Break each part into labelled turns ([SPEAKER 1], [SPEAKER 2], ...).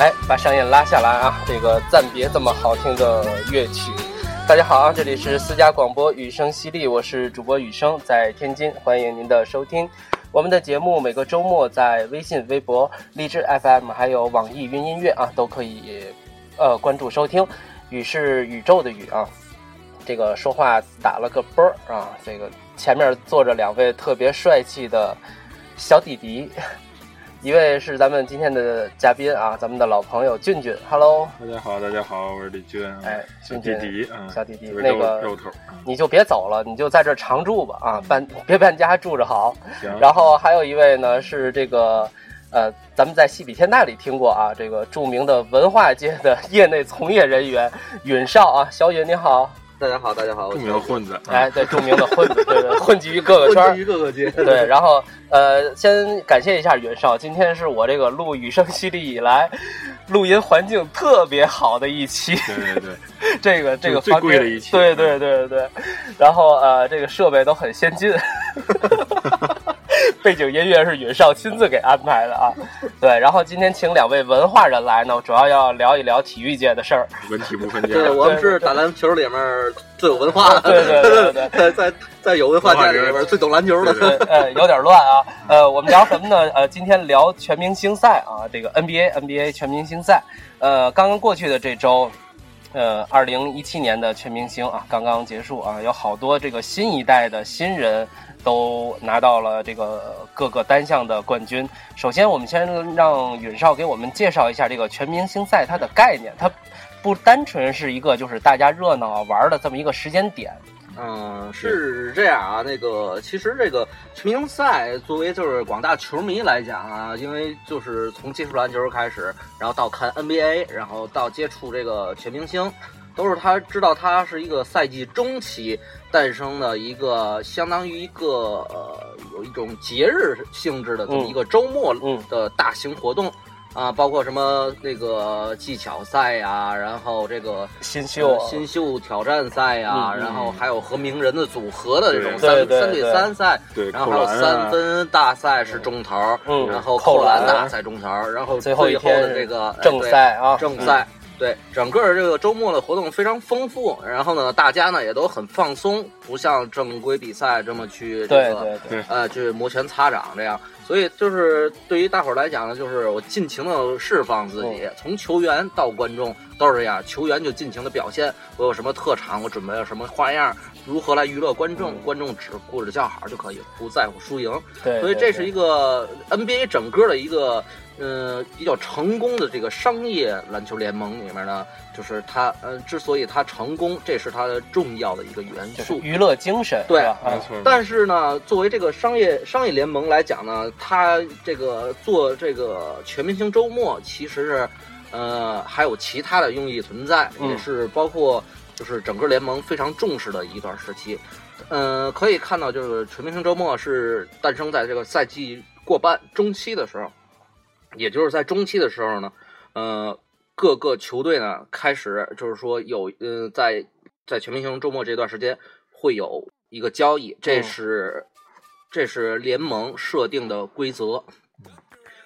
[SPEAKER 1] 哎，把商业拉下来啊！这个暂别这么好听的乐曲。大家好啊，这里是私家广播雨声犀利，我是主播雨声，在天津，欢迎您的收听。我们的节目每个周末在微信、微博、荔枝 FM 还有网易云音乐啊都可以呃关注收听。雨是宇宙的雨啊，这个说话打了个啵儿啊，这个前面坐着两位特别帅气的小弟弟，一位是咱们今天的嘉宾啊，咱们的老朋友俊俊，Hello，
[SPEAKER 2] 大家好，大家好，我是李军，
[SPEAKER 1] 哎，
[SPEAKER 2] 小
[SPEAKER 1] 俊
[SPEAKER 2] 弟
[SPEAKER 1] 俊，
[SPEAKER 2] 弟，嗯，
[SPEAKER 1] 小弟弟
[SPEAKER 2] 就是
[SPEAKER 1] 那
[SPEAKER 2] 肉
[SPEAKER 1] 个
[SPEAKER 2] 肉头，
[SPEAKER 1] 你就别走了，你就在这儿常住吧啊，搬别搬家住着好。
[SPEAKER 2] 行，
[SPEAKER 1] 然后还有一位呢是这个，呃，咱们在《戏比天大》里听过啊，这个著名的文化界的业内从业人员允少啊，小允你好，
[SPEAKER 3] 大家好，大家好，我
[SPEAKER 2] 著
[SPEAKER 3] 是
[SPEAKER 2] 名混子，啊
[SPEAKER 1] 哎，对，著名的混子，对对，混迹于各个
[SPEAKER 3] 混
[SPEAKER 1] 圈
[SPEAKER 3] 迹
[SPEAKER 1] 儿。
[SPEAKER 3] 于各 个街，
[SPEAKER 1] 对，然后呃，先感谢一下袁绍，今天是我这个录《雨声犀利》以来，录音环境特别好的一期，
[SPEAKER 2] 对对对，
[SPEAKER 1] 这个这个
[SPEAKER 2] 最
[SPEAKER 1] 方
[SPEAKER 2] 贵的
[SPEAKER 1] 面
[SPEAKER 2] 一期
[SPEAKER 1] 对
[SPEAKER 2] 嗯
[SPEAKER 1] 对对对对，然后呃，这个设备都很先 进，背景音乐是允少亲自给安排的啊，对，然后今天请两位文化人来呢，主要要聊一聊体育界的事儿，
[SPEAKER 2] 文体不分家，
[SPEAKER 3] 对，我们是打篮球里面最有文化的，
[SPEAKER 1] 对对对对
[SPEAKER 3] 在 在在有文化界里面最懂篮球
[SPEAKER 2] 对对
[SPEAKER 3] 的，
[SPEAKER 1] 对，呃，有点乱啊。呃，我们聊什么呢？呃，今天聊全明星赛啊，这个 NBA NBA 全明星赛。呃，刚刚过去的这周，呃，二零一七年的全明星啊，刚刚结束啊，有好多这个新一代的新人都拿到了这个各个单项的冠军。首先，我们先让允少给我们介绍一下这个全明星赛它的概念，它。不单纯是一个就是大家热闹玩的这么一个时间点，
[SPEAKER 3] 嗯，是这样啊，那个其实这个全明星赛作为就是广大球迷来讲啊，因为就是从接触篮球开始，然后到看 NBA，然后到接触这个全明星，都是他知道他是一个赛季中期诞生的一个相当于一个呃有一种节日性质的这么一个周末
[SPEAKER 1] 嗯
[SPEAKER 3] 的大型活动。啊，包括什么那个技巧赛呀、然后这个
[SPEAKER 1] 新秀啊、
[SPEAKER 3] 新秀挑战赛呀、
[SPEAKER 1] 嗯嗯
[SPEAKER 3] 然后还有和名人的组合的这种
[SPEAKER 1] 对
[SPEAKER 3] 三
[SPEAKER 1] 对
[SPEAKER 3] 三
[SPEAKER 1] 对对
[SPEAKER 3] 三赛，
[SPEAKER 2] 对，
[SPEAKER 3] 然后
[SPEAKER 2] 扣
[SPEAKER 3] 还
[SPEAKER 2] 篮
[SPEAKER 3] 有三
[SPEAKER 2] 啊，
[SPEAKER 3] 分大赛是中头，
[SPEAKER 1] 嗯
[SPEAKER 3] 然后
[SPEAKER 1] 扣
[SPEAKER 3] 扣
[SPEAKER 1] 篮
[SPEAKER 3] 篮大赛中头，然后
[SPEAKER 1] 最
[SPEAKER 3] 最
[SPEAKER 1] 后一天
[SPEAKER 3] 的这个哎
[SPEAKER 1] 正
[SPEAKER 3] 对
[SPEAKER 1] 赛啊，
[SPEAKER 3] 正赛。对，整个这个周末的活动非常丰富，然后呢，大家呢也都很放松，不像正规比赛这么去这
[SPEAKER 1] 对
[SPEAKER 3] 个
[SPEAKER 1] 对对，
[SPEAKER 3] 呃，就是摩拳擦掌这样。所以就是对于大伙儿来讲呢，就是我尽情的释放自
[SPEAKER 1] 哦
[SPEAKER 3] 己，从球员到观众都是这样。球员就尽情的表现，我有什么特长，我准备了什么花样，如何来娱乐观众，
[SPEAKER 1] 嗯
[SPEAKER 3] 观众只顾着叫好就可以，不在乎输赢。
[SPEAKER 1] 对，
[SPEAKER 3] 所以
[SPEAKER 1] 对
[SPEAKER 3] 这
[SPEAKER 1] 对
[SPEAKER 3] 是一个 NBA 整个的一个呃比较成功的这个商业篮球联盟里面呢，就是它呃之所以它成功，这是它的重要的一个元
[SPEAKER 1] 就是
[SPEAKER 3] 素。
[SPEAKER 1] 娱乐精神，
[SPEAKER 3] 对
[SPEAKER 1] 是吧
[SPEAKER 2] 没
[SPEAKER 1] 啊，
[SPEAKER 2] 错，
[SPEAKER 3] 但是呢，作为这个商业商业联盟来讲呢，它这个做这个全明星周末其实是，呃，还有其他的用意存在，
[SPEAKER 1] 嗯
[SPEAKER 3] 也是包括就是整个联盟非常重视的一段时期。呃，可以看到，就是全明星周末是诞生在这个赛季过半中期的时候，也就是在中期的时候呢，呃，各个球队呢开始就是说有呃，在在全明星周末这段时间会有一个交易，这
[SPEAKER 1] 嗯
[SPEAKER 3] 是、这是联盟设定的规则。
[SPEAKER 1] 嗯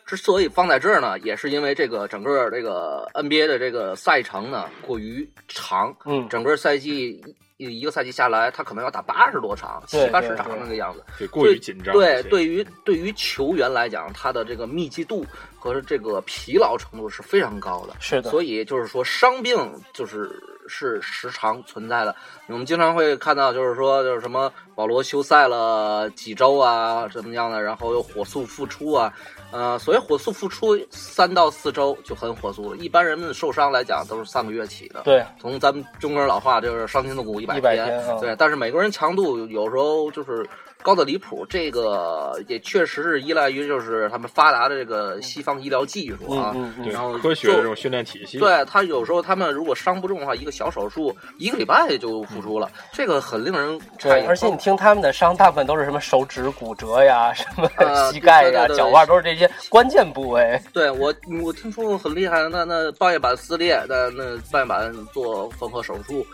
[SPEAKER 3] 之所以放在这儿呢，也是因为这个整个这个 NBA 的这个赛程呢过于长，
[SPEAKER 1] 嗯，
[SPEAKER 3] 整个赛季一一个赛季下来，他可能要打八十多场、
[SPEAKER 1] 对
[SPEAKER 3] 七八
[SPEAKER 1] 对
[SPEAKER 3] 十场
[SPEAKER 1] 对
[SPEAKER 3] 那个样子。
[SPEAKER 2] 对过于紧张，
[SPEAKER 3] 对，，对于对于球员来讲，他的这个密集度和这个疲劳程度是非常高的。
[SPEAKER 1] 是的，
[SPEAKER 3] 所以就是说，伤病就是是时常存在的。我们经常会看到，就是说，就是什么保罗休赛了几周啊，怎么样的，然后又火速复出啊，呃，所谓火速复出三到四周就很火速了。一般人们受伤来讲都是三个月起的。
[SPEAKER 1] 对，
[SPEAKER 3] 从咱们中国人老话就是伤筋动骨一百
[SPEAKER 1] 100天啊
[SPEAKER 3] 对。但是美国人强度有时候就是高的离谱，这个也确实是依赖于就是他们发达的这个西方医疗技术啊。
[SPEAKER 1] 嗯嗯嗯，
[SPEAKER 2] 对
[SPEAKER 3] 然后
[SPEAKER 2] 科学的
[SPEAKER 3] 就
[SPEAKER 2] 这种训练体系，
[SPEAKER 3] 对他有时候他们如果伤不重的话，一个小手术一个礼拜就复出了，这个很令人诧
[SPEAKER 1] 对，
[SPEAKER 3] 异。
[SPEAKER 1] 而且你听他们的伤，大部分都是什么手指骨折呀，什么
[SPEAKER 3] 呃
[SPEAKER 1] 膝盖
[SPEAKER 3] 对对
[SPEAKER 1] 呀、
[SPEAKER 3] 对对
[SPEAKER 1] 脚腕，都是这些关键部位。
[SPEAKER 3] 对我嗯我听说过很厉害的，那那半月板撕裂，那那半月板做缝合手术。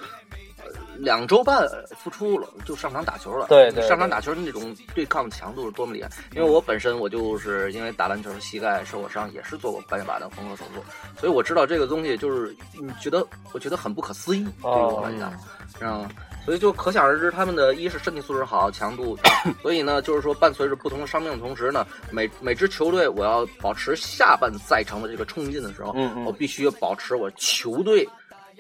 [SPEAKER 3] 呃两周半复出了，就上场打球了。
[SPEAKER 1] 对对对
[SPEAKER 3] 上场打球那种对抗强度是多么厉害！因为我本身我就是因为打篮球膝盖受过伤，也是做过半月板的缝合手术，所以我知道这个东西就是你觉得我觉得很不可思议对于我来讲，
[SPEAKER 1] 哦
[SPEAKER 3] 嗯。所以就可想而知，他们的一是身体素质好，强度大，所以呢，就是说伴随着不同的伤病的同时呢，每每支球队我要保持下半赛程的这个冲劲的时候，
[SPEAKER 1] 嗯嗯
[SPEAKER 3] 我必须保持我球队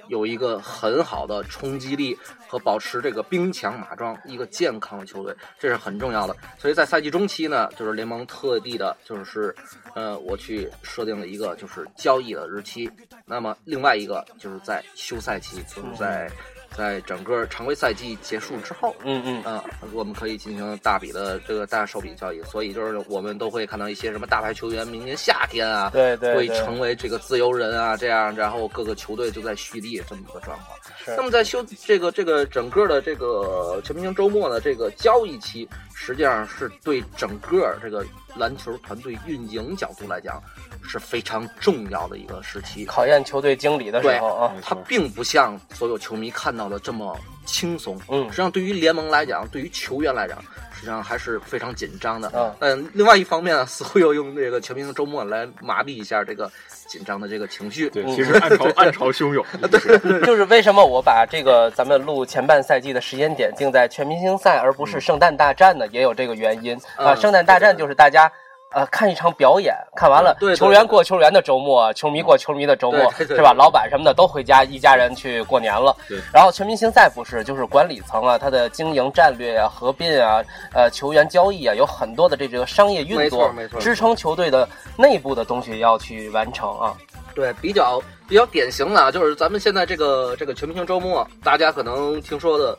[SPEAKER 3] 有一个很好的冲击力和保持这个兵强马壮一个健康的球队，这是很重要的。所以在赛季中期呢，就是联盟特地的，就是呃，我去设定了一个就是交易的日期，那么另外一个就是在休赛期，就是在在整个常规赛季结束之后，
[SPEAKER 1] 嗯嗯，
[SPEAKER 3] 啊、我们可以进行大笔的这个大手笔交易，所以就是我们都会看到一些什么大牌球员，明年夏天啊，
[SPEAKER 1] 对对
[SPEAKER 3] 会
[SPEAKER 1] 对
[SPEAKER 3] 成为这个自由人啊，这样，然后各个球队就在蓄力这么一个状况。
[SPEAKER 1] 是
[SPEAKER 3] 那么在休这个这个整个的这个全明星周末的这个交易期，实际上是对整个这个篮球团队运营角度来讲是非常重要的一个时期。
[SPEAKER 1] 考验球队经理的时候啊，
[SPEAKER 2] 没
[SPEAKER 3] 它
[SPEAKER 2] 错，
[SPEAKER 3] 并不像所有球迷看到的这么轻松。
[SPEAKER 1] 嗯
[SPEAKER 3] 实际上对于联盟来讲，对于球员来讲，实际上还是非常紧张的。
[SPEAKER 1] 嗯
[SPEAKER 3] 但另外一方面呢，似乎又用这个全明星周末来麻痹一下这个紧张的这个情绪。
[SPEAKER 2] 对，其实暗 潮暗潮汹涌，就是
[SPEAKER 1] 就是为什么我把这个咱们录前半赛季的时间点定在全明星赛，而不是圣诞大战呢？也有这个原因啊。
[SPEAKER 3] 嗯
[SPEAKER 1] 圣诞大战就是大家。呃，看一场表演，看完了，
[SPEAKER 3] 对对
[SPEAKER 1] 球员过球员的周末，球迷过球迷的周末，
[SPEAKER 3] 对对对
[SPEAKER 1] 是吧？老板什么的都回家，一家人去过年了。
[SPEAKER 2] 对
[SPEAKER 1] 然后全明星赛不是，就是管理层啊，他的经营战略啊、合并啊、呃球员交易啊，有很多的这这个商业运
[SPEAKER 3] 没
[SPEAKER 1] 作
[SPEAKER 3] 错没错
[SPEAKER 1] 支撑球队的内部的东西要去完成啊。
[SPEAKER 3] 对，比较比较典型的啊，就是咱们现在这个这个全明星周末，大家可能听说的，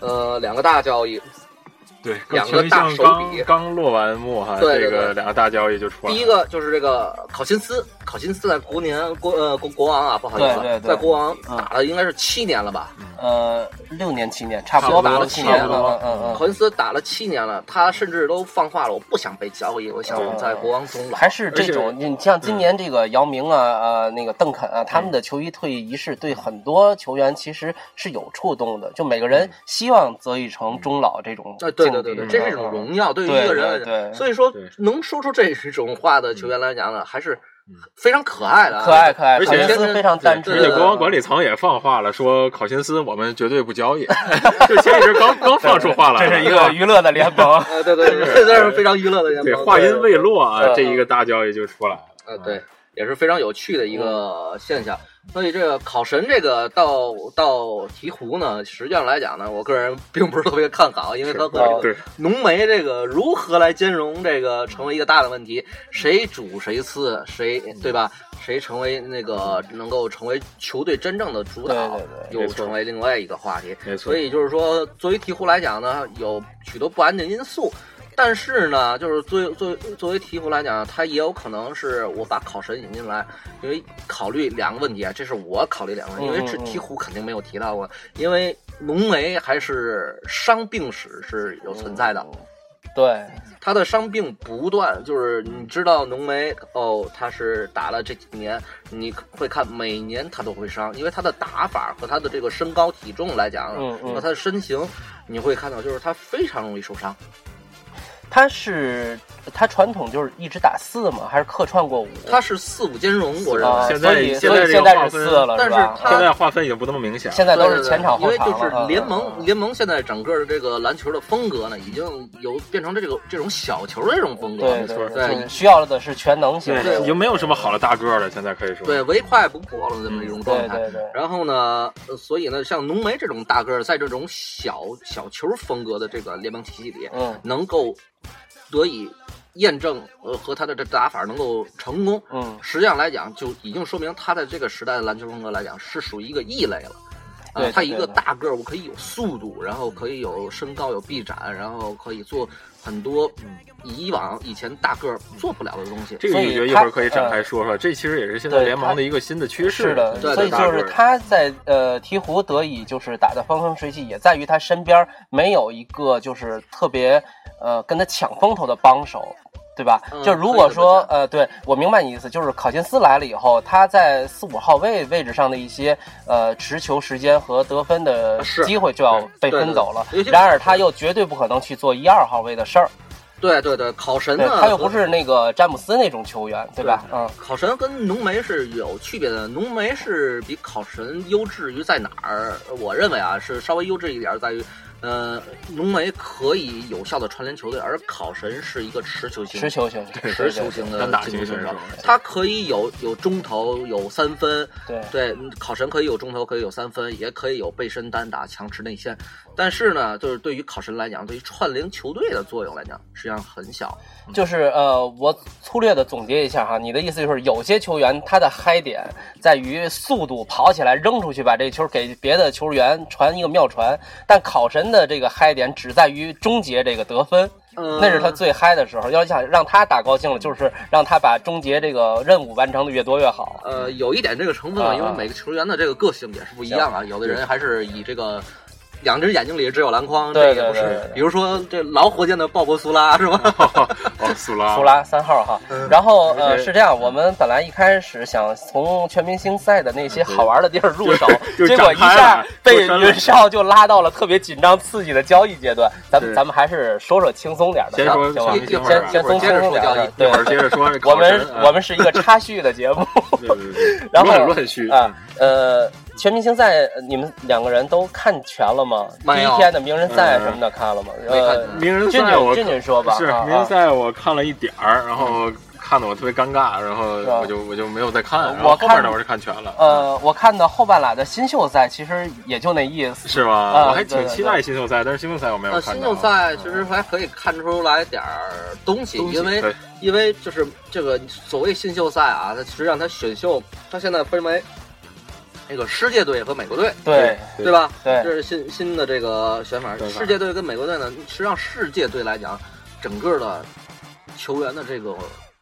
[SPEAKER 3] 呃，两个大交易，
[SPEAKER 2] 对，
[SPEAKER 3] 两个大
[SPEAKER 2] 像
[SPEAKER 3] 手
[SPEAKER 2] 刚
[SPEAKER 3] 笔
[SPEAKER 2] 刚落完幕哈，
[SPEAKER 3] 对对
[SPEAKER 2] 这个
[SPEAKER 3] 对
[SPEAKER 2] 两个大交易就出来了。
[SPEAKER 3] 第一个就是这个考辛斯，考辛斯在国年国呃国国王啊，不好意思，
[SPEAKER 1] 对对对
[SPEAKER 3] 在国王
[SPEAKER 1] 嗯
[SPEAKER 3] 打了应该是七年了吧？
[SPEAKER 1] 呃，六年七年，差不
[SPEAKER 3] 差
[SPEAKER 1] 多
[SPEAKER 3] 不多
[SPEAKER 1] 打了七年
[SPEAKER 3] 差不多
[SPEAKER 1] 了，嗯嗯
[SPEAKER 3] 考辛斯打了七年了，他甚至都放话了，我不想被交易，我想
[SPEAKER 1] 嗯
[SPEAKER 3] 在国王终
[SPEAKER 1] 嗯，
[SPEAKER 3] 老。
[SPEAKER 1] 还是这种，
[SPEAKER 3] 嗯
[SPEAKER 1] 你像今年这个姚明啊，呃，那个邓肯啊，他们的球衣退役仪式对很多球员其实是有触动的，就每个人希望择一城终老这种
[SPEAKER 3] 嗯啊，
[SPEAKER 1] 境地，
[SPEAKER 3] 对对对对，这是一种
[SPEAKER 1] 嗯
[SPEAKER 3] 荣耀，对于
[SPEAKER 1] 对
[SPEAKER 3] 一个人来
[SPEAKER 1] 对
[SPEAKER 3] 讲，
[SPEAKER 1] 对
[SPEAKER 3] 所以说
[SPEAKER 2] 对
[SPEAKER 3] 能说出这种话的球员来讲呢，还是非常可爱的啊，
[SPEAKER 1] 可爱可爱，
[SPEAKER 2] 而且
[SPEAKER 1] 考辛斯非常单纯，
[SPEAKER 2] 而
[SPEAKER 3] 对
[SPEAKER 2] 且
[SPEAKER 3] 对对，
[SPEAKER 2] 国王管理层也放话了，说考辛斯我们绝对不交易。就前几阵刚刚放出话来，
[SPEAKER 1] 这是一
[SPEAKER 2] 吧
[SPEAKER 1] 个娱乐的联盟
[SPEAKER 3] 呃，对对对，这是非常娱乐的联
[SPEAKER 2] 对
[SPEAKER 3] 盟
[SPEAKER 2] 话音未落啊
[SPEAKER 1] 对，
[SPEAKER 2] 这一个大交易就出来了。
[SPEAKER 3] 呃，对，也是非常有趣的一
[SPEAKER 2] 嗯
[SPEAKER 3] 个现象。所以这个考神这个到到鹈鹕呢，实际上来讲呢，我个人并不是特别看好，因为它
[SPEAKER 1] 是
[SPEAKER 3] 和这
[SPEAKER 2] 啊对
[SPEAKER 3] 个浓眉这个如何来兼容这个成为一个大的问题，谁主谁次谁
[SPEAKER 2] 嗯
[SPEAKER 3] 对吧？谁成为那个能够成为球队真正的主导
[SPEAKER 1] 对对，
[SPEAKER 2] 对
[SPEAKER 3] 又
[SPEAKER 2] 没错
[SPEAKER 3] 成为另外一个话题。
[SPEAKER 2] 没错
[SPEAKER 3] 所。以就是说，作为鹈鹕来讲呢，有许多不安定因素。但是呢，就是作为作为作为鹈鹕来讲，它也有可能是我把考神引进来，因为考虑两个问题啊，这是我考虑两个问题，因为这
[SPEAKER 1] 嗯嗯嗯
[SPEAKER 3] 鹈鹕肯定没有提到过，因为浓眉还是伤病史是有存在的，
[SPEAKER 1] 对，
[SPEAKER 3] 他的伤病不断，就是你知道浓眉哦，他是打了这几年，你会看每年他都会伤，因为他的打法和他的这个身高体重来讲，
[SPEAKER 1] 嗯嗯
[SPEAKER 3] 和他的身形，你会看到就是他非常容易受伤。
[SPEAKER 1] 他是他传统就是一直打四嘛，还是客串过五？
[SPEAKER 3] 他是四五兼容，我认
[SPEAKER 1] 啊，
[SPEAKER 3] 为。
[SPEAKER 2] 现
[SPEAKER 1] 所
[SPEAKER 2] 在
[SPEAKER 1] 以
[SPEAKER 2] 现
[SPEAKER 1] 所
[SPEAKER 2] 在
[SPEAKER 1] 以
[SPEAKER 2] 这
[SPEAKER 1] 现
[SPEAKER 2] 个
[SPEAKER 1] 在
[SPEAKER 2] 划
[SPEAKER 1] 是
[SPEAKER 2] 分
[SPEAKER 1] 四了，
[SPEAKER 3] 但
[SPEAKER 1] 是
[SPEAKER 3] 是
[SPEAKER 1] 吧？
[SPEAKER 3] 他
[SPEAKER 2] 现在划分已经不那么明显了。
[SPEAKER 1] 现在都是
[SPEAKER 3] 对对对
[SPEAKER 1] 前场后场
[SPEAKER 3] 因为就
[SPEAKER 1] 了
[SPEAKER 3] 是联
[SPEAKER 1] 嗯嗯
[SPEAKER 3] 盟，联盟现在整个的这个篮球的风格呢，已经有变成这个这种小球的这种风格了。
[SPEAKER 1] 对对
[SPEAKER 2] 没错
[SPEAKER 1] 对，
[SPEAKER 3] 对
[SPEAKER 1] 需要的是全能型
[SPEAKER 2] 对，
[SPEAKER 1] 的，
[SPEAKER 2] 已经没有什么好的大个儿了，现在可以说。
[SPEAKER 3] 对，唯快不破了这么一种状
[SPEAKER 1] 对
[SPEAKER 3] 态。
[SPEAKER 1] 对对，
[SPEAKER 3] 然后呢，呃所以呢，像浓眉这种大个儿，在这种小小球风格的这个联盟体系里，
[SPEAKER 1] 嗯
[SPEAKER 3] 能够得以验证，呃，和他的这打法能够成功，
[SPEAKER 1] 嗯，
[SPEAKER 3] 实际上来讲，就已经说明他在这个时代的篮球风格来讲是属于一个异类了。
[SPEAKER 1] 对
[SPEAKER 3] 呃，
[SPEAKER 1] 对
[SPEAKER 3] 他一个
[SPEAKER 1] 对
[SPEAKER 3] 大个儿，我可以有速度，然后可以有身高，有臂展，然后可以做很多嗯以往以前大个儿做不了的东西。
[SPEAKER 2] 这个
[SPEAKER 1] 所以
[SPEAKER 2] 我觉得一
[SPEAKER 1] 他呃
[SPEAKER 2] 会儿可以展开说说，这其实也是现在
[SPEAKER 1] 对
[SPEAKER 2] 联
[SPEAKER 1] 他
[SPEAKER 2] 盟的一个新的趋势。
[SPEAKER 1] 是的，
[SPEAKER 3] 对
[SPEAKER 1] 所以
[SPEAKER 3] 对
[SPEAKER 1] 就是他在呃鹈鹕得以就是打得风生水起，也在于他身边没有一个就是特别呃跟他抢风头的帮手。对吧？
[SPEAKER 3] 嗯
[SPEAKER 1] 就如果说
[SPEAKER 3] 可以这么
[SPEAKER 1] 呃，对我明白你意思，就是考辛斯来了以后，他在四五号位位置上的一些呃持球时间和得分的
[SPEAKER 3] 啊是
[SPEAKER 1] 机会就要被
[SPEAKER 3] 对对
[SPEAKER 1] 分走了
[SPEAKER 3] 尤其。是
[SPEAKER 1] 然而他又绝对不可能去做一二号位的事儿，
[SPEAKER 3] 对对对，考神啊
[SPEAKER 1] 对
[SPEAKER 3] 呢，
[SPEAKER 1] 他又不是那个詹姆斯那种球员，对吧？嗯，
[SPEAKER 3] 考神跟浓眉是有区别的，浓眉是比考神优质于在哪儿？我认为啊，是稍微优质一点，在于，呃，浓眉可以有效的串联球队，而考神是一个持球型、
[SPEAKER 1] 持球型，对
[SPEAKER 3] 持
[SPEAKER 1] 对
[SPEAKER 3] 球型的
[SPEAKER 2] 单打
[SPEAKER 3] 进
[SPEAKER 2] 型
[SPEAKER 3] 攻
[SPEAKER 2] 选
[SPEAKER 3] 选手
[SPEAKER 2] 手，
[SPEAKER 3] 他可以有有中投，有三分，
[SPEAKER 1] 对
[SPEAKER 3] 对，嗯考神可以有中投，可以有三分，也可以有背身单打、强持内线。但是呢，就是对于考神来讲，对于串联球队的作用来讲，实际上很小。
[SPEAKER 1] 就是呃，我粗略的总结一下哈，你的意思就是有些球员他的嗨点在于速度，跑起来扔出去，把这球给别的球员传一个妙传，但考神的这个嗨点只在于终结这个得分。
[SPEAKER 3] 嗯，
[SPEAKER 1] 那是他最嗨的时候，要想让他打高兴了，就是让他把终结这个任务完成的越多越好。
[SPEAKER 3] 呃，有一点这个成分吧，
[SPEAKER 1] 啊
[SPEAKER 3] 因为每个球员的这个个性也是不一样啊。有的人还是以这个两只眼睛里只有篮筐，
[SPEAKER 1] 对
[SPEAKER 3] 这也不
[SPEAKER 1] 对对对
[SPEAKER 3] 是
[SPEAKER 1] 对。
[SPEAKER 3] 比如说这老火箭的鲍勃苏拉是吧？
[SPEAKER 2] 哦，苏 拉，
[SPEAKER 1] 图，拉三号哈，
[SPEAKER 2] 嗯
[SPEAKER 1] 然后呃
[SPEAKER 2] 对
[SPEAKER 1] 是这样，我们本来一开始想从全明星赛的那些好玩的地儿入手，
[SPEAKER 2] 嗯就
[SPEAKER 1] 结果
[SPEAKER 2] 展
[SPEAKER 1] 一
[SPEAKER 2] 开了
[SPEAKER 1] 下被
[SPEAKER 2] 就深了
[SPEAKER 1] 云少就拉到了特别紧张刺激的交易阶段。咱们
[SPEAKER 2] 对
[SPEAKER 1] 咱们还是说说轻松点的，
[SPEAKER 2] 先
[SPEAKER 1] 行
[SPEAKER 2] 说
[SPEAKER 1] 吧
[SPEAKER 2] 一
[SPEAKER 3] 一
[SPEAKER 2] 一
[SPEAKER 1] 先
[SPEAKER 2] 会儿
[SPEAKER 1] 先先
[SPEAKER 2] 啊
[SPEAKER 3] 一会
[SPEAKER 1] 从
[SPEAKER 3] 儿接
[SPEAKER 1] 轻
[SPEAKER 3] 着
[SPEAKER 1] 松
[SPEAKER 3] 说
[SPEAKER 1] 点
[SPEAKER 3] 交易
[SPEAKER 1] 的，
[SPEAKER 2] 一
[SPEAKER 1] 对
[SPEAKER 2] 会，儿接 着说这
[SPEAKER 1] 我
[SPEAKER 2] 考神啊
[SPEAKER 1] 们我们是一个插叙的 节目。
[SPEAKER 2] 对对对，
[SPEAKER 1] 然后
[SPEAKER 2] 乱乱序
[SPEAKER 1] 啊，呃，全明星赛呃你们两个人都看全了吗？第
[SPEAKER 3] 没
[SPEAKER 1] 一
[SPEAKER 3] 有
[SPEAKER 1] 天的名人赛什么的看了吗？
[SPEAKER 3] 没看
[SPEAKER 1] 呃，
[SPEAKER 2] 嗯名人
[SPEAKER 1] 俊
[SPEAKER 2] 赛我
[SPEAKER 1] 俊俊俊说吧，
[SPEAKER 2] 是
[SPEAKER 1] 啊嗯
[SPEAKER 2] 名人。赛我看了一点儿，然后看的我特别尴尬，然后
[SPEAKER 1] 是吧
[SPEAKER 2] 我就我就没有再看，然
[SPEAKER 1] 我
[SPEAKER 2] 后后面
[SPEAKER 1] 看
[SPEAKER 2] 的我是看全了。
[SPEAKER 1] 呃，我看到后半拉的新秀赛，其实也就那意思。
[SPEAKER 2] 是
[SPEAKER 1] 啊
[SPEAKER 2] 吗？我还
[SPEAKER 1] 对对
[SPEAKER 2] 挺
[SPEAKER 1] 啊
[SPEAKER 2] 期待新秀赛，但是新秀赛我没有
[SPEAKER 3] 那
[SPEAKER 2] 看
[SPEAKER 3] 新
[SPEAKER 2] 到。啊
[SPEAKER 3] 秀赛其实还可以看出来点儿东西，
[SPEAKER 2] 东西
[SPEAKER 3] 因为
[SPEAKER 2] 对
[SPEAKER 3] 因为就是这个所谓新秀赛啊，它其实让它选秀，它现在分为那个世界队和美国队，
[SPEAKER 1] 对
[SPEAKER 2] 对
[SPEAKER 3] 对吧？
[SPEAKER 1] 对
[SPEAKER 3] 这是新新的这个选法。
[SPEAKER 2] 选法
[SPEAKER 3] 世界队跟美国队呢，实际上世界队来讲，整个的球员的这个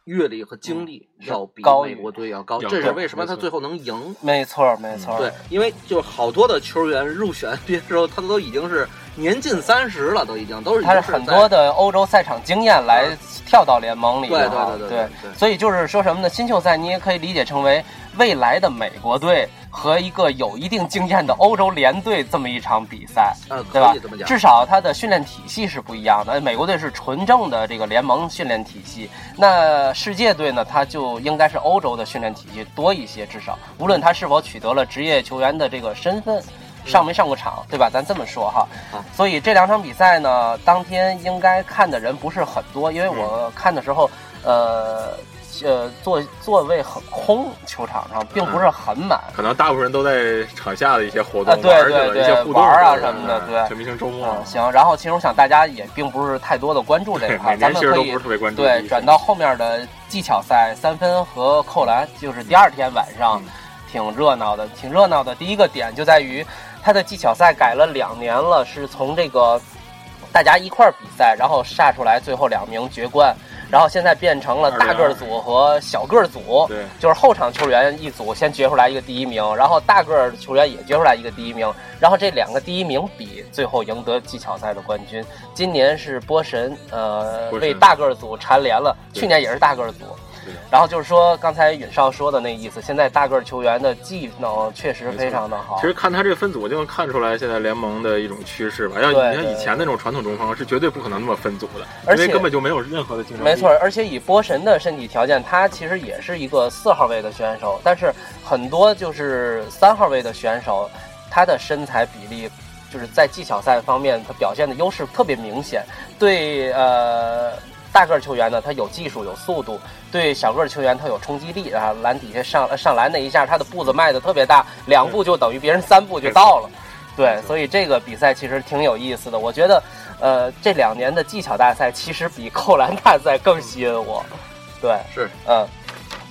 [SPEAKER 3] 阅历和经历要比
[SPEAKER 1] 嗯高于
[SPEAKER 3] 美国队要高，
[SPEAKER 2] 要
[SPEAKER 3] 这是
[SPEAKER 2] 高
[SPEAKER 3] 为什么
[SPEAKER 2] 没
[SPEAKER 3] 他
[SPEAKER 2] 错
[SPEAKER 3] 最后能赢？
[SPEAKER 1] 没错没错。
[SPEAKER 3] 对，因为就是好多的球员入选 NBA 之后，他都已经是年近三十了，都已经都是已
[SPEAKER 1] 他
[SPEAKER 3] 经
[SPEAKER 1] 是
[SPEAKER 3] 是
[SPEAKER 1] 很
[SPEAKER 3] 在
[SPEAKER 1] 多的欧洲赛场经验来跳到联盟里
[SPEAKER 3] 嗯对
[SPEAKER 1] 的
[SPEAKER 3] 对
[SPEAKER 1] 啊，
[SPEAKER 3] 对对对
[SPEAKER 1] 所以就是说什么呢？新秀赛你也可以理解成为未来的美国队和一个有一定经验的欧洲联队这么一场比赛，
[SPEAKER 3] 啊，
[SPEAKER 1] 对吧
[SPEAKER 3] 可以这么？讲
[SPEAKER 1] 至。少它的训练体系是不一样的。美国队是纯正的这个联盟训练体系，那世界队呢，它就应该是欧洲的训练体系多一些，至少无论他是否取得了职业球员的这个身份。
[SPEAKER 3] 嗯
[SPEAKER 1] 上没上过场，对吧？咱这么说哈
[SPEAKER 3] 好，
[SPEAKER 1] 所以这两场比赛呢，当天应该看的人不是很多，因为
[SPEAKER 3] 嗯
[SPEAKER 1] 我看的时候，呃，呃，座座位很空，球场上并不是很满，
[SPEAKER 2] 可能大部分人都在场下的一些活
[SPEAKER 1] 啊
[SPEAKER 2] 动
[SPEAKER 1] 对
[SPEAKER 2] 玩去
[SPEAKER 1] 对
[SPEAKER 2] 了，
[SPEAKER 1] 对
[SPEAKER 2] 一些互动
[SPEAKER 1] 玩啊
[SPEAKER 2] 之类
[SPEAKER 1] 什么的对
[SPEAKER 2] 全明星周末
[SPEAKER 1] 嗯，，行。然后其实我想大家也并不是太多的关注这一
[SPEAKER 2] 对，
[SPEAKER 1] 块
[SPEAKER 2] 每
[SPEAKER 1] 儿，咱
[SPEAKER 2] 年
[SPEAKER 1] 们
[SPEAKER 2] 其实
[SPEAKER 1] 可
[SPEAKER 2] 都
[SPEAKER 1] 以
[SPEAKER 2] 不是特别关注。
[SPEAKER 1] 对转到后面的技巧赛、三分和扣篮，就是第二天晚上
[SPEAKER 2] 嗯
[SPEAKER 1] 挺热闹的，挺热闹的。第一个点就在于它的技巧赛改了两年了，是从这个大家一块儿比赛，然后杀出来最后两名决冠。然后现在变成了大个儿组和小个儿组，
[SPEAKER 2] 对
[SPEAKER 1] 就是后场球员一组先决出来一个第一名，然后大个儿球员也决出来一个第一名，然后这两个第一名比，最后赢得技巧赛的冠军。今年是波神，呃，
[SPEAKER 2] 波神
[SPEAKER 1] 为大个儿组蝉联了，
[SPEAKER 2] 对
[SPEAKER 1] 去年也是大个儿组
[SPEAKER 2] 对。
[SPEAKER 1] 然后就是说，刚才允少说的那意思，现在大个儿球员的技能确实非常的好
[SPEAKER 2] 其。实看他这个分组就能看出来现在联盟的一种趋势吧。要你
[SPEAKER 1] 对
[SPEAKER 2] 像
[SPEAKER 1] 对
[SPEAKER 2] 以前那种传统中锋是绝对不可能那么分组的，
[SPEAKER 1] 而且
[SPEAKER 2] 因为根本就没有任何的竞争力。
[SPEAKER 1] 没错，，而且以波神的身体条件，他其实也是一个四号位的选手，但是很多就是三号位的选手，他的身材比例就是在技巧赛方面，他表现的优势特别明显。对，呃。大个儿球员呢，他有技术有速度；对小个儿球员，他有冲击力啊。篮底下上上篮那一下，他的步子迈的特别大，两步就等于别人三步就到了。对，所以这个比赛其实挺有意思的。我觉得，呃，这两年的技巧大赛其实比扣篮大赛更吸引我。对，
[SPEAKER 3] 是，
[SPEAKER 1] 嗯。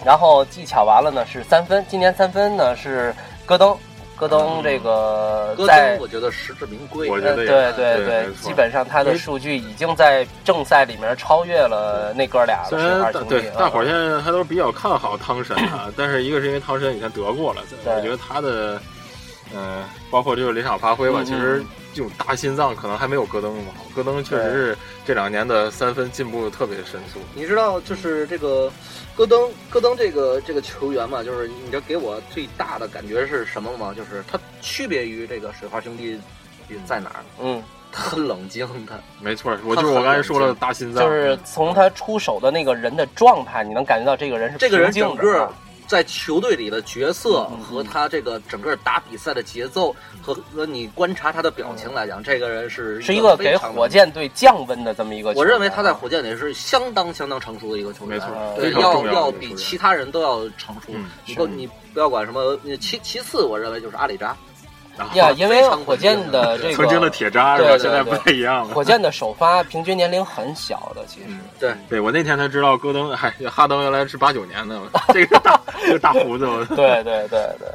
[SPEAKER 1] 然后技巧完了呢是三分，今年三分呢是戈登，戈登这个
[SPEAKER 3] 嗯戈
[SPEAKER 1] 在
[SPEAKER 3] 登，我觉得实至名归。
[SPEAKER 2] 我觉
[SPEAKER 1] 呃，
[SPEAKER 2] 得
[SPEAKER 1] 对对
[SPEAKER 2] 也是
[SPEAKER 1] 对
[SPEAKER 2] 对没错
[SPEAKER 1] 基本上他的数据已经在正赛里面超越了那哥俩
[SPEAKER 2] 虽
[SPEAKER 1] 了，十
[SPEAKER 2] 然
[SPEAKER 1] 二
[SPEAKER 2] 大
[SPEAKER 1] 兄
[SPEAKER 2] 对
[SPEAKER 1] 弟。
[SPEAKER 2] 大伙儿
[SPEAKER 1] 嗯
[SPEAKER 2] 现在 啊还都比较看好汤神啊，但是一个是因为汤神以前得过了，
[SPEAKER 1] 对
[SPEAKER 2] 我觉得他的呃，包括就是临场发挥吧，
[SPEAKER 1] 嗯
[SPEAKER 2] 其实这种大心脏可能还没有戈登那么好。戈登确实是这两年的三分进步特别神速。
[SPEAKER 3] 你知道，就是这个戈登，戈登这个这个球员嘛，就是你知道给我最大的感觉是什么吗？就是他区别于这个水花兄弟在哪儿？
[SPEAKER 1] 嗯，
[SPEAKER 3] 他很冷静，他
[SPEAKER 2] 没错，我就是我刚才说了大心脏，
[SPEAKER 1] 就是从他出手的那个人的状态，你能感觉到这个人是
[SPEAKER 3] 这个人
[SPEAKER 1] 平静
[SPEAKER 3] 整
[SPEAKER 1] 的啊
[SPEAKER 3] 个在球队里的角色
[SPEAKER 1] 嗯嗯
[SPEAKER 3] 和他这个整个打比赛的节奏和和你观察他的表情来讲，这个人是
[SPEAKER 1] 嗯是一个
[SPEAKER 3] 非
[SPEAKER 1] 给
[SPEAKER 3] 常
[SPEAKER 1] 火。箭队降温的这么一个球员。啊
[SPEAKER 3] 我认为他在火箭里是相当相当成熟的一个球员，
[SPEAKER 2] 没错
[SPEAKER 3] 对，
[SPEAKER 1] 非常
[SPEAKER 3] 要
[SPEAKER 2] 重要的一个
[SPEAKER 3] 要
[SPEAKER 2] 球
[SPEAKER 3] 比
[SPEAKER 2] 员
[SPEAKER 3] 其他人都要成熟。
[SPEAKER 2] 嗯
[SPEAKER 3] 你
[SPEAKER 1] 是
[SPEAKER 3] 不你不要管什么，你其其次我认为就是阿里扎，
[SPEAKER 2] 然后
[SPEAKER 1] 呀，因为
[SPEAKER 3] 非常
[SPEAKER 1] 火箭的这个
[SPEAKER 2] 曾经的铁渣是吧？
[SPEAKER 1] 对对
[SPEAKER 2] 现在不
[SPEAKER 1] 对
[SPEAKER 2] 太一样了。
[SPEAKER 1] 火箭的首发平均年龄很小的，其实
[SPEAKER 2] 嗯
[SPEAKER 3] 对
[SPEAKER 2] 对我那天才知道戈登，嗨，哈登原来是八九年的，这个大这个大胡子。我
[SPEAKER 1] 对对对对。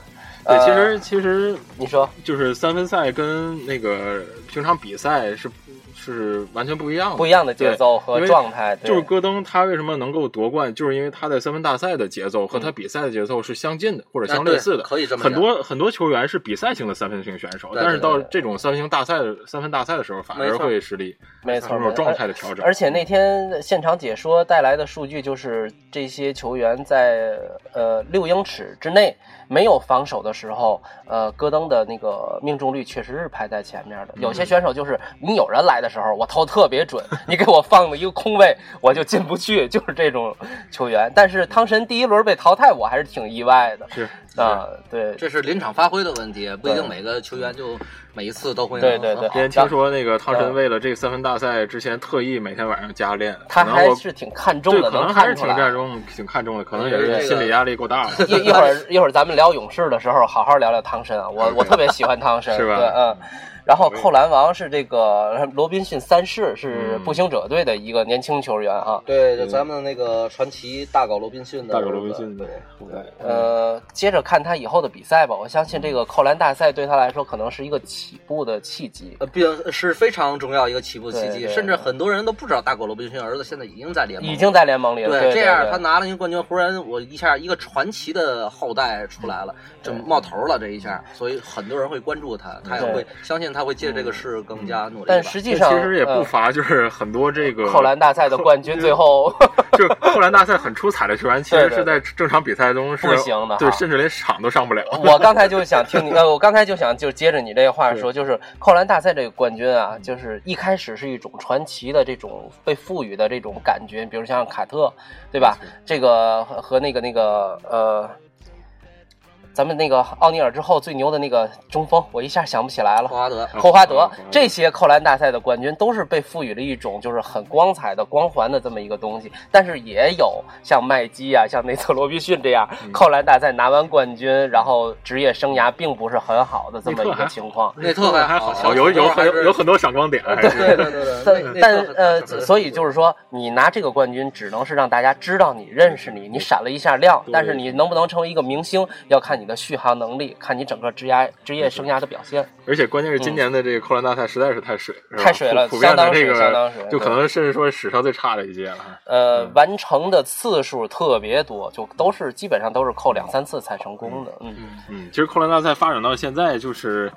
[SPEAKER 2] 对，其
[SPEAKER 1] 呃
[SPEAKER 2] 实其实
[SPEAKER 1] 你说
[SPEAKER 2] 就是三分赛跟那个平常比赛是是完全不一样的。
[SPEAKER 1] 不一样的节奏和
[SPEAKER 2] 因为
[SPEAKER 1] 状态，对
[SPEAKER 2] 就是戈登他为什么能够夺冠，就是因为他在三分大赛的节奏和他
[SPEAKER 1] 嗯
[SPEAKER 2] 比赛的节奏是相近的，或者
[SPEAKER 3] 啊
[SPEAKER 2] 相
[SPEAKER 3] 对
[SPEAKER 2] 类似的。
[SPEAKER 3] 可以这么
[SPEAKER 2] 很
[SPEAKER 3] 讲
[SPEAKER 2] 多很多球员是比赛型的三分型选手，
[SPEAKER 3] 对对
[SPEAKER 2] 但是到
[SPEAKER 1] 对对
[SPEAKER 2] 这种三分型大赛的三分大赛的时候，反
[SPEAKER 3] 没
[SPEAKER 2] 而
[SPEAKER 3] 错
[SPEAKER 2] 会失利，
[SPEAKER 1] 没
[SPEAKER 2] 这
[SPEAKER 1] 错，
[SPEAKER 2] 种
[SPEAKER 1] 没错
[SPEAKER 2] 状态的调整。
[SPEAKER 1] 而且那天现场解说带来的数据就是，这些球员在呃六英尺之内没有防守的时候，呃，戈登的那个命中率确实是排在前面的。有
[SPEAKER 2] 嗯
[SPEAKER 1] 些选手就是你有人来的时候，我投特别准，你给我放了一个空位，我就进不去，就是这种球员。但是汤神第一轮被淘汰，我还是挺意外的
[SPEAKER 2] 是
[SPEAKER 1] 啊、对
[SPEAKER 3] 这是临场发挥的问题，不一定
[SPEAKER 1] 对
[SPEAKER 3] 每个球员就每一次都会
[SPEAKER 1] 对对
[SPEAKER 3] 很好
[SPEAKER 1] 对
[SPEAKER 2] 之前听说那个汤
[SPEAKER 1] 嗯
[SPEAKER 2] 神为了这个三分大赛之前特意每天晚上加练，
[SPEAKER 1] 他
[SPEAKER 2] 可能
[SPEAKER 1] 还
[SPEAKER 2] 我
[SPEAKER 1] 是挺看重
[SPEAKER 2] 对，
[SPEAKER 1] 的，
[SPEAKER 2] 可能
[SPEAKER 1] 能
[SPEAKER 2] 还
[SPEAKER 1] 看
[SPEAKER 2] 是
[SPEAKER 1] 出
[SPEAKER 2] 挺
[SPEAKER 1] 来。
[SPEAKER 2] 看重挺看重的，可能也
[SPEAKER 3] 这
[SPEAKER 2] 是
[SPEAKER 3] 个
[SPEAKER 2] 心理压力够大了。
[SPEAKER 1] 一一会儿一会儿咱们聊勇士的时候，好好聊聊汤神啊，我我特别喜欢汤神，
[SPEAKER 2] 是吧
[SPEAKER 1] 对，嗯。然后扣篮王是这个罗宾逊三世，是步行者队的一个年轻球员啊哈。
[SPEAKER 3] 对，就
[SPEAKER 2] 嗯
[SPEAKER 3] 咱们那个传奇大狗罗宾逊的
[SPEAKER 2] 大狗罗宾逊的
[SPEAKER 3] 对
[SPEAKER 2] 嗯
[SPEAKER 1] 呃，接着看他以后的比赛吧，我相信这个扣篮大赛对他来说可能是一个起步的契机。
[SPEAKER 3] 呃，并是非常重要一个起步契
[SPEAKER 1] 对
[SPEAKER 3] 机，
[SPEAKER 1] 对
[SPEAKER 3] 甚至很多人都不知道大狗罗宾逊儿子现在已经在联盟了，
[SPEAKER 1] 已经在联盟里了，对，
[SPEAKER 3] 这样他
[SPEAKER 1] 对
[SPEAKER 3] 拿了一个冠军，忽然我一下一个传奇的后代出来了，这冒头了这一下，所以很多人会关注他，他也
[SPEAKER 1] 对嗯
[SPEAKER 3] 会相信他会借这个事更加努力吧。
[SPEAKER 1] 但实际
[SPEAKER 2] 这
[SPEAKER 1] 上
[SPEAKER 2] 其实也不
[SPEAKER 1] 嗯
[SPEAKER 2] 乏就是很多这个
[SPEAKER 1] 扣篮大赛的冠军最后
[SPEAKER 2] 就是扣篮大赛很出彩的球员，其
[SPEAKER 1] 对
[SPEAKER 2] 实
[SPEAKER 1] 对
[SPEAKER 2] 是在正常比赛中是
[SPEAKER 1] 不行的
[SPEAKER 2] 对，
[SPEAKER 1] 哈
[SPEAKER 2] 甚至连场都上不了。
[SPEAKER 3] 哦
[SPEAKER 1] 我刚才就想听你，呃，我刚才就想就接着你这话说，就是扣篮大赛这个冠军啊，就是一开始是一种传奇的这种被赋予的这种感觉，比如像卡特，对吧？这个和和那个那个呃，咱们那个奥尼尔之后最牛的那个中锋，我一下想不起来了
[SPEAKER 3] 霍。华德，
[SPEAKER 1] 霍华德
[SPEAKER 2] 霍华德
[SPEAKER 1] 这些扣篮大赛的冠军都是被赋予了一种就是很光彩的光环的这么一个东西，但是也有像麦基啊、像内特罗宾逊这样
[SPEAKER 2] 嗯
[SPEAKER 1] 扣篮大赛拿完冠军，然后职业生涯并不是很好的这么一
[SPEAKER 2] 啊
[SPEAKER 1] 个情 况。
[SPEAKER 3] 内特还
[SPEAKER 2] 还
[SPEAKER 3] 好
[SPEAKER 2] 好，哦有有很有很多闪光点，还是
[SPEAKER 3] 对对 对
[SPEAKER 1] 但
[SPEAKER 3] 对，内
[SPEAKER 1] 但
[SPEAKER 3] 内特
[SPEAKER 1] 呃
[SPEAKER 3] 很很，
[SPEAKER 1] 所以就是说，你拿这个冠军只能是让大家知道你、认识你，你闪了一下亮，
[SPEAKER 2] 对
[SPEAKER 1] 但是你能不能成为一个明星，要看你的续航能力，看你整个职涯职业生涯的表现。
[SPEAKER 2] 而且关键是今年的这个扣篮大赛实在是太水，
[SPEAKER 1] 嗯
[SPEAKER 2] 是吧
[SPEAKER 1] 太水了
[SPEAKER 2] 普普遍的
[SPEAKER 1] 相当
[SPEAKER 2] 这
[SPEAKER 1] 水相当水
[SPEAKER 2] 个就可能甚至说是史上最差的一届了。
[SPEAKER 1] 呃，
[SPEAKER 3] 嗯
[SPEAKER 1] 完成的次数特别多，就都是基本上都是扣两三次才成功的。嗯，
[SPEAKER 2] 嗯，其实扣篮大赛发展到现在，就是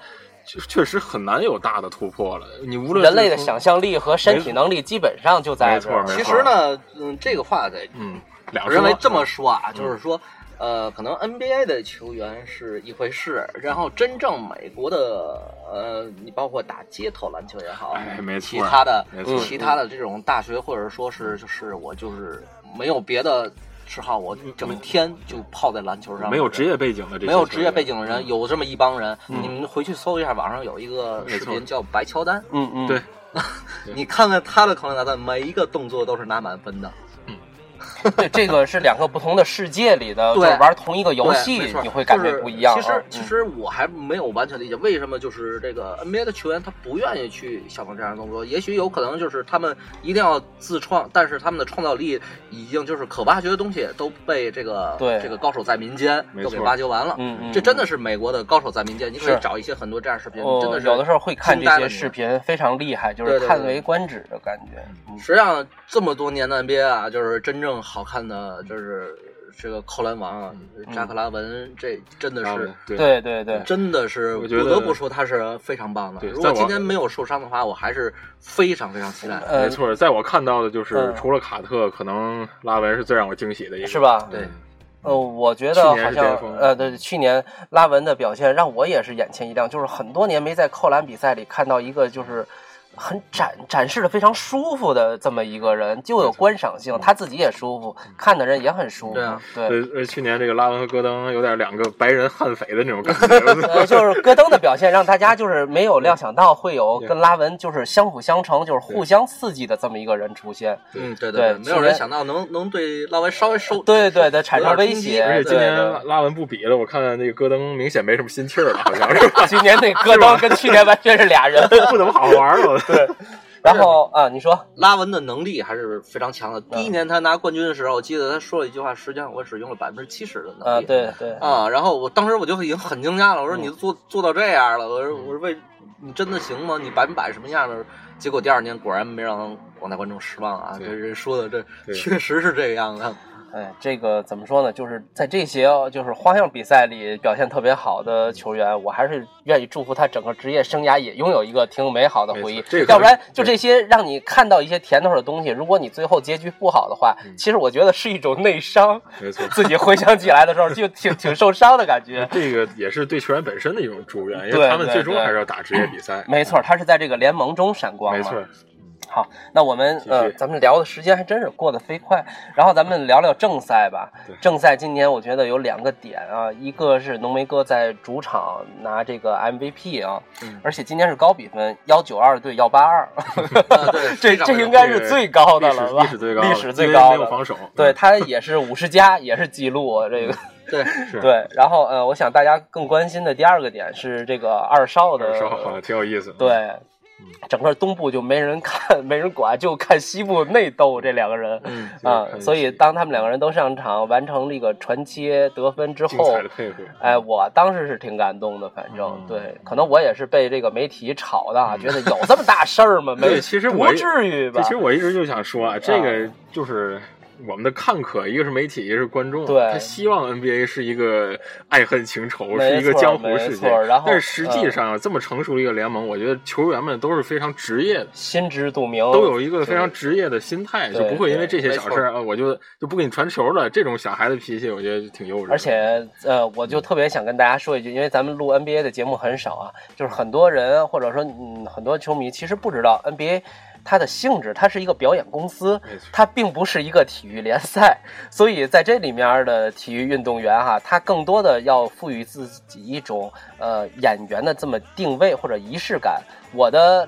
[SPEAKER 2] 确确实很难有大的突破了。你无论
[SPEAKER 1] 人类的
[SPEAKER 2] 是从
[SPEAKER 1] 想象力和身体能力基本上就在
[SPEAKER 2] 没错
[SPEAKER 1] 这儿
[SPEAKER 2] 没错
[SPEAKER 3] 其实呢，嗯，这个话得
[SPEAKER 2] 嗯，两
[SPEAKER 3] 我认为
[SPEAKER 2] 说
[SPEAKER 3] 这么说啊，就是说，呃，可能 NBA 的球员是一回事，然后真正美国的，呃，你包括打街头篮球也好，
[SPEAKER 2] 哎没错
[SPEAKER 3] 其他的嗯
[SPEAKER 2] 没错嗯
[SPEAKER 3] 其他的这种大学或者说是就是我就是没有别的嗜好，我整天就泡在篮球上，
[SPEAKER 2] 嗯没有职。业背景的这些
[SPEAKER 3] 没有职业背
[SPEAKER 2] 球员。嗯
[SPEAKER 3] 景的人，有这么一帮人，你们回去搜一下，网上有一个视
[SPEAKER 2] 没错
[SPEAKER 3] 频叫白乔丹，
[SPEAKER 1] 嗯嗯，
[SPEAKER 2] 对
[SPEAKER 3] 你看看他的扣篮大赛，每一个动作都是拿满分的。
[SPEAKER 1] 对， 这个是两个不同的世界里的，就
[SPEAKER 3] 对
[SPEAKER 1] 是玩同一个游
[SPEAKER 3] 对
[SPEAKER 1] 戏
[SPEAKER 3] 没错，
[SPEAKER 1] 你会感觉
[SPEAKER 3] 就是
[SPEAKER 1] 不一样啊。
[SPEAKER 3] 其实
[SPEAKER 1] 嗯
[SPEAKER 3] 其实我还没有完全理解为什么就是这个 NBA 的球员他不愿意去效仿这样的动作，也许有可能就是他们一定要自创，但是他们的创造力已经就是可挖掘的东西都被这个
[SPEAKER 1] 对
[SPEAKER 3] 这个高手在民间
[SPEAKER 2] 没
[SPEAKER 3] 都
[SPEAKER 2] 错
[SPEAKER 3] 给挖掘完了。
[SPEAKER 1] 嗯嗯，
[SPEAKER 3] 这真的
[SPEAKER 1] 是。
[SPEAKER 3] 是美国的高手在民间，你可以
[SPEAKER 1] 是
[SPEAKER 3] 找一些很多这样视频，
[SPEAKER 1] 我
[SPEAKER 3] 真的是
[SPEAKER 1] 嗯哦有的时候会看这
[SPEAKER 3] 惊呆
[SPEAKER 1] 些
[SPEAKER 3] 了你
[SPEAKER 1] 视频，非常厉害，就是
[SPEAKER 3] 对对对
[SPEAKER 1] 叹为观止的感觉。
[SPEAKER 3] 实际上这么多年的 NBA 啊，就是真正好看的，就是这个扣篮王啊
[SPEAKER 1] 嗯
[SPEAKER 3] 扎克拉文，这真的
[SPEAKER 2] 然后
[SPEAKER 3] 是。
[SPEAKER 2] 对
[SPEAKER 1] 对对对，
[SPEAKER 3] 真的是
[SPEAKER 2] 我
[SPEAKER 3] 不
[SPEAKER 2] 觉得
[SPEAKER 3] 得不说他是非常棒的。
[SPEAKER 2] 对
[SPEAKER 3] 如
[SPEAKER 2] 在
[SPEAKER 3] 果
[SPEAKER 2] 我
[SPEAKER 3] 今天没有受伤的话，我还是非常非常期待。
[SPEAKER 1] 呃
[SPEAKER 2] 没，错，在我看到的就是
[SPEAKER 1] 嗯
[SPEAKER 2] 除了卡特，可能拉文是最让我惊喜的一个，
[SPEAKER 1] 是？吧？
[SPEAKER 3] 对，
[SPEAKER 1] 呃，我觉得
[SPEAKER 2] 去年
[SPEAKER 1] 好
[SPEAKER 2] 是
[SPEAKER 1] 像
[SPEAKER 2] 巅峰
[SPEAKER 1] 呃，对，去年拉文的表现让我也是眼前一亮，就是很多年没在扣篮比赛里看到一个就是很展展示的非常舒服的这么一个人，就有观赏
[SPEAKER 2] 嗯
[SPEAKER 1] 性，他自己也舒服，看的人也很舒服
[SPEAKER 3] 对啊，
[SPEAKER 1] 对。
[SPEAKER 2] 呃呃，去年这个拉文和戈登有点两个白人悍匪的那种感 觉，
[SPEAKER 1] 呃，就是戈登的表现让大家就是没有料想到会有
[SPEAKER 2] 对
[SPEAKER 1] 跟拉文就是相辅相成，就是互相刺激的这么一个人出现。
[SPEAKER 3] 嗯，对
[SPEAKER 1] 对
[SPEAKER 3] 对，没
[SPEAKER 1] 今
[SPEAKER 3] 有人
[SPEAKER 1] 天
[SPEAKER 3] 想到能能对拉文稍微收。
[SPEAKER 1] 对对对，产
[SPEAKER 3] 有
[SPEAKER 1] 生
[SPEAKER 3] 点
[SPEAKER 1] 威
[SPEAKER 3] 冲击
[SPEAKER 1] 胁。
[SPEAKER 2] 而且今
[SPEAKER 1] 对
[SPEAKER 2] 年
[SPEAKER 1] 对
[SPEAKER 2] 拉拉文不比了，我看那个戈登明显没什么心气儿了，好像是吧
[SPEAKER 1] 今年那戈登跟去年完全是俩人。
[SPEAKER 2] 不怎么好玩了。对，
[SPEAKER 1] 然后啊，你说，
[SPEAKER 3] 拉文的能力还是非常强的。第一年他拿冠军的时候，我记得他说了一句话：“实际上我只用了百分之七十的能
[SPEAKER 1] 啊，
[SPEAKER 3] 力。”
[SPEAKER 1] 对 对，
[SPEAKER 3] 啊，然后我当时我就已经很惊讶了，我说
[SPEAKER 1] 嗯
[SPEAKER 3] 你都做做到这样了，我说我说为你真的行吗？你百分百什么样的？结果第二年果然没让广大观众失望啊！
[SPEAKER 2] 对
[SPEAKER 3] 这人说的这
[SPEAKER 2] 对
[SPEAKER 3] 确实是这样的。
[SPEAKER 1] 哎，这个怎么说呢？就是在这些就是花样比赛里表现特别好的球员，我还是愿意祝福他整个职业生涯也拥有一个挺美好的回忆
[SPEAKER 2] 没错这。个
[SPEAKER 1] 要不然，就这些让你看到一些甜头的东西，如果你最后结局不好的话，
[SPEAKER 2] 嗯
[SPEAKER 1] 其实我觉得是一种内伤。
[SPEAKER 2] 没错。
[SPEAKER 1] 自己回想起来的时候，就挺挺受伤的感 觉。
[SPEAKER 2] 这个也是对球员本身的一种祝愿，因
[SPEAKER 1] 对
[SPEAKER 2] 为他们
[SPEAKER 1] 对
[SPEAKER 2] 最终
[SPEAKER 1] 对
[SPEAKER 2] 还是要打职业比赛。
[SPEAKER 1] 没错，他是在这个联盟中闪光嘛。
[SPEAKER 2] 没错，
[SPEAKER 1] 好，那我们
[SPEAKER 2] 继续
[SPEAKER 1] 呃，咱们聊的时间还真是过得飞快，然后咱们聊聊正赛吧
[SPEAKER 2] 对。
[SPEAKER 1] 正赛今年我觉得有两个点啊，一个是浓眉哥在主场拿这个 MVP 啊，
[SPEAKER 3] 嗯
[SPEAKER 1] 而且今年是高比分，幺九二对幺八二，
[SPEAKER 3] 啊对，
[SPEAKER 1] 这
[SPEAKER 3] 非常
[SPEAKER 1] 这
[SPEAKER 3] 非常
[SPEAKER 1] 应该是最高的
[SPEAKER 2] 历
[SPEAKER 1] 了
[SPEAKER 2] 史
[SPEAKER 1] 吧？
[SPEAKER 2] 历史最高的，
[SPEAKER 1] 历史最
[SPEAKER 2] 因为
[SPEAKER 1] 高
[SPEAKER 2] 没有
[SPEAKER 1] 的。
[SPEAKER 2] 防守。嗯
[SPEAKER 1] 对他也是五十加，也是记录啊这个。
[SPEAKER 3] 对
[SPEAKER 2] 是
[SPEAKER 1] 对，然后呃，我想大家更关心的第二个点是这个二少的
[SPEAKER 2] 二少好像挺有意思的。
[SPEAKER 1] 呃对，
[SPEAKER 2] 嗯
[SPEAKER 1] 整个东部就没人看，没人管，就看西部内斗这两个人。
[SPEAKER 3] 嗯
[SPEAKER 1] 啊、
[SPEAKER 2] 就是
[SPEAKER 1] 所以当他们两个人都上场完成这个传切得分之
[SPEAKER 2] 精
[SPEAKER 1] 后
[SPEAKER 2] 彩的，配合，
[SPEAKER 1] 哎，我当时是挺感动的，反正、
[SPEAKER 2] 嗯
[SPEAKER 1] 对，可能我也是被这个媒体炒的，啊，觉得有这么大事儿吗？没，
[SPEAKER 2] 对其实我
[SPEAKER 1] 不
[SPEAKER 2] 也
[SPEAKER 1] 至于吧
[SPEAKER 2] 这其？实我一直就想说啊，这个就是我们的看客，一个是媒体，一个是观众，啊
[SPEAKER 1] 对
[SPEAKER 2] 他希望 NBA 是一个爱恨情仇，
[SPEAKER 1] 没
[SPEAKER 2] 是一个
[SPEAKER 1] 错
[SPEAKER 2] 江湖
[SPEAKER 1] 没
[SPEAKER 2] 世界
[SPEAKER 1] 错。然后嗯
[SPEAKER 2] 但是实际上啊，这么成熟的一个联盟，我觉得球员们都是非常职业的。
[SPEAKER 1] 心知肚明，
[SPEAKER 2] 都有一个非
[SPEAKER 1] 对
[SPEAKER 2] 常职业的心态，
[SPEAKER 1] 对
[SPEAKER 2] 就不会因为这些
[SPEAKER 3] 对
[SPEAKER 2] 小事儿啊，我就就不给你传球了。这种小孩子脾气，我觉得挺幼稚的。
[SPEAKER 1] 而且呃，我就特别想跟大家说一句，因为咱们录 NBA 的节目很少啊，就是很多人或者说嗯很多球迷其实不知道 NBA 它的性质，它是一个表演公司
[SPEAKER 2] 没错，
[SPEAKER 1] 它并不是一个体育联赛，所以在这里面的体育运动员哈、他更多的要赋予自己一种呃演员的这么定位或者仪式感。我的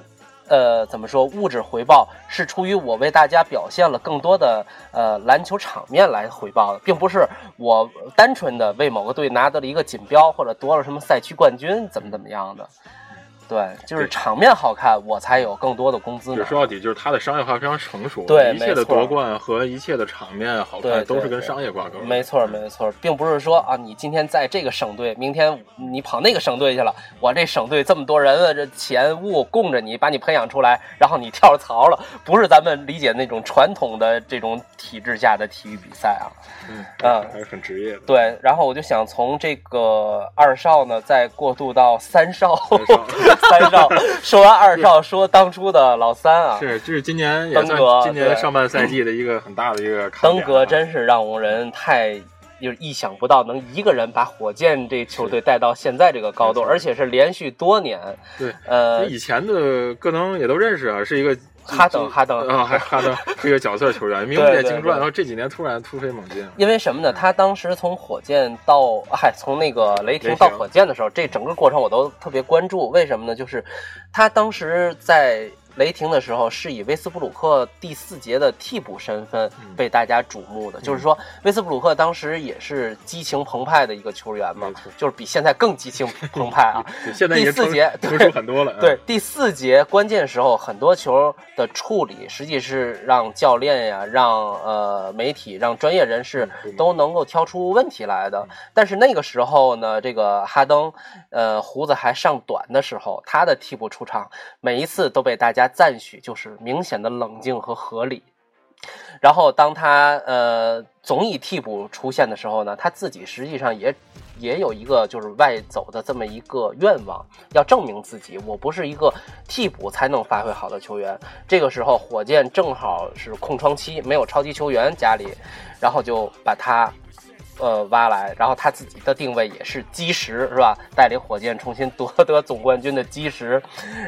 [SPEAKER 1] 呃，怎么说物质回报是出于我为大家表现了更多的呃篮球场面来回报的，并不是我单纯的为某个队拿到了一个锦标或者夺了什么赛区冠军怎么怎么样的。对，就是
[SPEAKER 2] 对
[SPEAKER 1] 场面好看，我才有更多的工资
[SPEAKER 2] 就
[SPEAKER 1] 拿。
[SPEAKER 2] 说到底，就是他的商业化非常成熟，
[SPEAKER 1] 对
[SPEAKER 2] 一切
[SPEAKER 1] 没
[SPEAKER 2] 的
[SPEAKER 1] 错
[SPEAKER 2] 夺冠和一切的场面好
[SPEAKER 1] 对对
[SPEAKER 2] 看都是
[SPEAKER 1] 对
[SPEAKER 2] 跟商业挂钩的。
[SPEAKER 1] 没错，没错，并不是说啊，你今天在这个省队，明天你跑那个省队去了，我这省队这么多人，这钱物供着你，把你培养出来，然后你跳槽了，不是咱们理解那种传统的这种体制下的体育比赛啊。
[SPEAKER 2] 嗯，
[SPEAKER 1] 嗯
[SPEAKER 2] 还是很职业的。
[SPEAKER 1] 对，然后我就想从这个二少呢，再过渡到三少， 三少说完二少，说当初的老三啊，
[SPEAKER 2] 是，这是今年也
[SPEAKER 1] 登
[SPEAKER 2] 算
[SPEAKER 1] 革
[SPEAKER 2] 今年
[SPEAKER 1] 对
[SPEAKER 2] 上半赛季的一个很大的 一个看
[SPEAKER 1] 登
[SPEAKER 2] 点
[SPEAKER 1] 哥
[SPEAKER 2] 啊
[SPEAKER 1] 真是让我人太就是意想不到，能一个人把火箭这球队带到现在这个高度，
[SPEAKER 2] 没错
[SPEAKER 1] 而且是连续多年。
[SPEAKER 2] 对
[SPEAKER 1] 呃，
[SPEAKER 2] 以前的戈登也都认识啊，是一个
[SPEAKER 1] 哈登哈登
[SPEAKER 2] 啊，还哈登是一个角色球员，名不
[SPEAKER 1] 对
[SPEAKER 2] 见
[SPEAKER 1] 对
[SPEAKER 2] 经
[SPEAKER 1] 对
[SPEAKER 2] 传，然后这几年突然突飞猛进。啊
[SPEAKER 1] 因为什么呢？他当时从火箭到嗨、从那个雷霆到
[SPEAKER 2] 雷霆
[SPEAKER 1] 火箭的时候，这整个过程我都特别关注。为什么呢？就是他当时在雷霆的时候，是以威斯布鲁克第四节的替补身份
[SPEAKER 2] 嗯
[SPEAKER 1] 被大家瞩目的。就是说，威斯布鲁克当时也是激情澎湃的一个球员嘛
[SPEAKER 2] 没错，
[SPEAKER 1] 就是比现在更激情澎湃 啊。
[SPEAKER 2] 对现在已经
[SPEAKER 1] 第四节
[SPEAKER 2] 成成熟很多了。啊
[SPEAKER 1] 对，第四节关键时候，很多球的处理，实际是让教练呀、让呃媒体、让专业人士
[SPEAKER 2] 嗯对嗯
[SPEAKER 1] 都能够挑出问题来的。但是那个时候呢，这个哈登，呃，胡子还尚短的时候，他的替补出场，每一次都被大家赞许，就是明显的冷静和合理。然后当他呃总以替补出现的时候呢，他自己实际上也也有一个就是外走的这么一个愿望，要证明自己，我不是一个替补才能发挥好的球员。这个时候，火箭正好是空窗期，没有超级球员家里，然后就把他。呃，挖来，然后他自己的定位也是基石，是吧？带领火箭重新夺得总冠军的基石，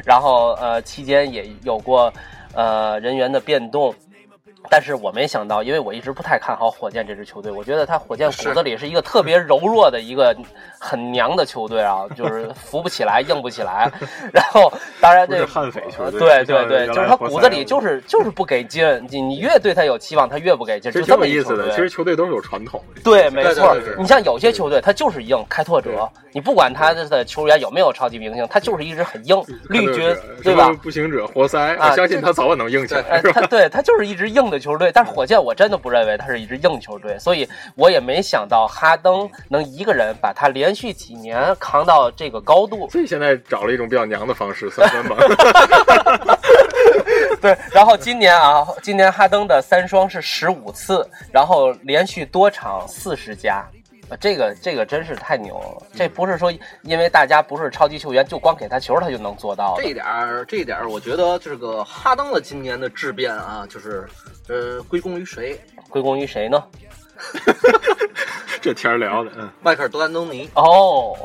[SPEAKER 1] 然后呃，期间也有过呃人员的变动，但是我没想到，因为我一直不太看好火箭这支球队，我觉得他火箭骨子里是一个特别柔弱的一个很娘的球队啊，就是扶不起来，硬不起来。 然后当然
[SPEAKER 2] 不
[SPEAKER 1] 这
[SPEAKER 2] 是悍匪球
[SPEAKER 1] 呃
[SPEAKER 2] 队，
[SPEAKER 1] 对
[SPEAKER 2] 像
[SPEAKER 1] 对对，
[SPEAKER 2] 原
[SPEAKER 1] 就是
[SPEAKER 2] 来
[SPEAKER 1] 他
[SPEAKER 2] 活
[SPEAKER 1] 骨子
[SPEAKER 2] 塞
[SPEAKER 1] 里
[SPEAKER 2] 啊
[SPEAKER 1] 就是就是不给劲，你你越对他有期望，他越不给劲，
[SPEAKER 2] 其
[SPEAKER 1] 就
[SPEAKER 2] 实挺
[SPEAKER 1] 这么
[SPEAKER 2] 有
[SPEAKER 1] 一
[SPEAKER 2] 意
[SPEAKER 1] 球
[SPEAKER 2] 思的。
[SPEAKER 1] 队
[SPEAKER 2] 其实球队都是有传统的，
[SPEAKER 1] 对，没
[SPEAKER 2] 对
[SPEAKER 1] 错儿
[SPEAKER 2] 对对。
[SPEAKER 1] 你像有些球队，他就是硬开拓者，你不管他的球员有没有超级明星，他就是一支很硬绿军，对吧？
[SPEAKER 2] 步行者、活塞，
[SPEAKER 1] 啊
[SPEAKER 2] 我相信他早晚能硬起
[SPEAKER 1] 呃，
[SPEAKER 2] 来，是吧？
[SPEAKER 1] 他对他就是一支硬的球队，但是火箭我真的不认为他是一支硬球队，所以我也没想到哈登
[SPEAKER 2] 嗯
[SPEAKER 1] 能一个人把他连续几年扛到这个高度。
[SPEAKER 2] 所以现在找了一种比较娘的方式，三分嘛，
[SPEAKER 1] 对，然后今年啊，今年哈登的三双是十五次，然后连续多场四十加。呃这个这个真是太牛了！这不是说因为大家不是超级球员，就光给他球他就能做到
[SPEAKER 3] 这
[SPEAKER 1] 的。
[SPEAKER 3] 一点儿，这一点儿，我觉得这个哈登的今年的质变啊，就是呃，归功于谁？
[SPEAKER 1] 归功于谁呢？
[SPEAKER 2] 这天儿聊的，嗯，
[SPEAKER 3] 迈克尔·德安东尼。
[SPEAKER 1] 哦，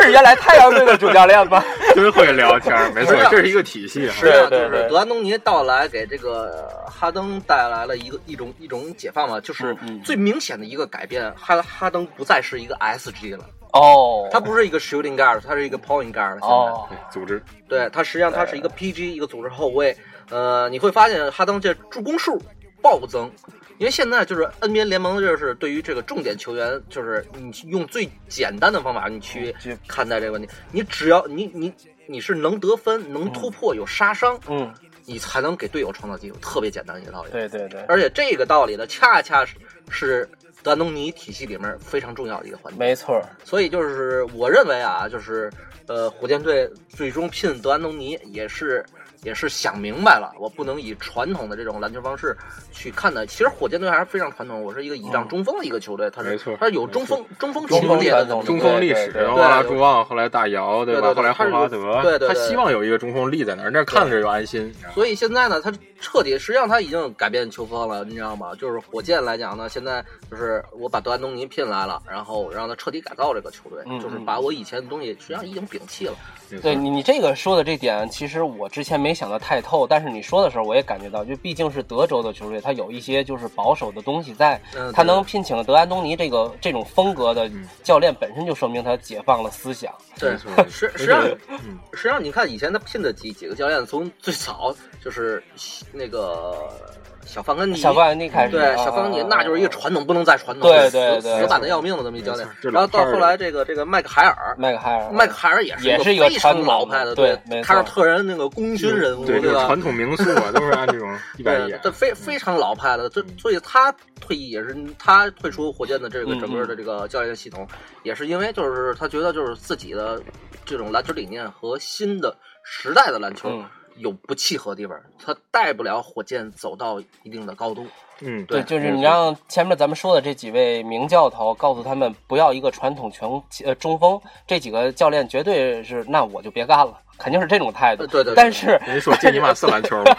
[SPEAKER 1] 是原来太阳队的主教练吗？
[SPEAKER 2] 真会聊天儿，没错
[SPEAKER 3] 是啊，
[SPEAKER 2] 这是一个体系啊。
[SPEAKER 1] 是
[SPEAKER 3] 实际上就
[SPEAKER 1] 对
[SPEAKER 3] 是
[SPEAKER 1] 对对
[SPEAKER 3] 德安东尼的到来给这个呃哈登带来了一个一种一种解放嘛，就是
[SPEAKER 1] 嗯嗯
[SPEAKER 3] 最明显的一个改变，哈哈登不再是一个 SG 了，
[SPEAKER 1] 哦，
[SPEAKER 3] 他不是一个 shooting guard，他是一个 point guard 了。现在，
[SPEAKER 1] 哦，
[SPEAKER 2] 对哎组织
[SPEAKER 3] 对他实际上他是一个 PG，一个组织后卫。呃，你会发现哈登这助攻数暴增，因为现在就是 NBA 联盟就是对于这个重点球员，就是你用最简单的方法你去
[SPEAKER 1] 去
[SPEAKER 3] 看待这个问题，你只要你你你是能得分、能突破、有杀伤，
[SPEAKER 1] 嗯，
[SPEAKER 3] 你才能给队友创造机会，特别简单一个道理。
[SPEAKER 1] 对对对，
[SPEAKER 3] 而且这个道理呢，恰恰是是德安东尼体系里面非常重要的一个环节。
[SPEAKER 1] 没错儿，
[SPEAKER 3] 所以就是我认为啊，就是呃，火箭队最终聘德安东尼也是也是想明白了，我不能以传统的这种篮球方式去看待。其实火箭队还是非常传统，我是一个倚仗中锋的一个球队，它是
[SPEAKER 2] 没错
[SPEAKER 3] 它是有中锋中锋
[SPEAKER 1] 中
[SPEAKER 3] 情
[SPEAKER 1] 锋
[SPEAKER 3] 节
[SPEAKER 1] 传
[SPEAKER 3] 的
[SPEAKER 1] 统
[SPEAKER 3] 这
[SPEAKER 2] 中
[SPEAKER 3] 么一个
[SPEAKER 2] 锋历
[SPEAKER 1] 对
[SPEAKER 2] 史
[SPEAKER 1] 对对，
[SPEAKER 2] 后来朱旺，后来大姚，对吧？
[SPEAKER 3] 对对对
[SPEAKER 2] 后来
[SPEAKER 3] 他
[SPEAKER 2] 霍
[SPEAKER 3] 是
[SPEAKER 2] 华德，
[SPEAKER 3] 对对对
[SPEAKER 2] 他希望有一个中锋立在那儿，但是看着就安心。
[SPEAKER 3] 所以现在呢，他彻底，实际上他已经改变球风了，你知道吗？就是火箭来讲呢，现在就是我把德安东尼聘来了，然后让他彻底改造这个球队，
[SPEAKER 1] 嗯
[SPEAKER 3] 就是把我以前的东西实际上已经摒弃了。
[SPEAKER 2] 没错
[SPEAKER 1] 对你，你这个说的这点，其实我之前没想得太透，但是你说的时候，我也感觉到，就毕竟是德州的球队，它有一些就是保守的东西在
[SPEAKER 3] 嗯，
[SPEAKER 1] 他
[SPEAKER 3] 对嗯
[SPEAKER 1] 能聘请德安东尼这个这种风格的教练，本身就说明他解放了思想。
[SPEAKER 3] 对
[SPEAKER 2] 没错，
[SPEAKER 3] 实实际上
[SPEAKER 2] 而且嗯
[SPEAKER 3] 实际上你看以前他聘的几几个教练，从最早就是那个小范甘迪，
[SPEAKER 1] 小范尼开始，
[SPEAKER 3] 对
[SPEAKER 1] 啊
[SPEAKER 3] 小范甘迪，那就是一个传统不能再传统，
[SPEAKER 1] 对对对
[SPEAKER 3] 死板的要命的这么一教练
[SPEAKER 2] 没错。这
[SPEAKER 3] 然后
[SPEAKER 2] 老
[SPEAKER 3] 到
[SPEAKER 2] 派儿
[SPEAKER 3] 后来这个这个麦克海尔。
[SPEAKER 1] 麦克海尔，啊
[SPEAKER 3] 麦克海尔也是
[SPEAKER 1] 也是一个
[SPEAKER 3] 非
[SPEAKER 1] 传
[SPEAKER 3] 常
[SPEAKER 1] 统
[SPEAKER 3] 老派的，
[SPEAKER 1] 对没错
[SPEAKER 3] 凯尔特人那个功勋人物，
[SPEAKER 2] 对这
[SPEAKER 3] 吧？
[SPEAKER 2] 种传统民宿啊，都是按这种一板一啊
[SPEAKER 3] 对，
[SPEAKER 2] 眼。
[SPEAKER 3] 他
[SPEAKER 1] 嗯
[SPEAKER 3] 非非常老派的，这所以他退役也是他退出火箭的这个
[SPEAKER 1] 嗯
[SPEAKER 3] 整个的这个教练系统，也是因为就是他觉得就是自己的这种篮球理念和新的时代的篮球
[SPEAKER 1] 嗯
[SPEAKER 3] 有不契合的地方，他带不了火箭走到一定的高度。
[SPEAKER 2] 嗯，
[SPEAKER 1] 对，
[SPEAKER 3] 对
[SPEAKER 1] 就是
[SPEAKER 2] 没
[SPEAKER 1] 你
[SPEAKER 2] 错
[SPEAKER 1] 让前面咱们说的这几位名教头告诉他们，不要一个传统全呃中锋，这几个教练绝对是，那我就别干了，肯定是这种态度。
[SPEAKER 3] 呃对对对
[SPEAKER 1] 但是
[SPEAKER 2] 人家说杰尼玛斯篮球嘛，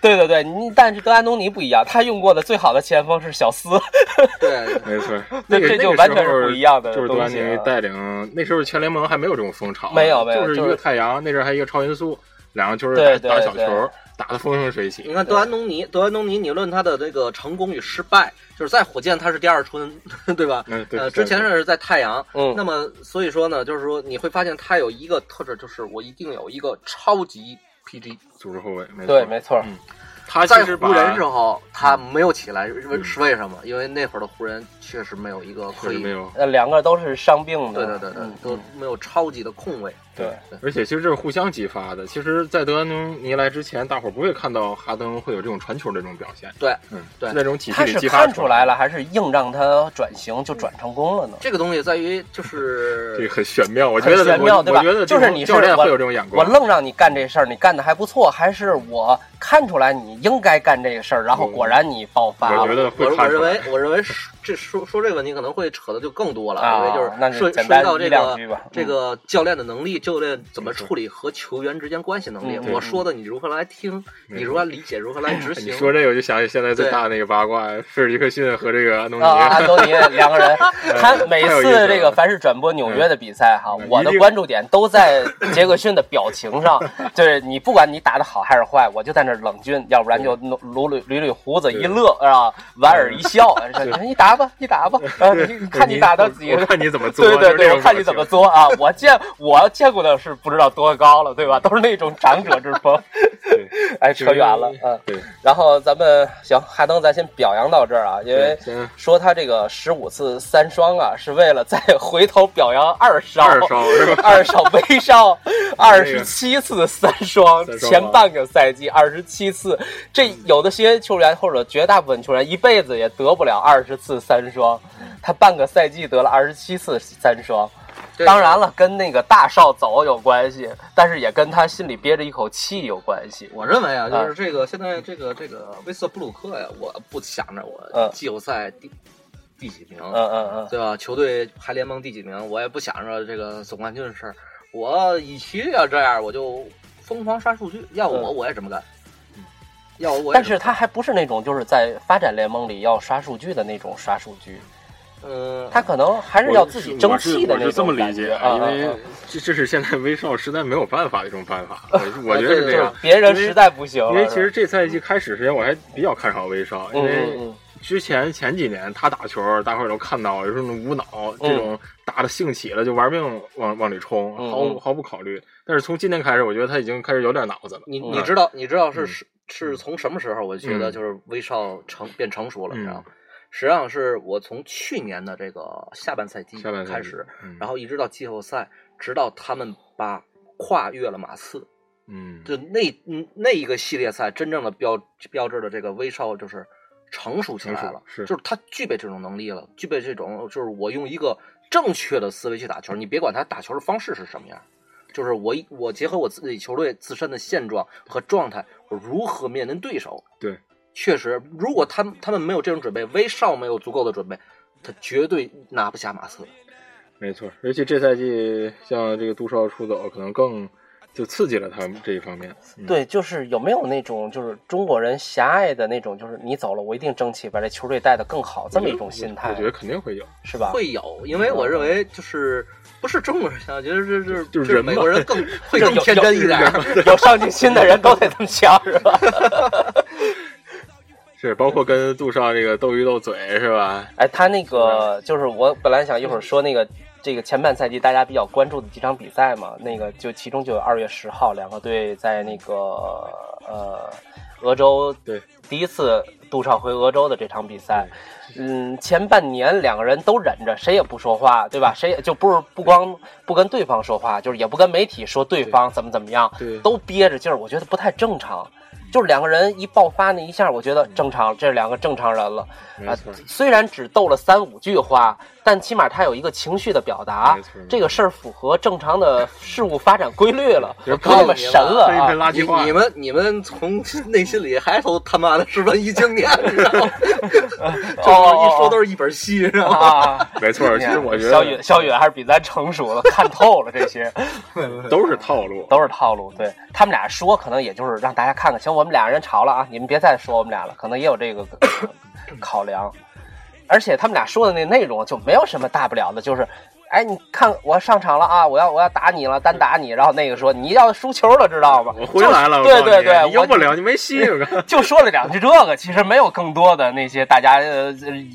[SPEAKER 1] 对对对，你但是德安东尼不一样，他用过的最好的前锋是小斯。
[SPEAKER 3] 对，
[SPEAKER 2] 没错，那个
[SPEAKER 1] 这就
[SPEAKER 2] 那个
[SPEAKER 1] 完全
[SPEAKER 2] 时候
[SPEAKER 1] 是不一样的
[SPEAKER 2] 就是杜
[SPEAKER 1] 东
[SPEAKER 2] 兰
[SPEAKER 1] 西
[SPEAKER 2] 尼
[SPEAKER 1] 啊
[SPEAKER 2] 带领那时候全联盟还没有这种风潮，
[SPEAKER 1] 没有没有
[SPEAKER 2] 就是
[SPEAKER 1] 就
[SPEAKER 2] 一
[SPEAKER 1] 是
[SPEAKER 2] 个太阳，那阵儿还一个超音速，两个球
[SPEAKER 1] 对
[SPEAKER 2] 是
[SPEAKER 1] 对
[SPEAKER 2] 打打小
[SPEAKER 1] 对
[SPEAKER 2] 球，打得风生水起
[SPEAKER 3] 你。看德安东尼，德安东尼，你论他的这个成功与失败，就是在火箭他是第二春， 对吧？
[SPEAKER 2] 嗯，对，
[SPEAKER 3] 呃，之前是在太阳，
[SPEAKER 1] 嗯
[SPEAKER 3] 那么所以说呢，就是说你会发现他有一个特质，就是我一定有一个超级 PG。
[SPEAKER 2] 组织后卫，没
[SPEAKER 1] 对，没错。
[SPEAKER 2] 嗯他其
[SPEAKER 3] 在
[SPEAKER 2] 实
[SPEAKER 3] 湖人时
[SPEAKER 2] 把
[SPEAKER 3] 候，他没有起来，是为是为什么？因为那会儿的湖人确实没有一个
[SPEAKER 2] 确
[SPEAKER 3] 可
[SPEAKER 2] 实
[SPEAKER 3] 以
[SPEAKER 2] 没，有。
[SPEAKER 1] 呃，两个都是伤病
[SPEAKER 3] 对
[SPEAKER 1] 的，
[SPEAKER 3] 对对对
[SPEAKER 1] 嗯，
[SPEAKER 3] 都没有超级的控卫。
[SPEAKER 1] 对
[SPEAKER 2] 而且其实这是互相激发的。其实，在德安尼来之前，大伙儿不会看到哈登会有这种传球这种表现。
[SPEAKER 3] 对，
[SPEAKER 2] 嗯，
[SPEAKER 3] 对
[SPEAKER 2] 是那种体系
[SPEAKER 1] 他
[SPEAKER 2] 里
[SPEAKER 1] 是
[SPEAKER 2] 激发
[SPEAKER 1] 看出来了，还是硬让他转型就转成功了呢？
[SPEAKER 3] 这个东西在于就
[SPEAKER 2] 出来，这
[SPEAKER 3] 是
[SPEAKER 2] 个很玄妙。我觉得，
[SPEAKER 1] 很玄妙
[SPEAKER 2] 我
[SPEAKER 1] 对吧
[SPEAKER 2] 我觉得这
[SPEAKER 1] 就是
[SPEAKER 2] 种
[SPEAKER 1] 你是
[SPEAKER 2] 教练
[SPEAKER 1] 我
[SPEAKER 2] 会有这种眼
[SPEAKER 1] 我
[SPEAKER 2] 光。
[SPEAKER 1] 愣让你干这事儿，你干的还不错，还是我看出来你应该干这个事儿，然后
[SPEAKER 2] 嗯
[SPEAKER 1] 果然你爆发
[SPEAKER 2] 我觉
[SPEAKER 1] 了。
[SPEAKER 2] 得
[SPEAKER 3] 我
[SPEAKER 2] 会
[SPEAKER 3] 我
[SPEAKER 2] 看出
[SPEAKER 3] 认为
[SPEAKER 2] 来。哎
[SPEAKER 3] 我认为是这说说这个问题可能会扯的就更多了，因
[SPEAKER 1] 啊
[SPEAKER 3] 为就，
[SPEAKER 1] 那
[SPEAKER 3] 是
[SPEAKER 1] 就
[SPEAKER 3] 涉涉
[SPEAKER 1] 简
[SPEAKER 3] 及
[SPEAKER 1] 单
[SPEAKER 3] 到
[SPEAKER 1] 一
[SPEAKER 3] 这
[SPEAKER 1] 两
[SPEAKER 3] 个
[SPEAKER 1] 句吧。嗯
[SPEAKER 3] 这个教练的能力，教练怎么处理和球员之间关系能力。
[SPEAKER 1] 嗯对
[SPEAKER 3] 我说的你如何来听，你如何来理解，如 何来执行
[SPEAKER 2] 你。说这个，我就想起现在最
[SPEAKER 3] 对
[SPEAKER 2] 大的那个八卦， 菲尔杰克逊和这个 安东尼。
[SPEAKER 1] 啊，安 东尼两个人，他每
[SPEAKER 2] 嗯太有意思
[SPEAKER 1] 次
[SPEAKER 2] 了
[SPEAKER 1] 这个凡是转播纽约的比赛哈，
[SPEAKER 2] 嗯
[SPEAKER 1] 我的
[SPEAKER 2] 一定
[SPEAKER 1] 关注点都在杰克逊的表情上，就是你不管你打的好还是坏，我就在那儿冷峻，要不然就捋捋捋捋胡子一乐啊，莞尔一笑，啊说你打吧，你打吧，啊，你你看你打到几
[SPEAKER 2] 我
[SPEAKER 1] 个
[SPEAKER 2] 我。嗯看你怎么做。
[SPEAKER 1] 对对
[SPEAKER 2] 就是这
[SPEAKER 1] 对，
[SPEAKER 2] 种
[SPEAKER 1] 我看你怎么
[SPEAKER 2] 表情。
[SPEAKER 1] 作啊！我见我见过的是不知道多高了，对吧？都是那种长者之风。
[SPEAKER 2] 对
[SPEAKER 1] 哎，扯远了，嗯。
[SPEAKER 2] 对，
[SPEAKER 1] 然后咱们行，哈登，咱先表扬到这儿啊，因为
[SPEAKER 2] 对先
[SPEAKER 1] 说他这个十五次三双啊，是为了再回头表扬二少。
[SPEAKER 2] 二少是吧？
[SPEAKER 1] 二少威少，二十七次三双，
[SPEAKER 2] 三双啊
[SPEAKER 1] 前半个赛季二十七次，这有的些球员或者绝大部分球员一辈子也得不了二十次三双，他半个赛季得了二十七次三双，
[SPEAKER 3] 这个
[SPEAKER 1] 当然了，跟那个大少走有关系，但是也跟他心里憋着一口气有关系。
[SPEAKER 3] 我认为啊，
[SPEAKER 1] 啊
[SPEAKER 3] 就是这个现在这个这个威瑟布鲁克呀，我不想着
[SPEAKER 1] 嗯
[SPEAKER 3] 我季后赛第第几名，
[SPEAKER 1] 嗯嗯嗯，
[SPEAKER 3] 对吧？球队排联盟第几名，我也不想着这个总冠军的事儿。我与其要这样，我就疯狂刷数据，要我
[SPEAKER 1] 嗯
[SPEAKER 3] 我也这么干，要我我也
[SPEAKER 1] 但
[SPEAKER 3] 这么
[SPEAKER 1] 是他还不是那种就是在发展联盟里要刷数据的那种刷数据，
[SPEAKER 3] 嗯，
[SPEAKER 1] 他可能还是要自己争气的
[SPEAKER 2] 我是我
[SPEAKER 1] 那
[SPEAKER 2] 是这么
[SPEAKER 1] 种感
[SPEAKER 2] 理
[SPEAKER 1] 觉。
[SPEAKER 2] 解，
[SPEAKER 1] 啊
[SPEAKER 2] 因
[SPEAKER 1] 啊
[SPEAKER 2] 为
[SPEAKER 1] 啊
[SPEAKER 2] 这这是现在威少实在没有办法的一种 办法，我我觉得
[SPEAKER 3] 对
[SPEAKER 2] 是
[SPEAKER 3] 对
[SPEAKER 2] 这
[SPEAKER 1] 啊
[SPEAKER 2] 样
[SPEAKER 1] 就。是别人
[SPEAKER 2] 因为
[SPEAKER 1] 实在不行了
[SPEAKER 2] 因为其实这赛季开始之前，我还比较看好威少，因
[SPEAKER 1] 嗯
[SPEAKER 2] 为
[SPEAKER 1] 嗯
[SPEAKER 2] 之前前几年他打球，大伙儿都看到有这种无脑，
[SPEAKER 1] 嗯
[SPEAKER 2] 这种打的兴起了就玩命往往里冲
[SPEAKER 1] 嗯，
[SPEAKER 2] 毫
[SPEAKER 1] 嗯
[SPEAKER 2] 无毫不考虑。但是从今天开始，我觉得他已经开始有点脑子了。
[SPEAKER 3] 你
[SPEAKER 1] 嗯
[SPEAKER 3] 你知道你知道是
[SPEAKER 2] 嗯
[SPEAKER 3] 是是从什么时候？我觉得
[SPEAKER 2] 嗯
[SPEAKER 3] 就是威少成变成熟了，你知道吗
[SPEAKER 2] 嗯？
[SPEAKER 3] 实际上是我从去年的这个下半赛季
[SPEAKER 2] 下半赛季
[SPEAKER 3] 开始，
[SPEAKER 2] 嗯
[SPEAKER 3] 然后一直到季后赛，直到他们把跨越了马刺，
[SPEAKER 2] 嗯，
[SPEAKER 3] 就那嗯那一个系列赛真正的标标志的这个威少就是成熟起来
[SPEAKER 2] 成
[SPEAKER 3] 了
[SPEAKER 2] 熟，是
[SPEAKER 3] 就是他具备这种能力了，具备这种就是我用一个正确的思维去打球，你别管他打球的方式是什么样，就是我一我结合我自己球队自身的现状和状态，我如何面临对手。
[SPEAKER 2] 对，
[SPEAKER 3] 确实，如果他们他们没有这种准备，威少没有足够的准备，他绝对拿不下马刺。
[SPEAKER 2] 没错。尤其这赛季像这个杜少出走，可能更就刺激了他们这一方面。嗯，
[SPEAKER 1] 对，就是有没有那种就是中国人狭隘的那种，就是你走了，我一定争气，把这球队带得更好，这么一种心态
[SPEAKER 2] 我觉，得肯定会有。
[SPEAKER 1] 是吧？
[SPEAKER 3] 会有，因为我认为就是不是中国人啊想，觉得这这
[SPEAKER 2] 就是人嘛
[SPEAKER 3] 美国 人更会
[SPEAKER 1] 就是
[SPEAKER 3] 更
[SPEAKER 1] 有
[SPEAKER 3] 天真一点儿。
[SPEAKER 1] 有上进心的人都得这么想，是吧？
[SPEAKER 2] 是，包括跟杜少这个斗一斗嘴是吧？
[SPEAKER 1] 哎，他那
[SPEAKER 2] 嗯
[SPEAKER 1] 个就是我本来想一会儿说那个这个前半赛季大家比较关注的几场比赛嘛，那个就其中就有二月十号两个队在那个呃俄州
[SPEAKER 2] 对
[SPEAKER 1] 第一次杜少回俄州的这场比赛。嗯，前半年两个人都忍着，谁也不说话，对吧？谁也就不是不光不跟对方说话，就是也不跟媒体说对方怎么怎么样，
[SPEAKER 2] 对
[SPEAKER 1] 都憋着劲儿，我觉得不太正常。就是两个人一爆发那一下，我觉得正常，这是两个正常人了。
[SPEAKER 2] 没
[SPEAKER 1] 啊
[SPEAKER 2] 错，，
[SPEAKER 1] 虽然只逗了三五句话，但起码他有一个情绪的表达
[SPEAKER 2] 没错没，错
[SPEAKER 1] 这个事儿符合正常的事物发展规律 了，
[SPEAKER 2] 就是
[SPEAKER 1] 那么
[SPEAKER 3] 碰见
[SPEAKER 1] 神了
[SPEAKER 3] 了
[SPEAKER 2] 喷一
[SPEAKER 1] 啊
[SPEAKER 2] 喷！垃
[SPEAKER 3] 你
[SPEAKER 2] 圾话
[SPEAKER 3] 你。们你们从内心里还都他妈的是文艺青年，你知道 吗？
[SPEAKER 2] 哦
[SPEAKER 3] 就是一说都是一本戏，你知道吗？
[SPEAKER 1] 啊，
[SPEAKER 2] 没错，其实我觉
[SPEAKER 1] 小雨
[SPEAKER 2] 得
[SPEAKER 1] 小雨还是比咱成熟了，看透了这些
[SPEAKER 2] 都是套路。
[SPEAKER 1] 都是套路。对他们俩说，可能也就是让大家看看，行，我们俩人吵了啊，你们别再说我们俩了，可能也有这个 考量。而且他们俩说的那内容就没有什么大不了的，就是，哎，你看我上场了啊，我要我要打你了，单打你，然后那个说你要输球了，知道吗？
[SPEAKER 2] 我回来了，
[SPEAKER 1] 就对
[SPEAKER 2] 我告诉
[SPEAKER 1] 对
[SPEAKER 2] 你
[SPEAKER 1] 对，
[SPEAKER 2] 你赢
[SPEAKER 1] 我
[SPEAKER 2] 不了，你没戏。我告 诉你
[SPEAKER 1] 就说了两句这个，其实没有更多的那些大家呃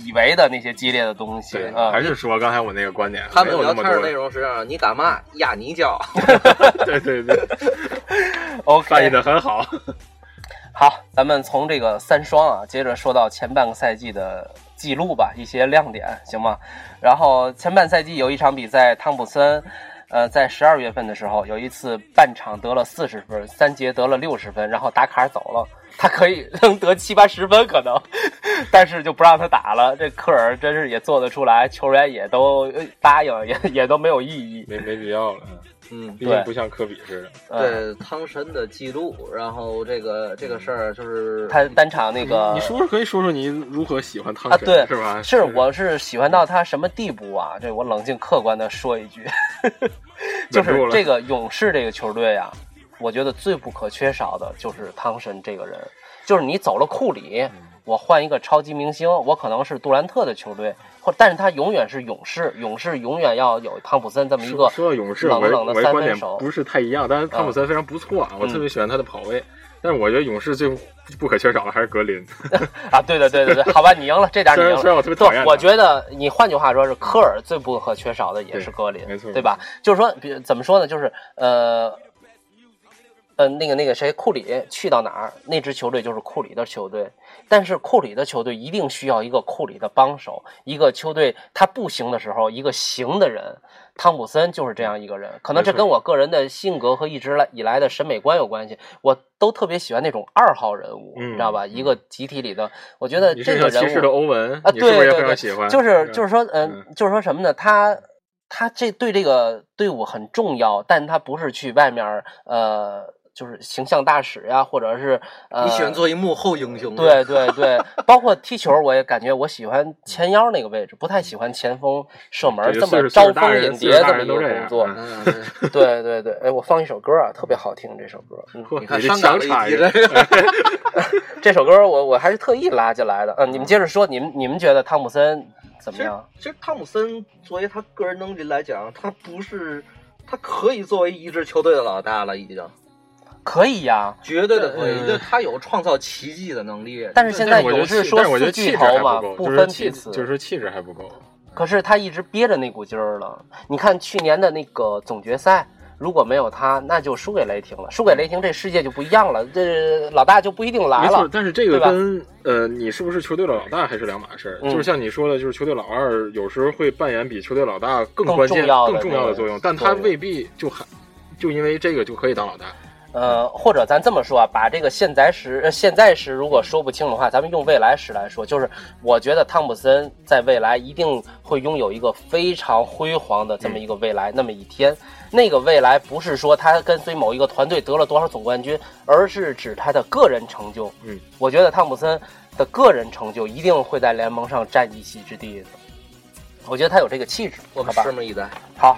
[SPEAKER 1] 以为的那些激烈的东西
[SPEAKER 2] 对，
[SPEAKER 1] 啊
[SPEAKER 2] 还。是说刚才我那个观点，
[SPEAKER 3] 他
[SPEAKER 2] 没
[SPEAKER 3] 们
[SPEAKER 2] 有那
[SPEAKER 3] 聊
[SPEAKER 2] 么
[SPEAKER 3] 天的
[SPEAKER 2] 多
[SPEAKER 3] 内。容实际上，你 敢骂亚尼教？
[SPEAKER 2] 对对对，翻译
[SPEAKER 1] ，OK，
[SPEAKER 2] 的很好。
[SPEAKER 1] 好，咱们从这个三双啊，接着说到前半个赛季的记录吧，一些亮点，行吗？然后前半赛季有一场比赛，汤普森，呃，在十二月份的时候，有一次半场得了四十分，三节得了六十分，然后打卡走了。他可以 能得七八十分可能， 但是就不让他打了。这科尔真是也做得出来，球员也都呃答应，也也都没有异议。
[SPEAKER 2] 没没必要了，
[SPEAKER 3] 嗯，
[SPEAKER 2] 毕竟不像科比似的。
[SPEAKER 1] 嗯，
[SPEAKER 3] 对汤神的记录，然后这个这个事儿就是
[SPEAKER 1] 他单场那个
[SPEAKER 2] 你说说可以说说你如何喜欢汤
[SPEAKER 1] 啊，
[SPEAKER 2] 神
[SPEAKER 1] 对，
[SPEAKER 2] 是吧？
[SPEAKER 1] 是，我是喜欢到他什么地步啊？这我冷静客观的说一 句，就是
[SPEAKER 2] 忍住了
[SPEAKER 1] 这个勇士这个球队啊，我觉得最不可缺少的就是汤神这个人。就是你走了库里，
[SPEAKER 2] 嗯
[SPEAKER 1] 我换一个超级明星，我可能是杜兰特的球队，或但是他永远是勇士，勇士永远要有汤普森这么一个
[SPEAKER 2] 说说到勇士，
[SPEAKER 1] 冷
[SPEAKER 2] 我
[SPEAKER 1] 冷的
[SPEAKER 2] 我的
[SPEAKER 1] 三
[SPEAKER 2] 观
[SPEAKER 1] 分
[SPEAKER 2] 点
[SPEAKER 1] 手嗯
[SPEAKER 2] 不是太一样，但是汤普森非常不错啊，我特别喜欢他的跑位。但是我觉得勇士最不可缺少的还是格林，
[SPEAKER 1] 啊！对对对对对，好吧，你赢了，这点你
[SPEAKER 2] 虽
[SPEAKER 1] 赢
[SPEAKER 2] 然
[SPEAKER 1] 了
[SPEAKER 2] 虽。然我特别讨厌他，
[SPEAKER 1] 我觉得你换句话说是科尔最不可缺少的也是格林，
[SPEAKER 2] 对没错
[SPEAKER 1] 对吧？就是说，比怎么说呢？就是呃，呃，那个那个谁，库里去到哪儿，那支球队就是库里的球队。但是库里的球队一定需要一个库里的帮手，一个球队他不行的时候，一个行的人。汤普森就是这样一个人，可能这
[SPEAKER 2] 没错
[SPEAKER 1] 跟我个人的性格和一直来以来的审美观有关系。我都特别喜欢那种二号人物，
[SPEAKER 2] 嗯
[SPEAKER 1] 你知道吧？一个集体里的，我觉得
[SPEAKER 2] 你
[SPEAKER 1] 这
[SPEAKER 2] 是
[SPEAKER 1] 个
[SPEAKER 2] 像
[SPEAKER 1] 人物
[SPEAKER 2] 骑士的欧文
[SPEAKER 1] 啊，
[SPEAKER 2] 你是不
[SPEAKER 1] 对
[SPEAKER 2] 是
[SPEAKER 1] 对
[SPEAKER 2] 也非
[SPEAKER 1] 对
[SPEAKER 2] 常喜欢？
[SPEAKER 1] 就是就是
[SPEAKER 2] 是
[SPEAKER 1] 说，嗯、
[SPEAKER 2] 嗯
[SPEAKER 1] 就是说什么呢？他他这对这个队伍很重要，但他不是去外面儿呃，就是形象大使呀，或者是呃，
[SPEAKER 3] 你喜欢做一幕后英雄，
[SPEAKER 1] 对对对，包括踢球，我也感觉我喜欢前腰那个位置，不太喜欢前锋射门
[SPEAKER 2] 这
[SPEAKER 1] 这
[SPEAKER 2] 就岁
[SPEAKER 1] 么
[SPEAKER 2] 数
[SPEAKER 1] 招
[SPEAKER 2] 岁数大
[SPEAKER 1] 蜂
[SPEAKER 2] 人
[SPEAKER 1] 引
[SPEAKER 2] 岁
[SPEAKER 1] 蝶
[SPEAKER 2] 数大
[SPEAKER 1] 么一
[SPEAKER 2] 人
[SPEAKER 1] 个
[SPEAKER 2] 都这
[SPEAKER 1] 工
[SPEAKER 2] 样
[SPEAKER 1] 作。
[SPEAKER 3] 嗯， 对
[SPEAKER 1] 对对对，哎，我放一首歌啊，特别好听这首歌。嗯
[SPEAKER 2] 呵
[SPEAKER 3] 你看
[SPEAKER 2] 这
[SPEAKER 3] 伤
[SPEAKER 2] 强
[SPEAKER 3] 感了一
[SPEAKER 2] 插
[SPEAKER 3] 集
[SPEAKER 2] 一个
[SPEAKER 3] 这个，
[SPEAKER 1] 这首歌我我还是特意拉进来的。嗯，你们接着说，你们你们觉得汤普森怎么样？
[SPEAKER 3] 其实汤姆森作为他个人能力来讲，他不是，他可以作为一支球队的老大了，已经
[SPEAKER 1] 可以呀、
[SPEAKER 3] 绝对的可以，
[SPEAKER 2] 嗯
[SPEAKER 3] 就他有创造奇迹的能力。
[SPEAKER 1] 但是现在
[SPEAKER 2] 但是我觉
[SPEAKER 1] 勇
[SPEAKER 2] 得
[SPEAKER 1] 士
[SPEAKER 2] 气
[SPEAKER 1] 说
[SPEAKER 2] 但是我觉
[SPEAKER 1] 四
[SPEAKER 2] 得气
[SPEAKER 1] 巨
[SPEAKER 2] 质
[SPEAKER 1] 头
[SPEAKER 2] 还
[SPEAKER 1] 嘛，
[SPEAKER 2] 不够，
[SPEAKER 1] 不
[SPEAKER 2] 就是
[SPEAKER 1] 分
[SPEAKER 2] 气
[SPEAKER 1] 彼此。
[SPEAKER 2] 就是说气质还不够。
[SPEAKER 1] 可是他一直憋着那股劲儿了。你看去年的那个总决赛，如果没有他，那就输给雷霆了。输给雷霆，这世界就不一样了，这老大就不一定来
[SPEAKER 2] 没错
[SPEAKER 1] 了，。
[SPEAKER 2] 但是这个
[SPEAKER 1] 对吧
[SPEAKER 2] 跟呃，你是不是球队的老大还是两码事儿。
[SPEAKER 1] 嗯
[SPEAKER 2] 就是像你说的，就是球队老二有时候会扮演比球队老大更
[SPEAKER 1] 更
[SPEAKER 2] 关键、
[SPEAKER 1] 重要的
[SPEAKER 2] 更重要
[SPEAKER 1] 那
[SPEAKER 2] 的
[SPEAKER 1] 个
[SPEAKER 2] 作用，但他
[SPEAKER 1] 作用
[SPEAKER 2] 未必就还就因为这个就可以当老大。
[SPEAKER 1] 呃，或者咱这么说啊，把这个现在时、呃现在时如果说不清的话，咱们用未来时来说，就是我觉得汤普森在未来一定会拥有一个非常辉煌的这
[SPEAKER 3] 嗯
[SPEAKER 1] 么一个未来，那么一天。那个未来不是说他跟随某一个团队得了多少总冠军，而是指他的个人成就。
[SPEAKER 2] 嗯，
[SPEAKER 1] 我觉得汤普森的个人成就一定会在联盟上占一席之地的。我觉得他有这个气质，
[SPEAKER 3] 我们
[SPEAKER 1] 好吧
[SPEAKER 3] 拭目嗯以待。
[SPEAKER 1] 好，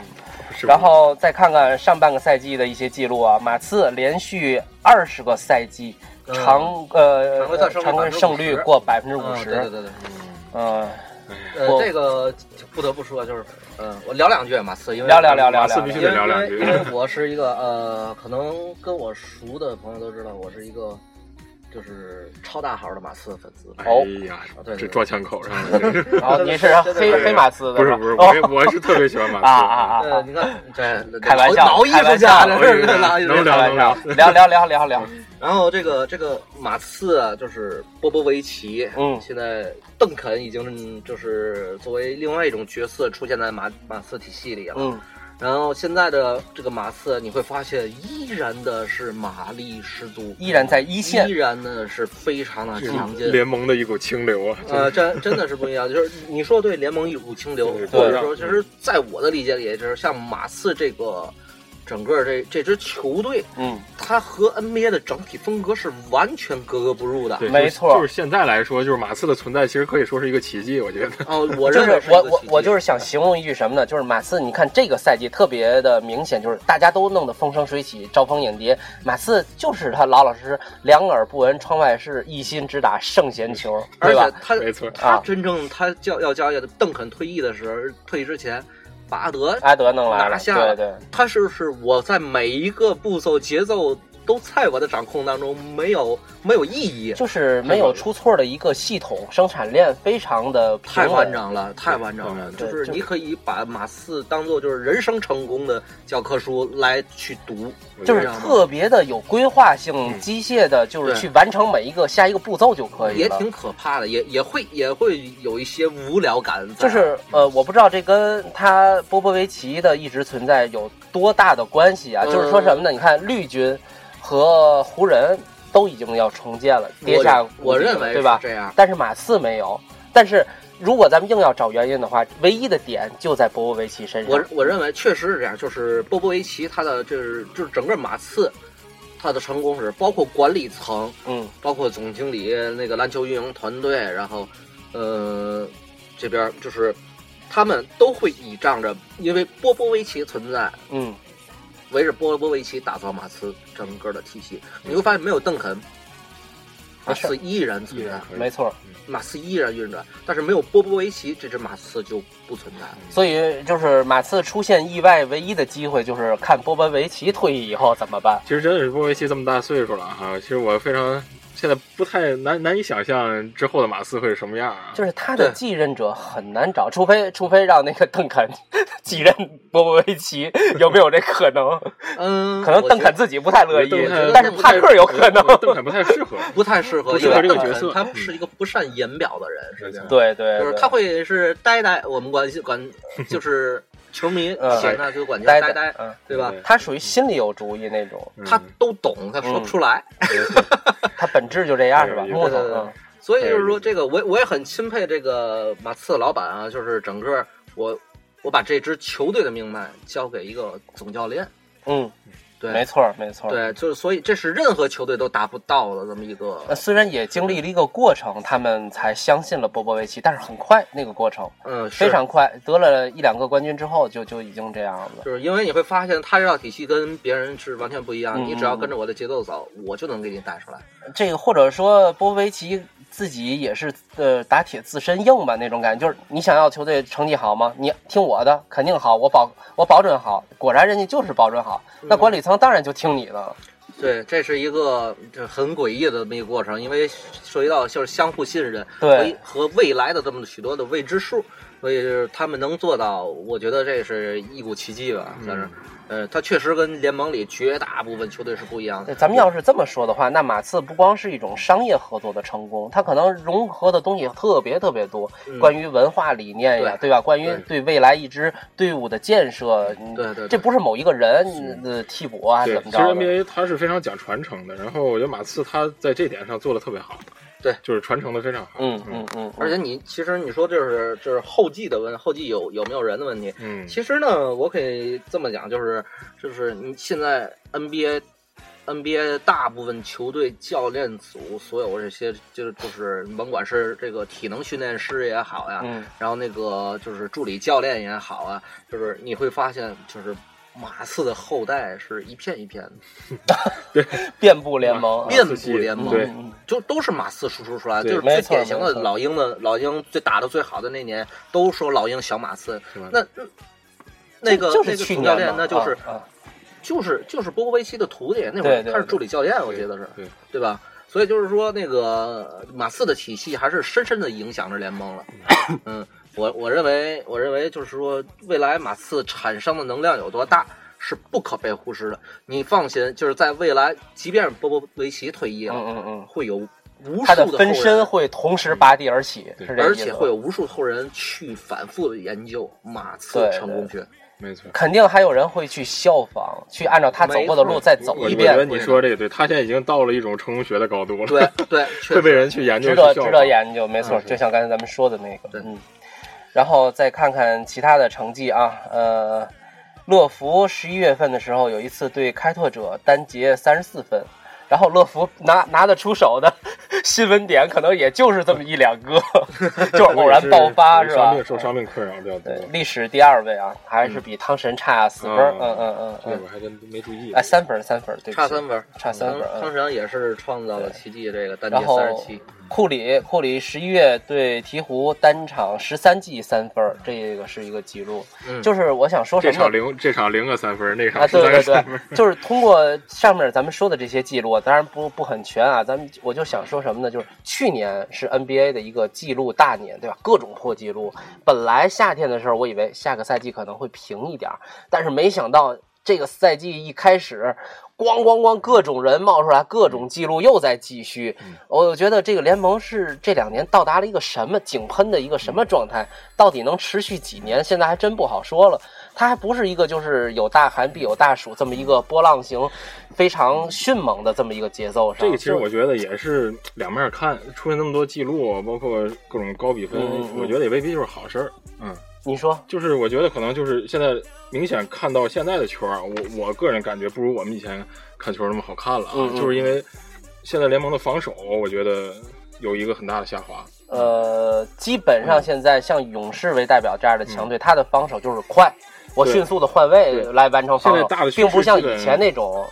[SPEAKER 2] 是不是
[SPEAKER 1] 然后再看看上半个赛季的一些记录啊，马刺连续二十个赛季
[SPEAKER 3] 嗯
[SPEAKER 1] 常呃
[SPEAKER 3] 常规赛胜率
[SPEAKER 1] 常规胜率
[SPEAKER 3] 50%
[SPEAKER 1] 过百分之五
[SPEAKER 3] 嗯，对对
[SPEAKER 1] 十，
[SPEAKER 3] 对对，
[SPEAKER 1] 嗯，
[SPEAKER 3] 呃
[SPEAKER 1] 我，
[SPEAKER 3] 这个就不得不说，就是，嗯，我聊两句马刺，因为
[SPEAKER 1] 聊聊聊聊
[SPEAKER 2] 马刺
[SPEAKER 1] 聊
[SPEAKER 2] 必须
[SPEAKER 3] 因
[SPEAKER 2] 得
[SPEAKER 3] 为
[SPEAKER 2] 聊
[SPEAKER 3] 因
[SPEAKER 2] 两
[SPEAKER 3] 为
[SPEAKER 2] 句
[SPEAKER 3] 因为我是一个呃，可能跟我熟的朋友都知道，我是一个就是超大号的马刺粉丝。
[SPEAKER 2] 哎呀
[SPEAKER 3] 哦对对，
[SPEAKER 2] 这
[SPEAKER 3] 对
[SPEAKER 2] 撞枪口上了，真是
[SPEAKER 1] 然后你是
[SPEAKER 3] 真的
[SPEAKER 1] 黑
[SPEAKER 3] 真
[SPEAKER 2] 的
[SPEAKER 1] 黑马刺的
[SPEAKER 2] 不是不是，
[SPEAKER 1] 吧
[SPEAKER 2] 我也我是特别喜欢马刺
[SPEAKER 1] 啊啊啊！
[SPEAKER 3] 呃，
[SPEAKER 1] 啊！
[SPEAKER 3] 你看， 这
[SPEAKER 1] 开玩笑
[SPEAKER 3] 挠艺术家了，
[SPEAKER 2] 开
[SPEAKER 3] 这是
[SPEAKER 2] 玩笑
[SPEAKER 3] 挠艺术
[SPEAKER 2] 能
[SPEAKER 1] 开
[SPEAKER 2] 聊
[SPEAKER 3] 家。
[SPEAKER 1] 玩笑，哦聊聊聊聊聊，
[SPEAKER 3] 然后这个这个马刺啊，就是波波维奇，
[SPEAKER 1] 嗯
[SPEAKER 3] 现在邓肯已经就是作为另外一种角色出现在马马刺体系里了。
[SPEAKER 1] 嗯，
[SPEAKER 3] 然后现在的这个马刺，你会发现依然的是马力十足，
[SPEAKER 1] 依然在一线
[SPEAKER 3] 依，然呢是非常的强
[SPEAKER 2] 这
[SPEAKER 3] 劲。
[SPEAKER 2] 联盟的一股清流啊！
[SPEAKER 3] 呃，真真的是不一样，就是你说对联盟一股清流，
[SPEAKER 2] 对
[SPEAKER 3] 或
[SPEAKER 1] 对
[SPEAKER 3] 者说，其实在我的理解里，就是像马刺这个整个这这支球队，
[SPEAKER 1] 嗯，
[SPEAKER 3] 它和 NBA 的整体风格是完全格格不入的。
[SPEAKER 2] 对，
[SPEAKER 1] 没
[SPEAKER 2] 就是
[SPEAKER 1] 错
[SPEAKER 2] 就是现在来说，就是马刺的存在其实可以说是一个奇迹，我觉得。
[SPEAKER 3] 哦，我
[SPEAKER 1] 就
[SPEAKER 3] 认为
[SPEAKER 1] 是我
[SPEAKER 3] 一个
[SPEAKER 1] 我
[SPEAKER 3] 奇迹
[SPEAKER 1] 我就是想形容一句什么呢？就是马刺，你看这个赛季特别的明显，就是大家都弄得风生水起、招蜂引蝶，马刺就是他老老实实，两耳不闻窗外事，一心只打圣贤球，
[SPEAKER 3] 而
[SPEAKER 1] 对吧
[SPEAKER 3] 且？他
[SPEAKER 2] 没错
[SPEAKER 3] 他
[SPEAKER 1] 啊
[SPEAKER 3] 真正他交要交易的邓肯退役的时候，退役之前，巴德
[SPEAKER 1] 阿德弄来了，
[SPEAKER 3] 拿下了
[SPEAKER 1] 对对，
[SPEAKER 3] 他是是我在每一个步骤节奏都在我的掌控当中，没有没有意义。
[SPEAKER 1] 就是没有出错的一个系统，生产链非常的
[SPEAKER 3] 太
[SPEAKER 1] 平
[SPEAKER 3] 完
[SPEAKER 1] 稳。
[SPEAKER 3] 整了，太完整了！
[SPEAKER 2] 对
[SPEAKER 3] 就
[SPEAKER 1] 对
[SPEAKER 3] 是
[SPEAKER 1] 就
[SPEAKER 3] 你可以把马四当做就是人生成功的教科书来去读，
[SPEAKER 1] 就是特别的有规划性、
[SPEAKER 2] 嗯
[SPEAKER 1] 机械的，就是
[SPEAKER 3] 对
[SPEAKER 1] 去完成每一个下一个步骤就可以
[SPEAKER 3] 也
[SPEAKER 1] 了。
[SPEAKER 3] 挺可怕的，也也会也会有一些无聊感
[SPEAKER 1] 就
[SPEAKER 3] 在。
[SPEAKER 1] 是呃，我不知道这跟他波波维奇的一直存在有多大的关系啊？
[SPEAKER 3] 嗯
[SPEAKER 1] 就是说什么呢？你看绿军和湖人都已经要重建了，跌下谷底
[SPEAKER 3] 我，我认
[SPEAKER 1] 了
[SPEAKER 3] 为
[SPEAKER 1] 对吧
[SPEAKER 3] 是？这样。
[SPEAKER 1] 但是马刺没有。但是如果咱们硬要找原因的话，唯一的点就在波波维奇身上。
[SPEAKER 3] 我我认为确实是这样，就是波波维奇他的就是就是整个马刺，他的成功是包括管理层，
[SPEAKER 1] 嗯，
[SPEAKER 3] 包括总经理那个篮球运营团队，然后呃这边就是他们都会倚仗着因为波波维奇存在，
[SPEAKER 1] 嗯，
[SPEAKER 3] 围着波波维奇打造马刺整个的体系。你会发现没有邓肯，
[SPEAKER 1] 没
[SPEAKER 3] 马
[SPEAKER 1] 事
[SPEAKER 3] 刺依然存在，
[SPEAKER 1] 没错。
[SPEAKER 3] 马刺依然运转，但是没有波波维奇，这支马刺就不存在了。
[SPEAKER 1] 所以就是马刺出现意外唯一的机会就是看波波维奇退役以后怎么办。
[SPEAKER 2] 其实真的是波维奇这么大岁数了哈，其实我非常现在不太难难以想象之后的马刺会是什么样啊。
[SPEAKER 1] 就是他的
[SPEAKER 3] 对
[SPEAKER 1] 继任者很难找，除非除非让那个邓肯 继任波波维奇，有没有这可能？
[SPEAKER 3] 嗯，
[SPEAKER 1] 可能
[SPEAKER 3] 我
[SPEAKER 1] 邓
[SPEAKER 3] 觉得
[SPEAKER 1] 肯自己不太乐意
[SPEAKER 2] 邓肯，
[SPEAKER 1] 但是帕克有可能
[SPEAKER 2] 我觉得。邓肯不太适合。
[SPEAKER 3] 不太适合，
[SPEAKER 2] 不
[SPEAKER 3] 因
[SPEAKER 2] 适
[SPEAKER 3] 为
[SPEAKER 2] 合
[SPEAKER 3] 邓
[SPEAKER 2] 这个
[SPEAKER 3] 肯
[SPEAKER 2] 角色
[SPEAKER 3] 他
[SPEAKER 2] 嗯
[SPEAKER 3] 是一个不善言表的人，是这 样。
[SPEAKER 1] 对对，
[SPEAKER 3] 就是
[SPEAKER 1] 对
[SPEAKER 3] 他会是呆呆，我们管管就是 球迷
[SPEAKER 1] 嗯
[SPEAKER 3] 现在就管叫
[SPEAKER 1] 呆
[SPEAKER 3] 呆呆，
[SPEAKER 1] 嗯，
[SPEAKER 3] 对吧？
[SPEAKER 1] 他属于心里有主意那种，
[SPEAKER 2] 嗯
[SPEAKER 3] 他都懂，他
[SPEAKER 1] 嗯
[SPEAKER 3] 说不出来，
[SPEAKER 1] 他本质就这样是吧？
[SPEAKER 2] 对
[SPEAKER 1] 木头
[SPEAKER 3] 对对，
[SPEAKER 1] 嗯
[SPEAKER 3] 所以就是说这个我我也很钦佩这个马刺老板啊，就是整个我我把这支球队的命脉交给一个总教练，
[SPEAKER 1] 嗯，没
[SPEAKER 3] 对
[SPEAKER 1] 错儿没错。，
[SPEAKER 3] 对，就是所以这是任何球队都达不到的这么一个
[SPEAKER 1] 呃，虽然也经历了一个过程，他们才相信了波波维奇，但是很快那个过程
[SPEAKER 3] 嗯是
[SPEAKER 1] 非常快，得了一两个冠军之后就就已经这样了。
[SPEAKER 3] 就是因为你会发现他这套体系跟别人是完全不一样，
[SPEAKER 1] 嗯
[SPEAKER 3] 你只要跟着我的节奏走，我就能给你带出来。
[SPEAKER 1] 这个或者说波维奇自己也是呃打铁自身硬吧那种感觉，就是你想要球队成绩好吗？你听我的，肯定好，我保我保准好。果然人家就是保准好，那管理层当然就听你的。
[SPEAKER 3] 对，这是一个这很诡异的这么一个过程，因为涉及到就是相互信任
[SPEAKER 1] 对
[SPEAKER 3] 和和未来的这么许多的未知数，所以就是他们能做到，我觉得这是一股奇迹吧，算是。
[SPEAKER 1] 嗯
[SPEAKER 3] 呃，他确实跟联盟里绝大部分球队是不一样的。
[SPEAKER 1] 咱们要是这么说的话，那马刺不光是一种商业合作的成功，它可能融合的东西特别特别多，
[SPEAKER 3] 嗯
[SPEAKER 1] 关于文化理念呀，对吧？关于对未来一支队伍的建设，嗯
[SPEAKER 3] 对对对
[SPEAKER 1] 这不是某一个人呃替补啊
[SPEAKER 2] 对
[SPEAKER 1] 怎，么
[SPEAKER 2] 其实
[SPEAKER 1] 着的？
[SPEAKER 2] NBA 它是非常讲传承的，然后我觉得马刺他在这点上做的特别好，
[SPEAKER 3] 对
[SPEAKER 2] 就是传承的非常好。
[SPEAKER 1] 嗯嗯嗯，
[SPEAKER 3] 而且你其实你说就是就是后继的问后继有有没有人的问题，
[SPEAKER 2] 嗯，
[SPEAKER 3] 其实呢，我可以这么讲，就是就是你现在 NBA NBA 大部分球队教练组所有这些就是就是甭管是这个体能训练师也好呀，
[SPEAKER 1] 嗯
[SPEAKER 3] 然后那个就是助理教练也好啊，就是你会发现就是。马刺的后代是一片一片的，
[SPEAKER 1] 嗯遍布联盟啊
[SPEAKER 2] 马，
[SPEAKER 3] 遍
[SPEAKER 2] 刺
[SPEAKER 3] 布
[SPEAKER 2] 系
[SPEAKER 3] 联盟，
[SPEAKER 2] 对
[SPEAKER 1] 嗯
[SPEAKER 3] 就都是马刺输出出来的，
[SPEAKER 2] 对
[SPEAKER 3] 就是最
[SPEAKER 1] 没错
[SPEAKER 3] 典型的
[SPEAKER 1] 没错
[SPEAKER 3] 老鹰的老鹰最打的最好的那年，都说老鹰小马刺
[SPEAKER 2] 是吧。
[SPEAKER 3] 那那那个
[SPEAKER 1] 嗯就
[SPEAKER 3] 那
[SPEAKER 1] 是
[SPEAKER 3] 个
[SPEAKER 1] 去
[SPEAKER 3] 总
[SPEAKER 1] 年
[SPEAKER 3] 教练
[SPEAKER 1] 嘛，
[SPEAKER 3] 那就是
[SPEAKER 1] 啊啊
[SPEAKER 3] 就是就是波波维奇的徒弟，那会儿
[SPEAKER 1] 对对
[SPEAKER 3] 他是助理教练，我
[SPEAKER 2] 对
[SPEAKER 3] 记得是，
[SPEAKER 2] 对，
[SPEAKER 3] 对吧？所以就是说，那个马刺的体系还是深深的影响着联 盟了。嗯，我我认为，我认为就是说，未来马刺产生的能量有多大是不可被忽视的。你放心，就是在未来，即便是波波维奇退役了，
[SPEAKER 1] 嗯嗯嗯，
[SPEAKER 3] 会有无
[SPEAKER 1] 他
[SPEAKER 3] 数
[SPEAKER 1] 的
[SPEAKER 3] 后
[SPEAKER 1] 分身
[SPEAKER 3] 人，嗯
[SPEAKER 1] 会同时拔地而起，
[SPEAKER 2] 对
[SPEAKER 1] 是这
[SPEAKER 3] 而
[SPEAKER 1] 意思
[SPEAKER 3] 且
[SPEAKER 1] 吧
[SPEAKER 3] 会有无数后人去反复地研究马刺
[SPEAKER 1] 对
[SPEAKER 3] 成功学。
[SPEAKER 2] 没错。
[SPEAKER 1] 肯定还有人会去效仿，去按照他走过的
[SPEAKER 3] 没
[SPEAKER 1] 路
[SPEAKER 3] 错
[SPEAKER 1] 再
[SPEAKER 2] 我
[SPEAKER 1] 走
[SPEAKER 2] 我
[SPEAKER 1] 一
[SPEAKER 2] 觉得
[SPEAKER 1] 遍，
[SPEAKER 2] 你说这个对，他现在已经到了一种成功学的高度了，
[SPEAKER 3] 对对，确
[SPEAKER 2] 会被
[SPEAKER 3] 实，
[SPEAKER 2] 人去研究
[SPEAKER 1] 值
[SPEAKER 2] 去
[SPEAKER 1] 得
[SPEAKER 2] 效嗯
[SPEAKER 1] 值
[SPEAKER 2] 仿
[SPEAKER 1] 得研究，没错，就像刚才咱们说的那个
[SPEAKER 3] 对，
[SPEAKER 1] 嗯，然后再看看其他的成绩啊，呃，乐福十一月份的时候有一次对开拓者单节三十四分。然后乐福拿拿得出手的 新闻点，可能也就是这么一两 个，就是偶然爆发
[SPEAKER 2] 是
[SPEAKER 1] 是
[SPEAKER 2] 属于伤
[SPEAKER 1] 吧？嗯
[SPEAKER 2] 病受伤病困扰比较多
[SPEAKER 1] 对，，历史第二位啊，还是比汤神差四分儿。
[SPEAKER 2] 嗯
[SPEAKER 1] 嗯嗯嗯
[SPEAKER 2] 这个
[SPEAKER 1] 嗯，
[SPEAKER 2] 我还真没注意。
[SPEAKER 1] 哎，三分儿三分儿，对不起，
[SPEAKER 3] 差三分儿。
[SPEAKER 1] 差三
[SPEAKER 3] 汤
[SPEAKER 1] 分儿。嗯
[SPEAKER 3] 汤神也是创造了奇迹，这个单节
[SPEAKER 1] 然后
[SPEAKER 3] 三十七，嗯
[SPEAKER 1] 库里，库里十一月对鹈鹕单场十三记三分儿，这个是一个记录。
[SPEAKER 2] 嗯
[SPEAKER 1] 就是我想说什
[SPEAKER 2] 这
[SPEAKER 1] 么
[SPEAKER 2] 场
[SPEAKER 1] 呢？
[SPEAKER 2] 零这场零个三分，那
[SPEAKER 1] 啊，
[SPEAKER 2] 场
[SPEAKER 1] 对
[SPEAKER 2] 三个
[SPEAKER 1] 对对
[SPEAKER 2] 三分，，
[SPEAKER 1] 就是通过上面咱们说的这些记录，当然不不很全啊。咱们我就想说什么呢？就是去年是 NBA 的一个记录大年，对吧？各种破记录。本来夏天的时候，我以为下个赛季可能会平一点儿，但是没想到这个赛季一开始，咣咣咣，各种人冒出来，各种记录又在继续。我觉得这个联盟是这两年到达了一个什么井喷的一个什么状态，到底能持续几年，现在还真不好说了。它还不是一个就是有大寒必有大暑这么一个波浪形，非常迅猛的这么一个节奏上。
[SPEAKER 2] 这个其实
[SPEAKER 1] 就
[SPEAKER 2] 我觉得也是两面看，出现那么多记录，包括各种高比分，
[SPEAKER 1] 嗯嗯嗯
[SPEAKER 2] 我觉得也未必就是好事儿。嗯，
[SPEAKER 1] 你说，
[SPEAKER 2] 就是我觉得可能就是现在明显看到现在的球啊，我我个人感觉不如我们以前看球那么好看了啊，
[SPEAKER 1] 嗯嗯
[SPEAKER 2] 就是因为现在联盟的防守，我觉得有一个很大的下滑。
[SPEAKER 1] 呃，基本上现在像勇士为代表这样的强队，他的防守就是快，我
[SPEAKER 2] 对
[SPEAKER 1] 迅速的换位
[SPEAKER 2] 对
[SPEAKER 1] 来完成防
[SPEAKER 2] 现
[SPEAKER 1] 守
[SPEAKER 2] 在大的，趋势
[SPEAKER 1] 并不像
[SPEAKER 2] 基本
[SPEAKER 1] 以前那种。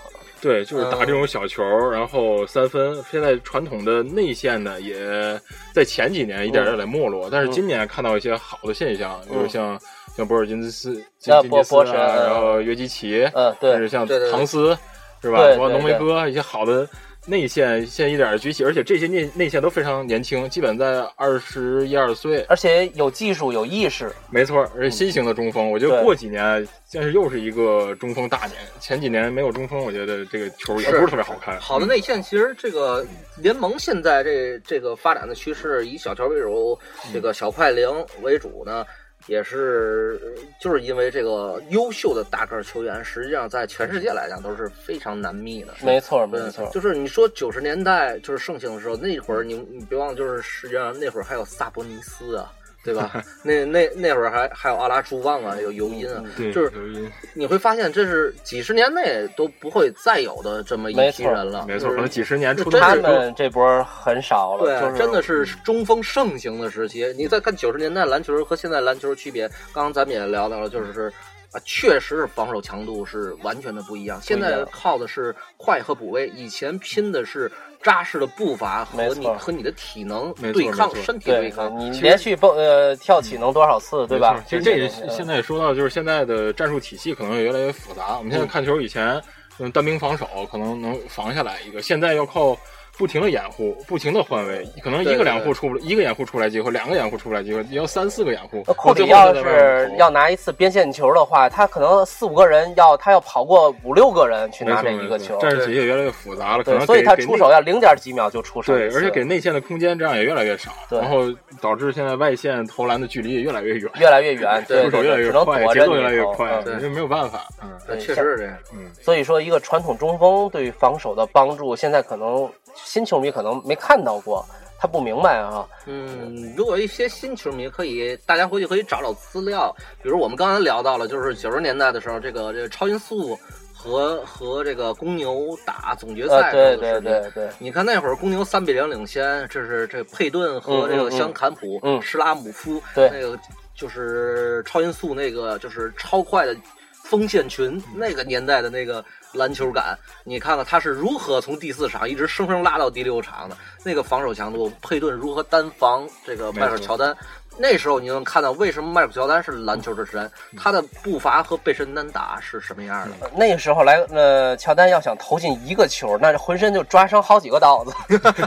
[SPEAKER 2] 对，就是打这种小球，然后三分。现在传统的内线呢，也在前几年一点点在没落，但是今年看到一些好的现象，
[SPEAKER 1] 嗯
[SPEAKER 2] 就是像像博尔津斯、金
[SPEAKER 1] 啊
[SPEAKER 2] 金
[SPEAKER 1] 博
[SPEAKER 2] 吉
[SPEAKER 1] 博
[SPEAKER 2] 斯
[SPEAKER 1] 神
[SPEAKER 2] 啊，
[SPEAKER 1] 嗯
[SPEAKER 2] 然后约基奇，
[SPEAKER 1] 嗯，
[SPEAKER 2] 甚
[SPEAKER 1] 对
[SPEAKER 2] 至，像
[SPEAKER 3] 对对对
[SPEAKER 2] 唐斯，是吧？
[SPEAKER 1] 对
[SPEAKER 2] 包括
[SPEAKER 1] 对
[SPEAKER 2] 浓眉
[SPEAKER 1] 对
[SPEAKER 2] 哥一些好的内线，现在一点点崛起，而且这些内内线都非常年轻，基本在二十一二岁，
[SPEAKER 1] 而且有技术有意识，
[SPEAKER 2] 没错，而且新型的中锋，我觉得
[SPEAKER 1] 嗯对
[SPEAKER 2] 过几年现在又是一个中锋大年。前几年没有中锋，我觉得这个球也
[SPEAKER 3] 是
[SPEAKER 2] 不是特别好看。嗯
[SPEAKER 3] 好的内线，其实这个联盟现在这这个发展的趋势，以小球为主，这个小快灵为主呢，也是呃就是因为这个优秀的大个球员，实际上在全世界来讲都是非常难觅的。
[SPEAKER 1] 没错没
[SPEAKER 3] 嗯
[SPEAKER 1] 错，
[SPEAKER 3] 就是你说九十年代就是盛行的时候，那会儿你你别忘了，就是实际上那会儿还有萨博尼斯啊，对 吧？那那那会儿还还有阿拉朱旺啊，有尤因啊，
[SPEAKER 1] 嗯
[SPEAKER 2] 对
[SPEAKER 3] 就是
[SPEAKER 2] 刘音
[SPEAKER 3] 你会发现这是几十年内都不会再有的这么
[SPEAKER 1] 没
[SPEAKER 3] 一批
[SPEAKER 1] 错
[SPEAKER 3] 人了，
[SPEAKER 2] 没错，
[SPEAKER 3] 就
[SPEAKER 2] 可
[SPEAKER 3] 是
[SPEAKER 2] 能几十年出
[SPEAKER 3] 真
[SPEAKER 1] 他
[SPEAKER 3] 是
[SPEAKER 1] 们这波很少了，
[SPEAKER 3] 对，
[SPEAKER 1] 就是
[SPEAKER 3] 真的是中锋盛行的时期。你再看九十年代篮球和现在篮球区别，刚刚咱们也聊到了，就是啊，确实是防守强度是完全的不一样。现在靠的是快和补位，以前拼的是扎实的步伐和
[SPEAKER 1] 没
[SPEAKER 3] 你
[SPEAKER 1] 错
[SPEAKER 3] 和你的体能
[SPEAKER 2] 没错
[SPEAKER 3] 对抗
[SPEAKER 2] 没，错
[SPEAKER 3] 身体对
[SPEAKER 1] 对
[SPEAKER 3] 抗。
[SPEAKER 1] 你
[SPEAKER 2] 其实
[SPEAKER 1] 连续蹦呃跳起能多少次，对吧
[SPEAKER 2] 没错？其实这
[SPEAKER 1] 真
[SPEAKER 2] 也
[SPEAKER 1] 嗯
[SPEAKER 2] 是
[SPEAKER 1] 的
[SPEAKER 2] 现在说到，就是现在的战术体系可能也越来越复杂。我们现在看球以前，嗯，单兵防守可能能防下来一个，现在要靠不停的掩护、不停的换位，可能一
[SPEAKER 3] 对
[SPEAKER 2] 个
[SPEAKER 3] 对
[SPEAKER 2] 掩护出不一个掩护出来机会，两个掩护出来机会，也要三四个掩护
[SPEAKER 1] 那。库里
[SPEAKER 2] 最后
[SPEAKER 1] 要
[SPEAKER 2] 再在外面
[SPEAKER 1] 是
[SPEAKER 2] 投
[SPEAKER 1] 要拿一次边线球的话，他可能四五个人要他要跑过五六个人去
[SPEAKER 2] 没
[SPEAKER 1] 拿
[SPEAKER 2] 错
[SPEAKER 1] 这一个
[SPEAKER 2] 没错
[SPEAKER 1] 球，
[SPEAKER 2] 战术体系也越来越复杂了，可
[SPEAKER 1] 对，
[SPEAKER 2] 能
[SPEAKER 1] 所以
[SPEAKER 2] 给
[SPEAKER 1] 他
[SPEAKER 2] 给
[SPEAKER 1] 出
[SPEAKER 2] 那
[SPEAKER 1] 手要零点几秒就出手一
[SPEAKER 2] 对，
[SPEAKER 1] 次，
[SPEAKER 2] 而且给内线的空间这样也越来越少，
[SPEAKER 1] 对
[SPEAKER 2] 然后导致现在外线投篮的距离也越来越远，
[SPEAKER 1] 越来越远，对，
[SPEAKER 2] 出手
[SPEAKER 1] 对
[SPEAKER 2] 越来
[SPEAKER 1] 对
[SPEAKER 2] 越
[SPEAKER 1] 只能
[SPEAKER 2] 快，
[SPEAKER 1] 躲
[SPEAKER 2] 节
[SPEAKER 1] 着
[SPEAKER 2] 奏
[SPEAKER 1] 你
[SPEAKER 2] 越来越
[SPEAKER 1] 投
[SPEAKER 2] 快，
[SPEAKER 1] 嗯
[SPEAKER 2] 这没有办法。嗯
[SPEAKER 3] 对
[SPEAKER 1] 对
[SPEAKER 3] 确实是这样。
[SPEAKER 2] 嗯，
[SPEAKER 1] 所以说，一个传统中锋对于防守的帮助，现在可能新球迷可能没看到过，他不明白啊。
[SPEAKER 3] 嗯，如果一些新球迷可以，大家回去可以找找资料，比如我们刚才聊到了，就是九十年代的时候，这个这个超音速和和这个公牛打总决
[SPEAKER 1] 呃，
[SPEAKER 3] 赛
[SPEAKER 1] 对
[SPEAKER 3] 时候的
[SPEAKER 1] 对
[SPEAKER 3] 事情
[SPEAKER 1] 对对，
[SPEAKER 3] 你看那会儿公牛三比零领先，这是这佩顿和这个香坎普、
[SPEAKER 1] 嗯嗯嗯嗯
[SPEAKER 3] 施拉姆夫，
[SPEAKER 1] 对
[SPEAKER 3] 那个就是超音速那个就是超快的锋线群，那个年代的那个篮球感，你看看他是如何从第四场一直生生拉到第六场的，那个防守强度，佩顿如何单防这个迈克尔乔丹。那时候你能看到为什么迈克尔乔丹是篮球之神，他的步伐和背身单打是什么样的？
[SPEAKER 1] 那个时候来，呃，乔丹要想投进一个球，那浑身就抓伤好几个刀子，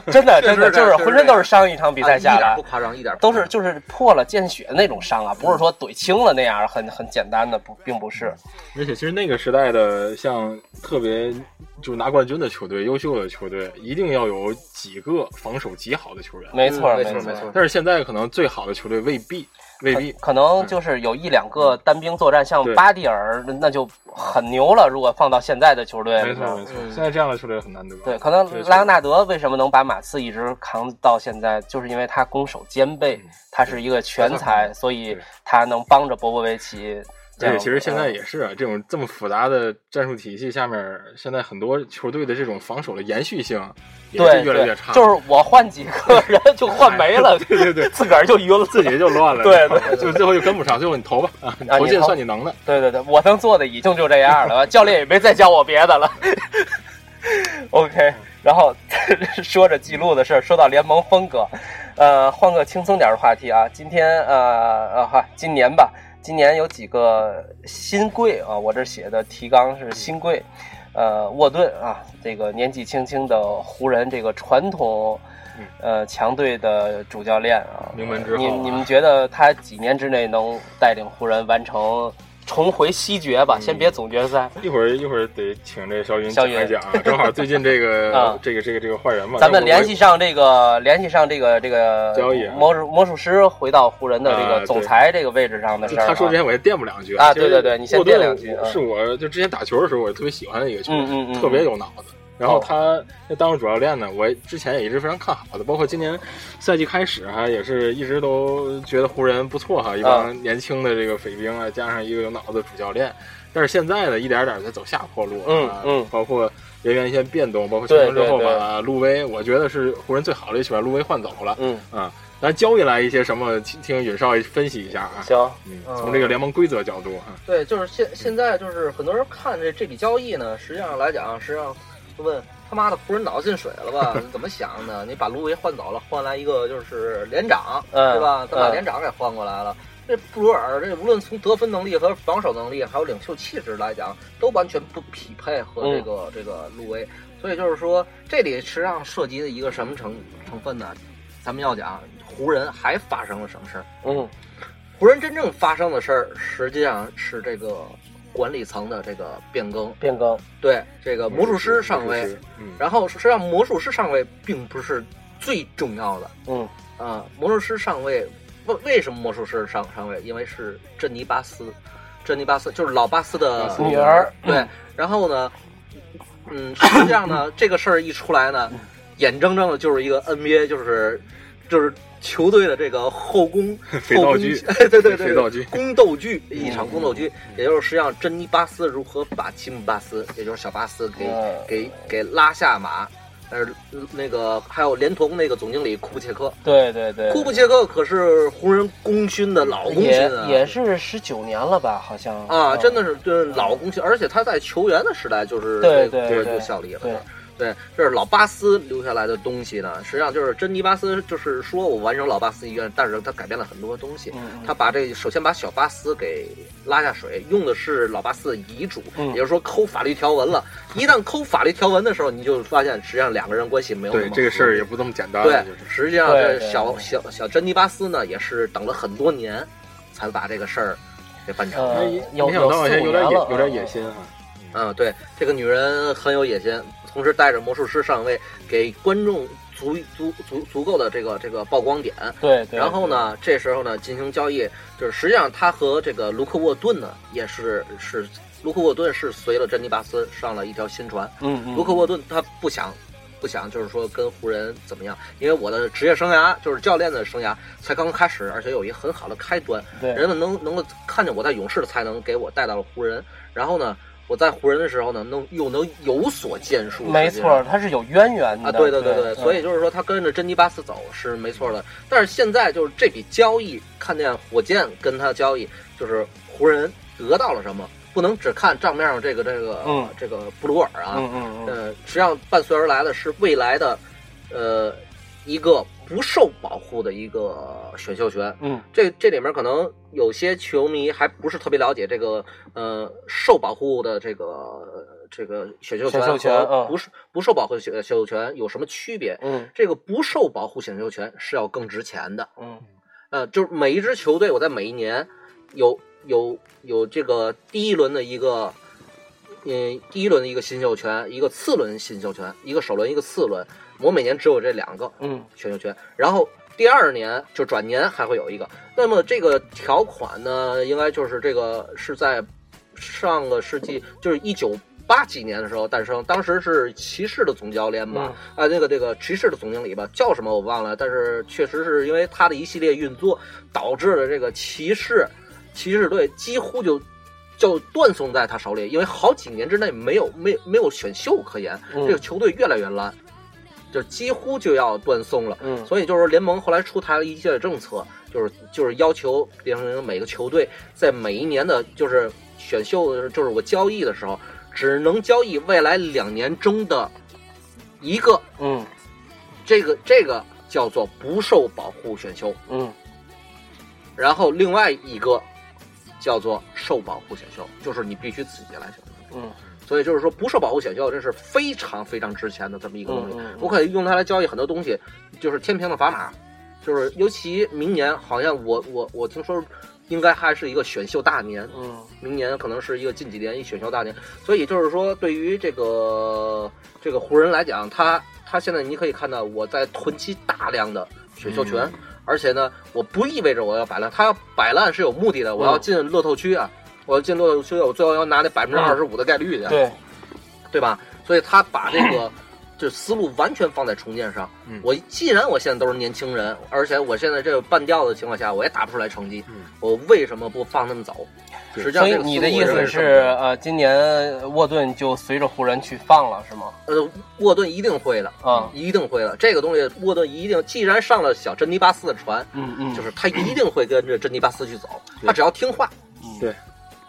[SPEAKER 1] 真的真的
[SPEAKER 3] 确
[SPEAKER 1] 就
[SPEAKER 3] 实是
[SPEAKER 1] 是浑身都是伤，一场比赛
[SPEAKER 3] 啊
[SPEAKER 1] 下
[SPEAKER 3] 一点
[SPEAKER 1] 来
[SPEAKER 3] 不。夸张，一点不
[SPEAKER 1] 都
[SPEAKER 3] 夸张
[SPEAKER 1] 是就是破了见血那种伤啊，不是说怼青了那样很很简单的，不并不是。
[SPEAKER 2] 而且其实那个时代的像特别就是拿冠军的球队、优秀的球队，一定要有几个防守极好的球员，
[SPEAKER 1] 没错
[SPEAKER 3] 嗯没
[SPEAKER 1] 错
[SPEAKER 3] 错
[SPEAKER 1] 没
[SPEAKER 3] 没错
[SPEAKER 2] 但是现在可能最好的球队未必未必。
[SPEAKER 1] 可能就是有一两个单兵作战，像
[SPEAKER 2] 对
[SPEAKER 1] 巴蒂尔那就很牛了。如果放到现在的球队
[SPEAKER 2] 没
[SPEAKER 1] 里面
[SPEAKER 2] 错没错，
[SPEAKER 3] 嗯
[SPEAKER 2] 现在这样的球队很难得。
[SPEAKER 1] 对，可能
[SPEAKER 2] 对
[SPEAKER 1] 莱昂纳德为什么能把马刺一直扛到现在，就是因为他攻守兼备，
[SPEAKER 2] 嗯
[SPEAKER 1] 他是一个全才，所以
[SPEAKER 2] 对
[SPEAKER 1] 他能帮着波波维奇这
[SPEAKER 2] 而
[SPEAKER 1] 样。
[SPEAKER 2] 且其实现在也是啊，这种这么复杂的战术体系下面，现在很多球队的这种防守的延续性也
[SPEAKER 1] 对
[SPEAKER 2] 是越来越差。
[SPEAKER 1] 对就是我换几个人就换没了，
[SPEAKER 2] 对对对，
[SPEAKER 1] 自个儿就晕了。
[SPEAKER 2] 自己就乱了。
[SPEAKER 1] 对对
[SPEAKER 2] 就最后就跟不上，最后你投吧，啊
[SPEAKER 1] 啊
[SPEAKER 2] 投
[SPEAKER 1] 你
[SPEAKER 2] 进
[SPEAKER 1] 投
[SPEAKER 2] 算你能的。
[SPEAKER 1] 对对对，我能做的已经就这样了，教练也没再教我别的了。OK，然后 说着记录的事儿，说到联盟风格，呃，换个轻松点儿的话题啊，今天呃呃哈，今年吧，今年有几个新贵啊，我这写的提纲是新贵，呃，沃顿啊，这个年纪轻轻的湖人这个传统
[SPEAKER 2] 嗯。
[SPEAKER 1] 呃，强队的主教练啊，
[SPEAKER 2] 名门之后
[SPEAKER 1] 你
[SPEAKER 2] 啊
[SPEAKER 1] 你们觉得他几年之内能带领湖人完成重回西决吧？
[SPEAKER 2] 嗯
[SPEAKER 1] 先别总决赛，
[SPEAKER 2] 一会儿一会儿得请这肖云
[SPEAKER 1] 肖
[SPEAKER 2] 讲
[SPEAKER 1] 云
[SPEAKER 2] 一讲啊，正好最近这
[SPEAKER 1] 啊
[SPEAKER 2] 个这个这个这个换人嘛，
[SPEAKER 1] 咱
[SPEAKER 2] 要
[SPEAKER 1] 们
[SPEAKER 2] 不
[SPEAKER 1] 联系上这个，联系上这个这个
[SPEAKER 2] 交易啊
[SPEAKER 1] 魔术魔术师回到湖人的这
[SPEAKER 2] 啊
[SPEAKER 1] 个
[SPEAKER 2] 对
[SPEAKER 1] 总裁这个位置上的事儿啊。
[SPEAKER 2] 他说之前我也垫不两句
[SPEAKER 1] 啊
[SPEAKER 2] 其实
[SPEAKER 1] 对对对你先
[SPEAKER 2] 沃顿
[SPEAKER 1] 垫两句嗯
[SPEAKER 2] 是我就之前打球的时候，我特别喜欢的一个球员，
[SPEAKER 1] 嗯嗯嗯
[SPEAKER 2] 特别有脑子。然后
[SPEAKER 1] 哦
[SPEAKER 2] 他那当主教练呢，我之前也一直非常看好的，包括今年赛季开始哈、也是一直都觉得湖人不错哈、
[SPEAKER 1] 啊
[SPEAKER 2] 一帮年轻的这个匪兵啊，加上一个有脑子的主教练。但是现在呢，一点点在走下坡路、啊，
[SPEAKER 1] 嗯嗯
[SPEAKER 2] 包括人员一些变动，包括签
[SPEAKER 1] 对
[SPEAKER 2] 名之后
[SPEAKER 1] 对对
[SPEAKER 2] 把路威，我觉得是湖人最好的一球员，路威换走了
[SPEAKER 1] 嗯，
[SPEAKER 2] 啊。咱交易来一些什么，听听允少分析一下啊。
[SPEAKER 1] 行，
[SPEAKER 2] 嗯，从这个联盟规则角度啊，
[SPEAKER 3] 对，就是现现在就是很多人看这这笔交易呢，实际上来讲，实际上就问他妈的湖人脑子进水了吧？你怎么想的？你把卢维换走了，换来一个就是连长，
[SPEAKER 1] 嗯
[SPEAKER 3] 对吧？咱把
[SPEAKER 1] 嗯
[SPEAKER 3] 连长给换过来了。这布鲁尔这无论从得分能力和防守能力，还有领袖气质来讲，都完全不匹配和这个、
[SPEAKER 1] 嗯
[SPEAKER 3] 这个路威。所以就是说，这里实际上涉及的一个什么成成分呢？咱们要讲湖人还发生了什么事儿？
[SPEAKER 1] 嗯
[SPEAKER 3] 湖人真正发生的事儿，实际上是这个管理层的这个变更。
[SPEAKER 1] 变更，
[SPEAKER 3] 对，这个魔术师上
[SPEAKER 2] 魔术
[SPEAKER 3] 位
[SPEAKER 2] 师，，嗯，
[SPEAKER 3] 然后实际上魔术师上位并不是最重要的
[SPEAKER 1] 嗯
[SPEAKER 3] 啊、魔术师上位，为为什么魔术师上上位？因为是珍妮巴斯，珍妮巴斯就是老巴斯的
[SPEAKER 2] 巴斯
[SPEAKER 1] 女儿，
[SPEAKER 3] 对，然后呢，嗯，实际上呢，这个事儿一出来呢，眼睁睁的就是一个 NBA，就是就是球队的这个后宫
[SPEAKER 2] 肥皂剧
[SPEAKER 3] 后宫 对对对对，
[SPEAKER 2] 肥皂剧嗯
[SPEAKER 3] 宫斗剧，一场宫斗剧，也就是实际上珍妮巴斯如何把吉姆巴斯，也就是小巴斯给、
[SPEAKER 2] 哦
[SPEAKER 1] 嗯
[SPEAKER 3] 给给拉下马。呃，那个还有连同那个总经理库布切克，
[SPEAKER 1] 对对对，
[SPEAKER 3] 库布切克可是湖人功勋的老功
[SPEAKER 1] 也
[SPEAKER 3] 勋啊，
[SPEAKER 1] 也是十九年了吧？好像嗯
[SPEAKER 3] 啊，真
[SPEAKER 1] 的，
[SPEAKER 3] 的是就是老功勋，而且他在球员的时代就是
[SPEAKER 1] 对
[SPEAKER 3] 这个
[SPEAKER 1] 对
[SPEAKER 3] 这
[SPEAKER 1] 对
[SPEAKER 3] 个效力了。
[SPEAKER 1] 对
[SPEAKER 3] 对，这是老巴斯留下来的东西呢。实际上就是珍妮巴斯，就是说我完成老巴斯遗愿，但是他改变了很多东西。
[SPEAKER 1] 嗯
[SPEAKER 3] 他把这首先把小巴斯给拉下水，用的是老巴斯的遗嘱，
[SPEAKER 1] 嗯
[SPEAKER 3] 也就是说抠法律条文了。一旦抠法律条文的时候，你就发现实际上两个人关系没有那
[SPEAKER 2] 对
[SPEAKER 3] 么
[SPEAKER 2] 这个事儿也
[SPEAKER 3] 合
[SPEAKER 2] 不这么简单，
[SPEAKER 3] 理对
[SPEAKER 2] 就是，
[SPEAKER 3] 啊实际上
[SPEAKER 1] 对
[SPEAKER 3] 这
[SPEAKER 1] 对
[SPEAKER 3] 小
[SPEAKER 1] 对
[SPEAKER 3] 小小珍妮巴斯呢，也是等了很多年，才把这个事儿给办成。
[SPEAKER 1] 呃
[SPEAKER 2] 哎
[SPEAKER 1] 有
[SPEAKER 2] 没想到
[SPEAKER 1] 有
[SPEAKER 2] 好像
[SPEAKER 1] 四五
[SPEAKER 2] 有点
[SPEAKER 1] 年
[SPEAKER 2] 野
[SPEAKER 1] 了
[SPEAKER 2] 有点
[SPEAKER 1] 嗯
[SPEAKER 2] 野心啊，
[SPEAKER 3] 嗯，对，这个女人很有野心，同时带着魔术师上位，给观众足足足足够的这个这个曝光点。
[SPEAKER 1] 对对，
[SPEAKER 3] 然后呢，这时候呢进行交易，就是实际上他和这个卢克沃顿呢也是是卢克沃顿是随了珍妮巴斯上了一条新船。
[SPEAKER 1] 嗯，嗯
[SPEAKER 3] 卢克沃顿他不想。不想就是说跟湖人怎么样，因为我的职业生涯就是教练的生涯才刚刚开始，而且有一个很好的开端，
[SPEAKER 1] 对
[SPEAKER 3] 人们能能够看见我在勇士的才能，给我带到了湖人。然后呢，我在湖人的时候呢，能又能有所建树。
[SPEAKER 1] 没
[SPEAKER 3] 实际上
[SPEAKER 1] 错，他是有渊源的，
[SPEAKER 3] 啊，对对
[SPEAKER 1] 对嗯
[SPEAKER 3] 对对，所以就是说他跟着珍妮巴斯走是没错的。但是现在就是这笔交易，看见火箭跟他交易，就是湖人得到了什么，不能只看账面上这个这个、
[SPEAKER 1] 嗯
[SPEAKER 3] 这个布鲁尔啊，
[SPEAKER 1] 嗯嗯嗯
[SPEAKER 3] 呃，实际上伴随而来的是未来的，呃，一个不受保护的一个选秀权。
[SPEAKER 1] 嗯
[SPEAKER 3] 这这里面可能有些球迷还不是特别了解这个呃受保护的这个呃这个选秀权
[SPEAKER 1] 选秀权
[SPEAKER 3] 和
[SPEAKER 1] 嗯
[SPEAKER 3] 不是不受保护选选秀权有什么区别？
[SPEAKER 1] 嗯
[SPEAKER 3] 这个不受保护选秀权是要更值钱的。
[SPEAKER 1] 嗯
[SPEAKER 3] 呃，就是每一支球队，我在每一年有有有这个第一轮的一个，嗯，第一轮的一个新秀权，一个次轮新秀权，一个首轮，一个次轮，我每年只有这两个，
[SPEAKER 1] 嗯
[SPEAKER 3] 选秀权，然后第二年就转年还会有一个。那么这个条款呢，应该就是这个是在上个世纪，就是一九八几年的时候诞生，当时是骑士的总教练吧，啊、那个这个骑士的总经理吧，叫什么我忘了，但是确实是因为他的一系列运作，导致了这个骑士骑士队几乎就。就断送在他手里，因为好几年之内没有没有没有选秀可言，
[SPEAKER 1] 嗯
[SPEAKER 3] 这个球队越来越烂，就几乎就要断送了。
[SPEAKER 1] 嗯
[SPEAKER 3] 所以就是联盟后来出台了一系列政策，就是就是要求联盟每个球队在每一年的就是选秀，就是我交易的时候，只能交易未来两年中的一个
[SPEAKER 1] 嗯
[SPEAKER 3] 这个这个叫做不受保护选秀，
[SPEAKER 1] 嗯
[SPEAKER 3] 然后另外一个叫做受保护选秀，就是你必须自己来选择。
[SPEAKER 1] 嗯
[SPEAKER 3] 所以就是说，不受保护选秀，这是非常非常值钱的这么一个东西
[SPEAKER 1] 嗯嗯嗯，
[SPEAKER 3] 我可以用它来交易很多东西，就是天平的砝码，就是尤其明年好像我我我听说应该还是一个选秀大年，
[SPEAKER 1] 嗯
[SPEAKER 3] 明年可能是一个近几年一选秀大年，所以也就是说，对于这个这个湖人来讲，他他现在你可以看到我在囤积大量的选秀权，
[SPEAKER 2] 嗯
[SPEAKER 3] 而且呢，我不意味着我要摆烂，他要摆烂是有目的的，
[SPEAKER 1] 嗯
[SPEAKER 3] 我要进乐透区啊，我要进乐透区，我最后要拿那百分之二十五的概率去，啊
[SPEAKER 1] 对
[SPEAKER 3] 对吧？所以他把这个这思路完全放在重建上。
[SPEAKER 2] 嗯
[SPEAKER 3] 我既然我现在都是年轻人，而且我现在这个半吊子的情况下，我也打不出来成绩，
[SPEAKER 2] 嗯
[SPEAKER 3] 我为什么不放那么早？
[SPEAKER 2] 对
[SPEAKER 3] 实际上
[SPEAKER 1] 所以
[SPEAKER 3] 这个思路
[SPEAKER 1] 你的意
[SPEAKER 3] 我认
[SPEAKER 1] 思
[SPEAKER 3] 为
[SPEAKER 1] 是
[SPEAKER 3] 是
[SPEAKER 1] 呃，今年沃顿就随着湖人去放了是吗？
[SPEAKER 3] 呃，沃顿一定会的，
[SPEAKER 1] 啊
[SPEAKER 3] 一定会的。这个东西，沃顿一定，既然上了小珍妮巴斯的船，
[SPEAKER 1] 嗯嗯，
[SPEAKER 3] 就是他一定会跟着珍妮巴斯去走。
[SPEAKER 2] 对
[SPEAKER 3] 他只要听话，
[SPEAKER 2] 嗯对，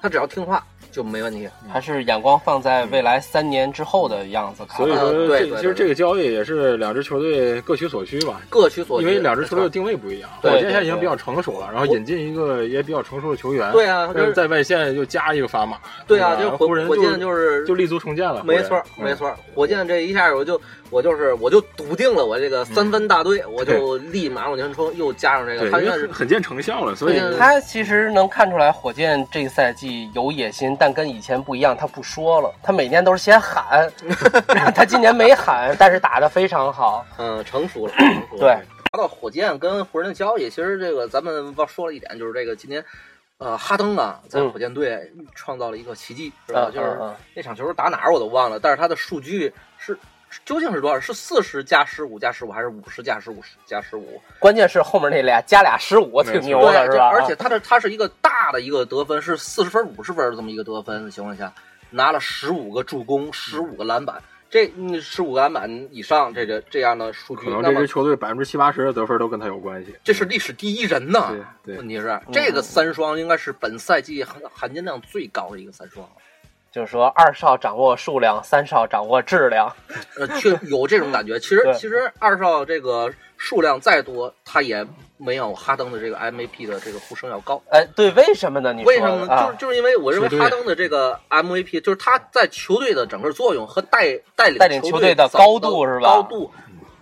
[SPEAKER 3] 他只要听话就没问题。
[SPEAKER 1] 还是眼光放在未来三年之后的样子看
[SPEAKER 2] 所以
[SPEAKER 1] 吧。
[SPEAKER 2] 说
[SPEAKER 3] 嗯
[SPEAKER 2] 这
[SPEAKER 3] 对对
[SPEAKER 2] 其实这个交易也是两支球队各取所需吧，
[SPEAKER 3] 各取所需，
[SPEAKER 2] 因为两支球队的
[SPEAKER 3] 没
[SPEAKER 2] 定位不一样，火
[SPEAKER 3] 对
[SPEAKER 2] 箭现在已经
[SPEAKER 1] 对
[SPEAKER 2] 比较成熟了，然后引进一个也比较成熟的球员，
[SPEAKER 3] 错对啊，
[SPEAKER 2] 但
[SPEAKER 3] 就是是
[SPEAKER 2] 在外线又加一个砝码，
[SPEAKER 3] 对啊，
[SPEAKER 2] 吧
[SPEAKER 3] 就是
[SPEAKER 2] 然后
[SPEAKER 3] 火
[SPEAKER 2] 湖人
[SPEAKER 3] 火
[SPEAKER 2] 就
[SPEAKER 3] 箭就是
[SPEAKER 2] 就立足重建
[SPEAKER 1] 啊
[SPEAKER 2] 了，
[SPEAKER 3] 没错
[SPEAKER 2] 湖人
[SPEAKER 1] 嗯
[SPEAKER 3] 没，错，火箭这一下我就我就是我就笃定了我这个三分大队，我就
[SPEAKER 1] 嗯
[SPEAKER 3] 立马往前冲，又加上
[SPEAKER 2] 嗯
[SPEAKER 3] 这个，
[SPEAKER 2] 对，
[SPEAKER 3] 他
[SPEAKER 2] 因
[SPEAKER 3] 现在
[SPEAKER 2] 为
[SPEAKER 3] 是
[SPEAKER 2] 很见成效了，所以
[SPEAKER 3] 他现在
[SPEAKER 1] 他其实能看出来，火箭这个赛季有野心，但跟以前不一样，他不说了，他每年都是先 喊，他今年没喊，但是打得非常好。
[SPEAKER 3] 嗯成 熟了，成熟了
[SPEAKER 1] 对，
[SPEAKER 3] 拿到火箭跟湖人的交易，其实这个咱们忘说了一点，就是这个今年，呃，哈登啊，在
[SPEAKER 1] 嗯
[SPEAKER 3] 火箭队创造了一个奇迹， 是吧？
[SPEAKER 1] 嗯
[SPEAKER 3] 就是
[SPEAKER 1] 嗯
[SPEAKER 3] 那场球打哪儿我都忘了，但是他的数据是是究竟是多少？是四十加十五加十五，还是五十加十五加十五？
[SPEAKER 1] 嗯，关键是后面那俩加俩十五挺牛
[SPEAKER 3] 对，
[SPEAKER 1] 的，是
[SPEAKER 3] 这
[SPEAKER 1] 吧？啊
[SPEAKER 3] 而
[SPEAKER 2] 啊
[SPEAKER 3] 且他这他是一个大的一个得分，是四十分五十分的这么一个得分的情况下，拿了十五个助攻，十
[SPEAKER 2] 嗯
[SPEAKER 3] 五个篮板。这嗯十五个篮板以上，这个这样的数据，
[SPEAKER 2] 可能
[SPEAKER 3] 那
[SPEAKER 2] 这
[SPEAKER 3] 么
[SPEAKER 2] 支球队百分之七八十的得分都跟他有关系，
[SPEAKER 3] 这是历嗯史第一人呐！
[SPEAKER 2] 对对嗯
[SPEAKER 3] 问题是这个三双应该是本赛季含含金量最高的一个三双，
[SPEAKER 1] 就是说，二少掌握数量，三少掌握质量。
[SPEAKER 3] 呃， 确有这种感觉。其实
[SPEAKER 1] 对
[SPEAKER 3] 其实二少这个数量再多，他也没有哈登的这个 MVP 的这个呼声要高。
[SPEAKER 1] 哎，对，为什么呢？你说
[SPEAKER 3] 为什么呢？
[SPEAKER 1] 啊
[SPEAKER 3] 就是就是因为我认为
[SPEAKER 2] 球队
[SPEAKER 3] 哈登的这个 MVP，就是他在球队的整个作用和带带领
[SPEAKER 1] 带领
[SPEAKER 3] 球
[SPEAKER 1] 球队的
[SPEAKER 3] 走的
[SPEAKER 1] 高度是吧
[SPEAKER 3] 高度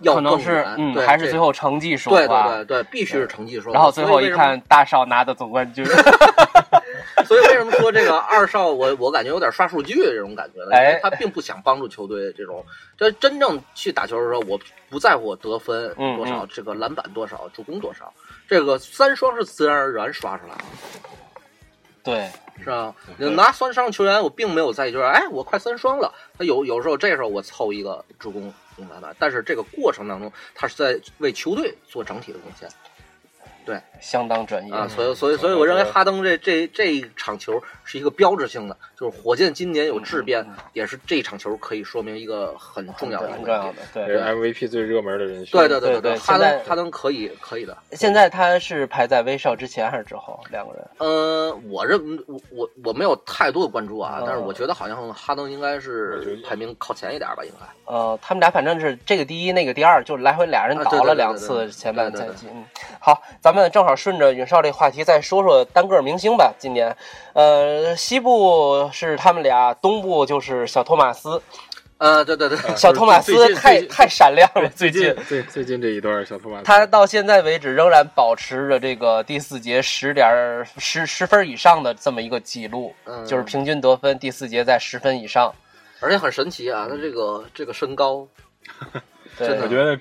[SPEAKER 3] 要
[SPEAKER 1] 可能
[SPEAKER 3] 更
[SPEAKER 1] 是
[SPEAKER 3] 远
[SPEAKER 1] 嗯，
[SPEAKER 3] 对
[SPEAKER 1] 还是
[SPEAKER 3] 这
[SPEAKER 1] 最后成绩说
[SPEAKER 3] 对
[SPEAKER 1] 话。
[SPEAKER 3] 对对对，必须是成绩说话。
[SPEAKER 1] 然后最后
[SPEAKER 3] 所以
[SPEAKER 1] 一
[SPEAKER 3] 为什么
[SPEAKER 1] 看，大少拿的总冠 军。
[SPEAKER 3] 所以为什么说这个二少我我感觉有点刷数据这种感觉呢？
[SPEAKER 1] 哎
[SPEAKER 3] 因为他并不想帮助球队这种，这真正去打球的时候，我不在乎我得分
[SPEAKER 1] 嗯
[SPEAKER 3] 多少，
[SPEAKER 1] 嗯
[SPEAKER 3] 这个篮板多少，助攻多少，这个三双是自然而然刷出来的，
[SPEAKER 1] 对，
[SPEAKER 3] 是吧？你
[SPEAKER 1] 嗯
[SPEAKER 3] 拿三双球员，我并没有在意，就是哎，我快三双了，他有有时候这时候我凑一个助攻。用篮板，但是这个过程当中，他是在为球队做整体的贡献
[SPEAKER 1] 相当专业。
[SPEAKER 3] 啊，所以所
[SPEAKER 1] 嗯
[SPEAKER 3] 以所以我认为哈登这这这一场球是一个标志性的，就是火箭今年有质变，也是这一场球可以说明一个很重要的
[SPEAKER 1] 嗯很
[SPEAKER 3] 一
[SPEAKER 1] 重
[SPEAKER 3] 个
[SPEAKER 1] 要
[SPEAKER 3] 问
[SPEAKER 1] 的
[SPEAKER 3] 题。，
[SPEAKER 2] 也
[SPEAKER 1] 对
[SPEAKER 2] 是。MVP 最热门的人选，
[SPEAKER 3] 对对
[SPEAKER 1] 对
[SPEAKER 3] 对
[SPEAKER 1] 对
[SPEAKER 3] 哈
[SPEAKER 1] 现在
[SPEAKER 3] 登哈登可以可以的。
[SPEAKER 1] 现在他是排在威少之前还是之后？两个人
[SPEAKER 3] 呃，我认我我我没有太多的关注啊
[SPEAKER 1] 嗯，
[SPEAKER 3] 但是我觉得好像哈登应该是排名靠前一点吧，应该。
[SPEAKER 1] 呃，他们俩反正是这个第一，那个第二，就来回俩人
[SPEAKER 3] 啊
[SPEAKER 1] 倒
[SPEAKER 3] 对对
[SPEAKER 1] 了
[SPEAKER 3] 对
[SPEAKER 1] 两
[SPEAKER 3] 对对
[SPEAKER 1] 次
[SPEAKER 3] 对
[SPEAKER 1] 前半
[SPEAKER 3] 对
[SPEAKER 1] 赛
[SPEAKER 3] 对
[SPEAKER 1] 季。嗯，好，咱们正好顺着允少这话题再说说单个明星吧。今年，呃，西部是他们俩，东部就是小托马斯。
[SPEAKER 3] 呃，对对对，
[SPEAKER 1] 小托马
[SPEAKER 2] 最
[SPEAKER 1] 斯
[SPEAKER 2] 近
[SPEAKER 1] 太
[SPEAKER 2] 最近
[SPEAKER 1] 太闪亮了，
[SPEAKER 2] 最近最最近这一段小托马斯
[SPEAKER 1] 他到现在为止仍然保持着这个第四节十点十十分以上的这么一个记录，
[SPEAKER 3] 嗯
[SPEAKER 1] 就是平均得分第四节在十分以上。
[SPEAKER 3] 而且很神奇啊，他这个这个身高，
[SPEAKER 1] 对
[SPEAKER 3] 真的
[SPEAKER 2] 我觉得，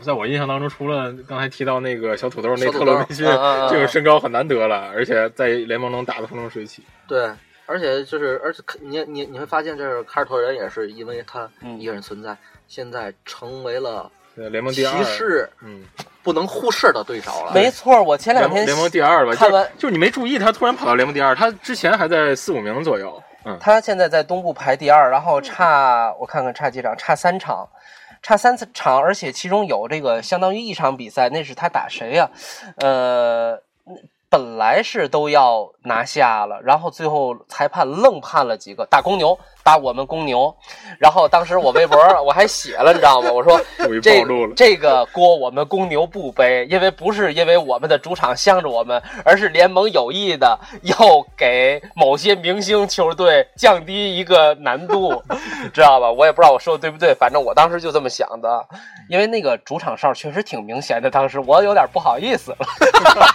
[SPEAKER 2] 在我印象当中，除了刚才提到那个小土豆内
[SPEAKER 3] 小土
[SPEAKER 2] 特
[SPEAKER 3] 豆
[SPEAKER 2] 洛维逊，
[SPEAKER 1] 嗯嗯嗯
[SPEAKER 2] 这种身高很难得了，而且在联盟能打得风生水起。
[SPEAKER 3] 对，而且就是，而且可你你你会发现，这是凯尔特人也是因为他
[SPEAKER 1] 嗯
[SPEAKER 3] 一个人存在，现在成为了
[SPEAKER 2] 呃联盟
[SPEAKER 3] 骑
[SPEAKER 2] 第二，
[SPEAKER 3] 士
[SPEAKER 2] 嗯，
[SPEAKER 3] 不能忽视的对手了。
[SPEAKER 1] 没错，我前两
[SPEAKER 2] 联
[SPEAKER 1] 天
[SPEAKER 2] 盟联盟第二吧，
[SPEAKER 1] 看完
[SPEAKER 2] 就就是你没注意，他突然跑到联盟第二，他之前还在四五名左右。嗯，
[SPEAKER 1] 他现在在东部排第二，然后差我看看差几场，差三场，差三次场，而且其中有这个相当于一场比赛，那是他打谁啊呀、呃，本来是都要拿下了，然后最后裁判愣判了几个打公牛，打我们公牛，然后当时我微博我还写了，你知道吗？我说
[SPEAKER 2] 故意
[SPEAKER 1] 这
[SPEAKER 2] 暴露了。
[SPEAKER 1] 这个锅我们公牛不背，因为不是因为我们的主场向着我们，而是联盟有意的要给某些明星球队降低一个难度， 知道吧？我也不知道我说的对不对，反正我当时就这么想的，因为那个主场哨确实挺明显的，当时我有点不好意思了，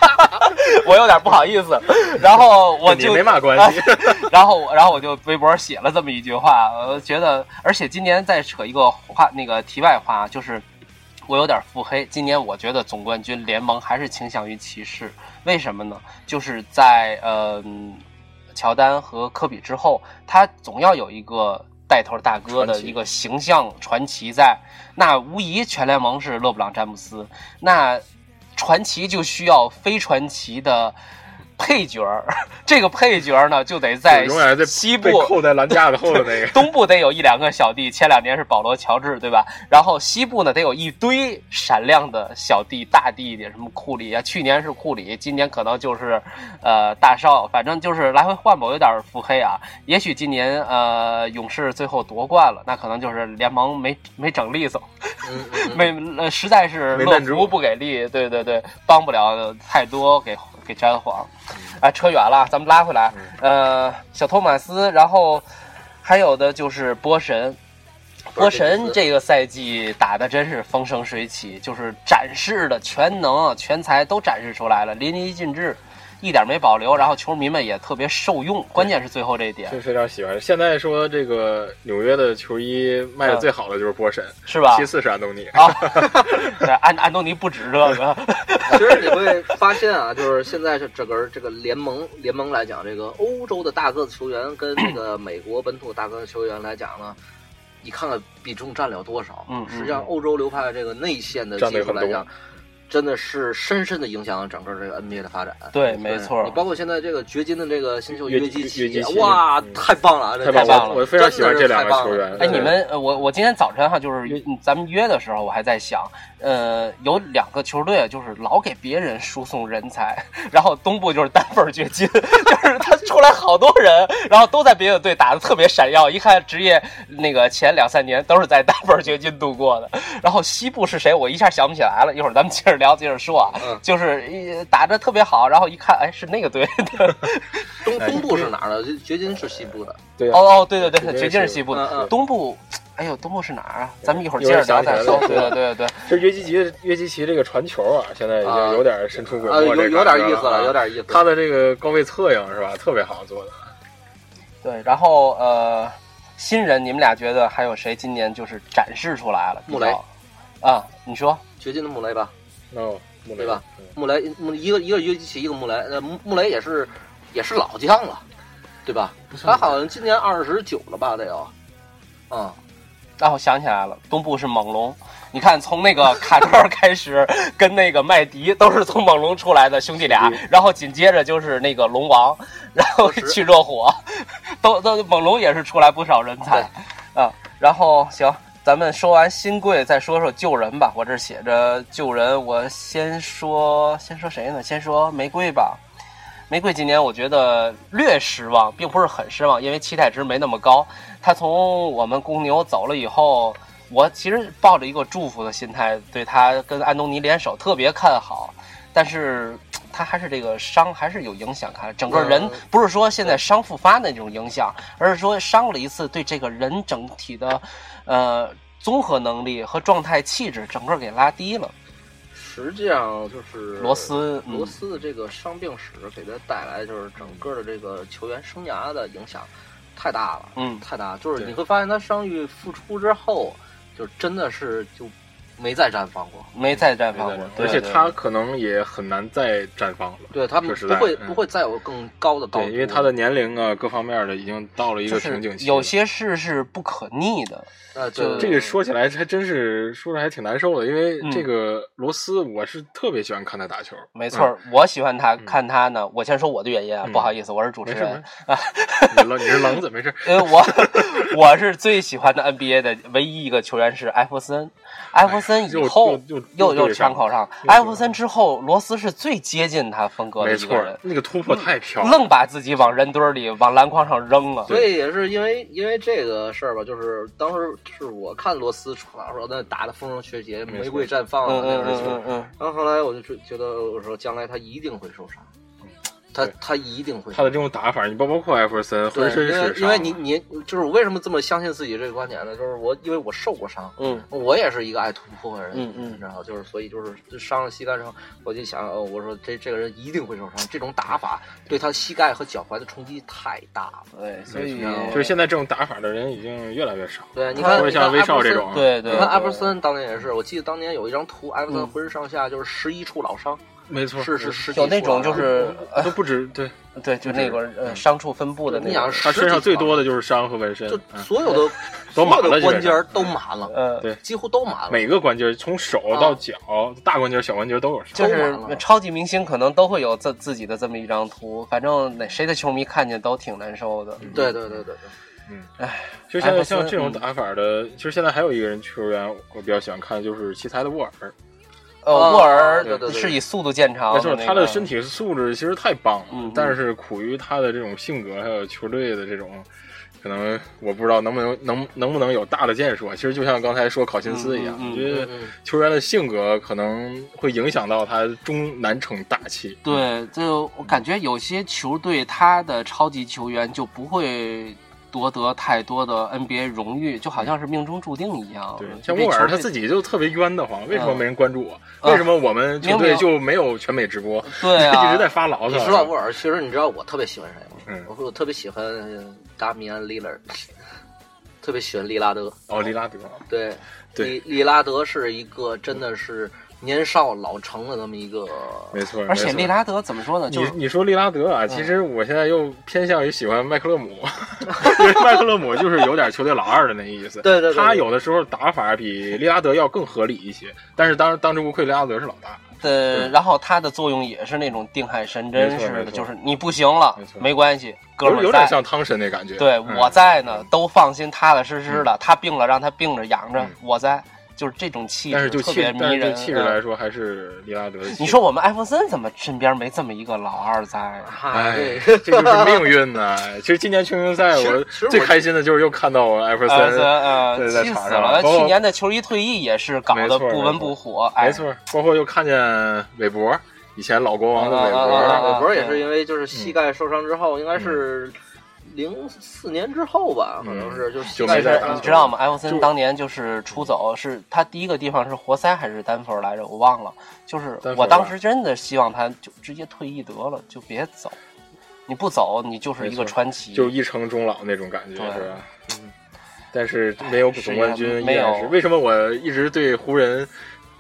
[SPEAKER 1] 我有点不好意思了，然后我
[SPEAKER 2] 你
[SPEAKER 1] 就
[SPEAKER 2] 没嘛关系，
[SPEAKER 1] 然后我，然后我就微博写了这么一句话，我觉得，而且今年再扯一个话，那个题外话，啊就是我有点腹黑。今年我觉得总冠军联盟还是倾向于骑士，为什么呢？就是在呃，嗯乔丹和科比之后，他总要有一个带头大哥的
[SPEAKER 2] 传奇
[SPEAKER 1] 一个形象传奇在。那无疑，全联盟是勒布朗詹姆斯，那传奇就需要非传奇的。配角儿， 这个配角儿呢，就得在
[SPEAKER 2] 永远在
[SPEAKER 1] 西部。
[SPEAKER 2] 被扣在篮架子后的那个
[SPEAKER 1] 东部得有一两个小弟，前两年是保罗·乔治，对吧？然后西部呢，得有一堆闪亮的小弟、大弟弟，什么库里啊，去年是库里，今年可能就是，呃，大少，反正就是来回换吧，我有点腹黑啊。也许今年呃，勇士最后夺冠了，那可能就是联盟没没整利索，
[SPEAKER 3] 嗯 嗯
[SPEAKER 1] 没呃，实在是
[SPEAKER 2] 没
[SPEAKER 1] 乐
[SPEAKER 2] 站住
[SPEAKER 1] 福不给力，对对对，帮不了太多给给詹皇。啊，扯远了，咱们拉回来。呃，小托马斯，然后还有的就是波神。波神这个赛季打的真是风生水起，就是展示的全能、啊全才都展示出来了，淋漓尽致，一点没保留。然后球迷们也特别受用，关键是最后这一点，
[SPEAKER 2] 是非常喜欢。现在说这个纽约的球衣卖的最好的就是波神，
[SPEAKER 1] 嗯是吧
[SPEAKER 2] 其？次是安东尼。
[SPEAKER 1] 啊，对，安安东尼不止这个，
[SPEAKER 3] 其实你会发现啊，就是现在这整个这个联盟 联盟来讲，这个欧洲的大个子球员跟这个美国本土大个子球员来讲呢，你看看比重占了多少？
[SPEAKER 1] 嗯嗯
[SPEAKER 3] 实际上欧洲流派这个内线的
[SPEAKER 2] 占得
[SPEAKER 3] 技术来
[SPEAKER 2] 很
[SPEAKER 3] 讲
[SPEAKER 2] 多，
[SPEAKER 3] 真的是深深的影响整个这个 NBA 的发展。
[SPEAKER 1] 对，没错
[SPEAKER 3] 你。包括现在这个掘金的这个新秀
[SPEAKER 2] 约
[SPEAKER 3] 约
[SPEAKER 2] 基
[SPEAKER 3] 基
[SPEAKER 2] 约基奇
[SPEAKER 3] 哇，
[SPEAKER 2] 嗯
[SPEAKER 3] 太棒了，
[SPEAKER 2] 太
[SPEAKER 3] 这
[SPEAKER 1] 棒了
[SPEAKER 2] 我非常喜欢这两个球员
[SPEAKER 3] 真的是太棒了
[SPEAKER 1] 哎，
[SPEAKER 2] 对
[SPEAKER 1] 你们，呃我我今天早晨哈，就是嗯咱们约的时候，我还在想，呃，有两个球队啊就是老给别人输送人才，然后东部就是单份掘金， 就是他出来好多人，然后都在别的队打的特别闪耀，一看职业那个前两三年都是在单份掘金度过的。然后西部是谁，我一下想不起来了，一会儿咱们接着聊，接着说啊。
[SPEAKER 3] 嗯
[SPEAKER 1] 就是一打着特别好，然后一看，哎，是那个队。
[SPEAKER 3] 东东部是哪儿的？掘金是西部的。
[SPEAKER 2] 对啊，
[SPEAKER 1] 哦哦，对对对，
[SPEAKER 2] 对
[SPEAKER 1] 掘金是西部
[SPEAKER 3] 嗯嗯
[SPEAKER 1] 的，东部，哎呦，东部是哪儿啊？咱们一会儿
[SPEAKER 2] 一
[SPEAKER 1] 接
[SPEAKER 2] 会儿
[SPEAKER 1] 着聊
[SPEAKER 2] 想起
[SPEAKER 1] 再
[SPEAKER 2] 来
[SPEAKER 1] 说。
[SPEAKER 2] 了
[SPEAKER 1] 对对对对，
[SPEAKER 2] 这约基奇约基奇这个传球啊，现在已经有点神出鬼
[SPEAKER 3] 呃，
[SPEAKER 2] 没
[SPEAKER 3] 有
[SPEAKER 2] 这个
[SPEAKER 3] 有
[SPEAKER 2] 感
[SPEAKER 3] 点
[SPEAKER 2] 觉
[SPEAKER 3] 意思了，有
[SPEAKER 2] 了啊。
[SPEAKER 3] 点意思。
[SPEAKER 2] 他的这个高位策应是吧，特别好做的。
[SPEAKER 1] 对，然后呃，新人你们俩觉得还有谁今年就是展示出来了？比
[SPEAKER 3] 穆雷
[SPEAKER 1] 较啊，你说
[SPEAKER 3] 掘金的穆雷吧，
[SPEAKER 2] no，穆雷
[SPEAKER 3] 对吧？穆雷穆一个一个约基奇，一个穆雷，呃，穆穆雷也是也是老将了，对吧？他好像今年二十九了吧，得有，啊、
[SPEAKER 1] 啊，我想起来了，东部是猛龙。你看，从那个卡特尔开始，跟那个麦迪都是从猛龙出来的兄弟俩
[SPEAKER 2] 兄弟，
[SPEAKER 1] 然后紧接着就是那个龙王，然后
[SPEAKER 3] 罗什
[SPEAKER 1] 去热火， 都都猛龙也是出来不少人才啊。然后行，咱们说完新贵，再说说救人吧。我这写着救人，我先说先说谁呢？先说玫瑰吧。玫瑰今年我觉得略失望，并不是很失望，因为期待值没那么高。他从我们公牛走了以后，我其实抱着一个祝福的心态对他跟安东尼联手特别看好，但是他还是这个伤还是有影响，看整个人
[SPEAKER 3] 嗯
[SPEAKER 1] 不是说现在伤复发那种影响，而是说伤了一次对这个人整体的，呃。综合能力和状态、气质，整个给拉低了。
[SPEAKER 3] 实际上就是
[SPEAKER 1] 罗斯，嗯
[SPEAKER 3] 罗斯的这个伤病史给他带来就是整个的这个球员生涯的影响太大了，
[SPEAKER 1] 嗯，
[SPEAKER 3] 太大，就是
[SPEAKER 2] 对
[SPEAKER 3] 你会发现他伤愈复出之后，就真的是就没再绽放过。
[SPEAKER 1] 没再绽放过
[SPEAKER 2] 嗯，
[SPEAKER 1] 对
[SPEAKER 2] 而且
[SPEAKER 1] 对
[SPEAKER 2] 他可能也很难再绽放了。
[SPEAKER 3] 对他
[SPEAKER 2] 说
[SPEAKER 3] 们
[SPEAKER 2] 实
[SPEAKER 3] 不
[SPEAKER 2] 在
[SPEAKER 3] 会、
[SPEAKER 2] 嗯
[SPEAKER 3] 不会再有更高的高
[SPEAKER 2] 对，
[SPEAKER 3] 度
[SPEAKER 2] 因为他的年龄啊，各方面的已经到了一
[SPEAKER 1] 就
[SPEAKER 2] 个
[SPEAKER 1] 是
[SPEAKER 2] 瓶颈期了。
[SPEAKER 1] 有些事是不可逆的，
[SPEAKER 3] 呃
[SPEAKER 1] 就
[SPEAKER 3] 对
[SPEAKER 2] 这个说起来还真是说着还挺难受的，因为这个罗斯我是特别喜欢看他打球，
[SPEAKER 1] 没错儿，我喜欢他，看他呢。我先说我的原因啊，
[SPEAKER 2] 嗯
[SPEAKER 1] 不好意思，我是主持
[SPEAKER 2] 没事
[SPEAKER 1] 人，啊
[SPEAKER 2] 你冷你是冷子没事，
[SPEAKER 1] 因为我我是最喜欢的 NBA 的唯一一个球员是艾弗森，艾弗森以
[SPEAKER 2] 哎又
[SPEAKER 1] 后
[SPEAKER 2] 又
[SPEAKER 1] 又
[SPEAKER 2] 又对
[SPEAKER 1] 参考上，
[SPEAKER 2] 又对上
[SPEAKER 1] 艾弗森之后，罗斯是最接近他风格的
[SPEAKER 2] 没
[SPEAKER 1] 一个
[SPEAKER 2] 错
[SPEAKER 1] 人，，
[SPEAKER 2] 那个突破太漂亮了。
[SPEAKER 1] 愣把自己往人堆儿里、往篮筐上扔啊！
[SPEAKER 3] 所以也是因为因为这个事儿吧，就是当时是我看罗斯出来的时候，那打的风生学节，
[SPEAKER 2] 没错
[SPEAKER 3] 玫瑰绽放
[SPEAKER 1] 嗯
[SPEAKER 3] 啊，
[SPEAKER 1] 嗯
[SPEAKER 3] 那
[SPEAKER 1] 嗯
[SPEAKER 3] 时候
[SPEAKER 1] 嗯。嗯，
[SPEAKER 3] 然后后来我就觉得，我说将来他一定会受伤，他
[SPEAKER 2] 对
[SPEAKER 3] 他一定会受
[SPEAKER 2] 他
[SPEAKER 3] 伤。
[SPEAKER 2] 的这种打法，你包包括艾弗森
[SPEAKER 3] 对
[SPEAKER 2] 浑，身
[SPEAKER 3] 因为
[SPEAKER 2] 是伤，
[SPEAKER 3] 因为你你就是我为什么这么相信自己这个观点呢？就是我因为我受过伤，
[SPEAKER 1] 嗯
[SPEAKER 3] 我也是一个爱突破的人，
[SPEAKER 1] 嗯嗯
[SPEAKER 3] 你知道，就是所以就是伤了膝盖之后，我就想，哦我说这这个人一定会受伤，这种打法对他膝盖和脚踝的冲击太大了。
[SPEAKER 1] 对，所以
[SPEAKER 2] 就是现在这种打法的人已经越来越少。
[SPEAKER 3] 对，你
[SPEAKER 1] 他
[SPEAKER 3] 看，
[SPEAKER 2] 除了
[SPEAKER 3] 你看
[SPEAKER 2] 像威
[SPEAKER 3] 阿
[SPEAKER 2] 少
[SPEAKER 3] 布
[SPEAKER 2] 这
[SPEAKER 3] 森
[SPEAKER 2] 种，啊
[SPEAKER 1] 对对，
[SPEAKER 3] 你看艾弗
[SPEAKER 1] 对
[SPEAKER 3] 森当年也是，我记得当年有一张图，艾弗森
[SPEAKER 1] 嗯
[SPEAKER 3] 浑身上下就是十一处老伤，
[SPEAKER 2] 没错，
[SPEAKER 3] 是是十几处
[SPEAKER 1] 有
[SPEAKER 3] 老伤
[SPEAKER 1] 那种就是呃
[SPEAKER 2] 都不止对，
[SPEAKER 1] 对，就那个呃
[SPEAKER 2] 嗯
[SPEAKER 1] 伤处分布的那
[SPEAKER 3] 你想
[SPEAKER 1] 种，
[SPEAKER 2] 他
[SPEAKER 3] 十几
[SPEAKER 2] 身上最
[SPEAKER 3] 处老
[SPEAKER 2] 多的就是伤和纹身
[SPEAKER 3] 伤，就，
[SPEAKER 2] 嗯
[SPEAKER 3] 所有的
[SPEAKER 2] 都
[SPEAKER 3] 所
[SPEAKER 2] 满
[SPEAKER 3] 有
[SPEAKER 2] 了
[SPEAKER 3] 的关
[SPEAKER 2] 基
[SPEAKER 3] 节
[SPEAKER 2] 本上
[SPEAKER 3] 儿都麻了，
[SPEAKER 1] 呃，
[SPEAKER 2] 对
[SPEAKER 3] 几乎都麻了。
[SPEAKER 2] 每个关节从手到脚，大关节、小关节都有伤。
[SPEAKER 1] 就是
[SPEAKER 3] 都满了
[SPEAKER 1] 超级明星可能都会有自自己的这么一张图，反正哪谁的球迷看见都挺难受的。
[SPEAKER 2] 嗯
[SPEAKER 3] 对对对对对，
[SPEAKER 2] 其实现
[SPEAKER 1] 艾
[SPEAKER 2] 在
[SPEAKER 1] 弗森
[SPEAKER 2] 像这
[SPEAKER 3] 嗯
[SPEAKER 2] 种打法的，其实现在还有一个人球员我比较喜欢看，就是奇才的沃尔。
[SPEAKER 1] 呃，
[SPEAKER 3] 哦
[SPEAKER 1] 沃尔
[SPEAKER 3] 对对对
[SPEAKER 1] 是以速度见长那
[SPEAKER 2] 没错，
[SPEAKER 1] 个，
[SPEAKER 2] 他的身体素质其实太棒了，
[SPEAKER 1] 嗯
[SPEAKER 2] 但是苦于他的这种性格还有球队的这种，可能我不知道能不能能能不能有大的建树啊。其实就像刚才说考辛斯一样，
[SPEAKER 1] 嗯嗯嗯
[SPEAKER 2] 我觉得
[SPEAKER 3] 嗯嗯
[SPEAKER 2] 球员的性格可能会影响到他终难成大器。
[SPEAKER 1] 对，就我感觉有些球队他的超级球员就不会夺得太多的 NBA 荣誉，就好像是命中注定一样。
[SPEAKER 2] 嗯对，
[SPEAKER 1] 就
[SPEAKER 2] 像
[SPEAKER 1] 这
[SPEAKER 2] 沃
[SPEAKER 1] 球
[SPEAKER 2] 尔
[SPEAKER 1] 队
[SPEAKER 2] 他自己就特别冤得慌，为什么没人关注我？
[SPEAKER 1] 啊
[SPEAKER 2] 为什么我们球
[SPEAKER 1] 明
[SPEAKER 2] 队
[SPEAKER 1] 明
[SPEAKER 2] 就没有全美直播？
[SPEAKER 1] 对
[SPEAKER 2] 一直在
[SPEAKER 1] 啊，
[SPEAKER 2] 发牢骚。
[SPEAKER 3] 你知道沃尔，其实你知道我特别喜欢谁吗
[SPEAKER 2] 嗯？
[SPEAKER 3] 我说我特别喜欢达米安·利勒尔，特别喜欢利拉德。
[SPEAKER 2] 奥利拉德，
[SPEAKER 3] 对，
[SPEAKER 2] 对
[SPEAKER 3] 利利拉德是一个真的是年少老成的那么一个，
[SPEAKER 2] 没错，
[SPEAKER 1] 而且
[SPEAKER 2] 没错
[SPEAKER 1] 利拉德怎么说呢？就
[SPEAKER 2] 你
[SPEAKER 1] 是呃嗯
[SPEAKER 2] 你说利拉德啊，其实我现在又偏向于喜欢麦克勒 姆，因为麦克勒姆就是有点球队老二的那意思。
[SPEAKER 3] 对对对对
[SPEAKER 2] 他有的时候打法比利拉德要更合理一些，但是当当之无愧，利拉德是老大。
[SPEAKER 1] 呃，然后他的作用也是那种定海神针
[SPEAKER 2] 没错
[SPEAKER 1] 似
[SPEAKER 2] 没
[SPEAKER 1] 的，
[SPEAKER 2] 错
[SPEAKER 1] 就是你不行了
[SPEAKER 2] 没，错
[SPEAKER 1] 没关系，哥
[SPEAKER 2] 有
[SPEAKER 1] 们
[SPEAKER 2] 有
[SPEAKER 1] 儿
[SPEAKER 2] 点
[SPEAKER 1] 在。
[SPEAKER 2] 像汤神那感觉。
[SPEAKER 1] 对，
[SPEAKER 2] 嗯
[SPEAKER 1] 我在呢，都放心，踏踏实实的。他病了，让他病着养着
[SPEAKER 2] 嗯，
[SPEAKER 1] 我在，就是这种气
[SPEAKER 2] 但
[SPEAKER 1] 质
[SPEAKER 2] 是就
[SPEAKER 1] 特
[SPEAKER 2] 气
[SPEAKER 1] 别
[SPEAKER 2] 质，
[SPEAKER 1] 迷
[SPEAKER 2] 但是就
[SPEAKER 1] 人。嗯
[SPEAKER 2] 气质来说，还是利拉德的气质。
[SPEAKER 1] 你说我们艾弗森怎么身边没这么一个老二在啊？
[SPEAKER 3] 嗨，
[SPEAKER 2] 哎
[SPEAKER 3] 这，
[SPEAKER 2] 这就是命运呐、其实今年全明 星赛，
[SPEAKER 3] 其实
[SPEAKER 2] 我
[SPEAKER 3] 其实我
[SPEAKER 2] 最开心的就是又看到我艾弗
[SPEAKER 1] 艾弗
[SPEAKER 2] 森
[SPEAKER 1] 森，呃，
[SPEAKER 2] 对在
[SPEAKER 1] 气
[SPEAKER 2] 场
[SPEAKER 1] 死
[SPEAKER 2] 上
[SPEAKER 1] 了！
[SPEAKER 2] 包括
[SPEAKER 1] 去年的球衣退役也是搞
[SPEAKER 2] 没
[SPEAKER 1] 得
[SPEAKER 2] 错
[SPEAKER 1] 不温不火，哎
[SPEAKER 2] 没，错，包括又看见韦伯，以前老国王的韦伯。
[SPEAKER 1] 啊啊啊
[SPEAKER 3] 韦伯也
[SPEAKER 1] 对
[SPEAKER 3] 是因为就是膝盖受伤之后，应该是零四年之后吧，可能是就是膝盖
[SPEAKER 2] 没
[SPEAKER 1] 但
[SPEAKER 2] 在
[SPEAKER 1] 是
[SPEAKER 2] 打
[SPEAKER 3] 受
[SPEAKER 1] 你
[SPEAKER 2] 球
[SPEAKER 3] 伤
[SPEAKER 1] 知道吗？艾弗森
[SPEAKER 2] 就
[SPEAKER 1] 当年就是出走，是他第一个地方是活塞还是丹佛来着？我忘了。就是
[SPEAKER 2] 丹佛
[SPEAKER 1] 我
[SPEAKER 2] 吧
[SPEAKER 1] 当时真的希望他就直接退役得了，就别走。你不走，你就是一
[SPEAKER 2] 没
[SPEAKER 1] 个
[SPEAKER 2] 错
[SPEAKER 1] 传奇。
[SPEAKER 2] 就一城终老那种感觉，
[SPEAKER 1] 对
[SPEAKER 2] 是吧？嗯，但是没有总冠
[SPEAKER 1] 是呀
[SPEAKER 2] 军，
[SPEAKER 1] 没
[SPEAKER 2] 依然是
[SPEAKER 1] 有
[SPEAKER 2] 为什么我一直对湖人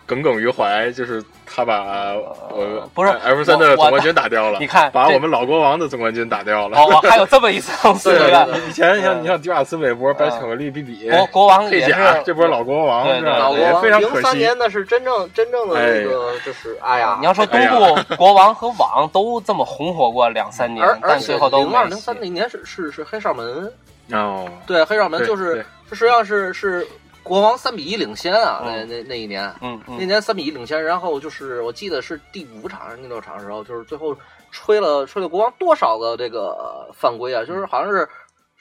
[SPEAKER 2] 耿耿于怀？就是他把我
[SPEAKER 1] 呃不是
[SPEAKER 2] 艾弗森的
[SPEAKER 1] 我
[SPEAKER 2] 总冠军打掉了，
[SPEAKER 1] 你看
[SPEAKER 2] 把
[SPEAKER 1] 这
[SPEAKER 2] 我们老国王的总冠军打掉了。
[SPEAKER 1] 哦，我还有这么一 层次
[SPEAKER 2] 对啊
[SPEAKER 1] 元。
[SPEAKER 2] 以前像
[SPEAKER 1] 嗯
[SPEAKER 2] 你像迪瓦斯、韦伯、白
[SPEAKER 1] 嗯
[SPEAKER 2] 巧克力、比比、
[SPEAKER 1] 国国王
[SPEAKER 2] 佩
[SPEAKER 1] 也
[SPEAKER 2] 贾，
[SPEAKER 1] 是
[SPEAKER 2] 这波老国王
[SPEAKER 1] 对
[SPEAKER 2] 是吧
[SPEAKER 1] 对
[SPEAKER 3] 老国
[SPEAKER 2] 也
[SPEAKER 3] 王
[SPEAKER 2] 非常
[SPEAKER 3] 零
[SPEAKER 2] 可
[SPEAKER 3] 三
[SPEAKER 2] 惜
[SPEAKER 3] 年。那是真正真正的那个就是哎呀
[SPEAKER 1] 你，要说东
[SPEAKER 2] 哎呀
[SPEAKER 1] 部国王和网都这么红火过两三年
[SPEAKER 3] 而，而
[SPEAKER 1] 但
[SPEAKER 3] 且
[SPEAKER 1] 最后都
[SPEAKER 3] 零二
[SPEAKER 1] 没
[SPEAKER 3] 零
[SPEAKER 1] 戏
[SPEAKER 3] 三。那年是是是黑哨门，
[SPEAKER 2] 哦，
[SPEAKER 3] 对黑哨门
[SPEAKER 2] 对
[SPEAKER 3] 就是实际上是是国王三比一领先啊，那那那一年。
[SPEAKER 1] 嗯
[SPEAKER 3] 那
[SPEAKER 1] 嗯，
[SPEAKER 3] 年三比一领先，然后就是我记得是第五场还是第六场的时候，就是最后吹了吹了国王多少个这个呃犯规啊？就是好像是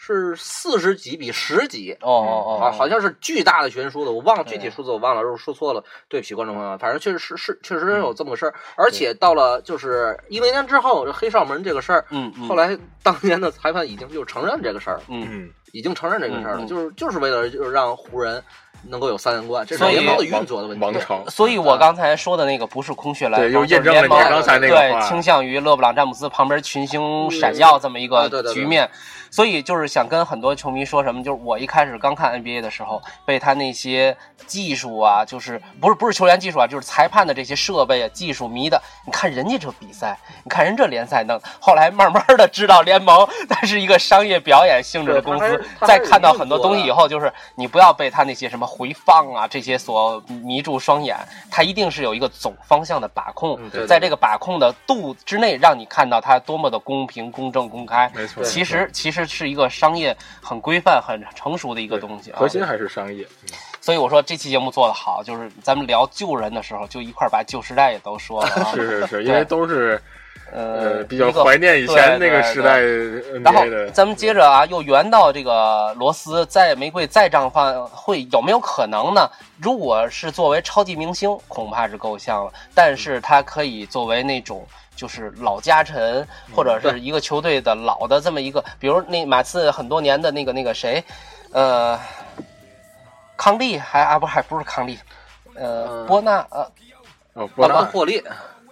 [SPEAKER 3] 是四十几比十几，
[SPEAKER 1] 哦哦
[SPEAKER 3] 啊，
[SPEAKER 1] 哦，
[SPEAKER 3] 好像是巨大的悬殊的，我忘了具体
[SPEAKER 1] 对
[SPEAKER 3] 数字，我忘了，如果说错了，对不起观众朋友们，啊反正确实是是确
[SPEAKER 1] 嗯
[SPEAKER 3] 实有这么个事儿，而且到了就是一零年之后，这黑哨门这个事儿。
[SPEAKER 1] 嗯嗯，
[SPEAKER 3] 后来，当年的裁判已经就承认这个事儿了，
[SPEAKER 1] 嗯，
[SPEAKER 2] 嗯，
[SPEAKER 3] 已经承认这个事儿
[SPEAKER 1] 嗯
[SPEAKER 3] 了，
[SPEAKER 1] 嗯
[SPEAKER 3] 就是就是为了就是让湖人能够有三连冠，这是
[SPEAKER 1] 所以
[SPEAKER 3] 联盟的运作的问题。
[SPEAKER 2] 王朝，
[SPEAKER 1] 所以我刚才说的那个不是空穴来
[SPEAKER 2] 对
[SPEAKER 1] 风，
[SPEAKER 2] 又
[SPEAKER 1] 就是
[SPEAKER 2] 验证了你
[SPEAKER 1] 联盟
[SPEAKER 2] 刚才那个话
[SPEAKER 1] 对，倾向于勒布朗詹姆斯旁边群星闪耀这么一
[SPEAKER 3] 嗯啊对
[SPEAKER 1] 个
[SPEAKER 3] 对对
[SPEAKER 1] 局面，所以就是想跟很多球迷说什么，就是我一开始刚看 NBA 的时候，被他那些技术啊，就是不是不是球员技术啊，就是裁判的这些设备啊、技术迷的。你看人家这比赛，你看人这联赛弄，后来慢慢的知道联盟它是一个商业表演性质的公
[SPEAKER 3] 对它还
[SPEAKER 1] 司
[SPEAKER 3] 是，它还
[SPEAKER 1] 在
[SPEAKER 3] 是
[SPEAKER 1] 看到
[SPEAKER 3] 有
[SPEAKER 1] 很多
[SPEAKER 3] 运作
[SPEAKER 1] 东
[SPEAKER 3] 的
[SPEAKER 1] 西以后，就是你不要被他那些什么回放啊这些所迷住双眼，他一定是有一个总方向的把控，
[SPEAKER 3] 嗯对对
[SPEAKER 1] 在这个把控的度之内，让你看到它多么的公平、公正、公开。
[SPEAKER 2] 没错
[SPEAKER 1] 其实其实是一个商业很规范、很成熟的一个东西啊
[SPEAKER 2] 核。心还是商业。
[SPEAKER 1] 所以我说这期节目做得好，就是咱们聊旧人的时候，就一块儿把旧时代也都说了、啊。
[SPEAKER 2] 是是是，因为都是
[SPEAKER 1] 呃
[SPEAKER 2] 比较怀念以前那个时代
[SPEAKER 1] 对
[SPEAKER 2] NBA
[SPEAKER 1] 然后
[SPEAKER 2] 的。嗯
[SPEAKER 1] 咱们接着啊，又圆到这个罗斯在玫瑰再绽放会有没有可能呢？如果是作为超级明星，恐怕是够呛了。但是他可以作为那种就是老家臣，或者是一个球队的老的这么一个，比如那马刺很多年的那个那个谁，呃，康利还啊不还不是康利，呃
[SPEAKER 2] 嗯
[SPEAKER 1] 波纳呃
[SPEAKER 2] 哦，伯纳
[SPEAKER 3] 啊霍利，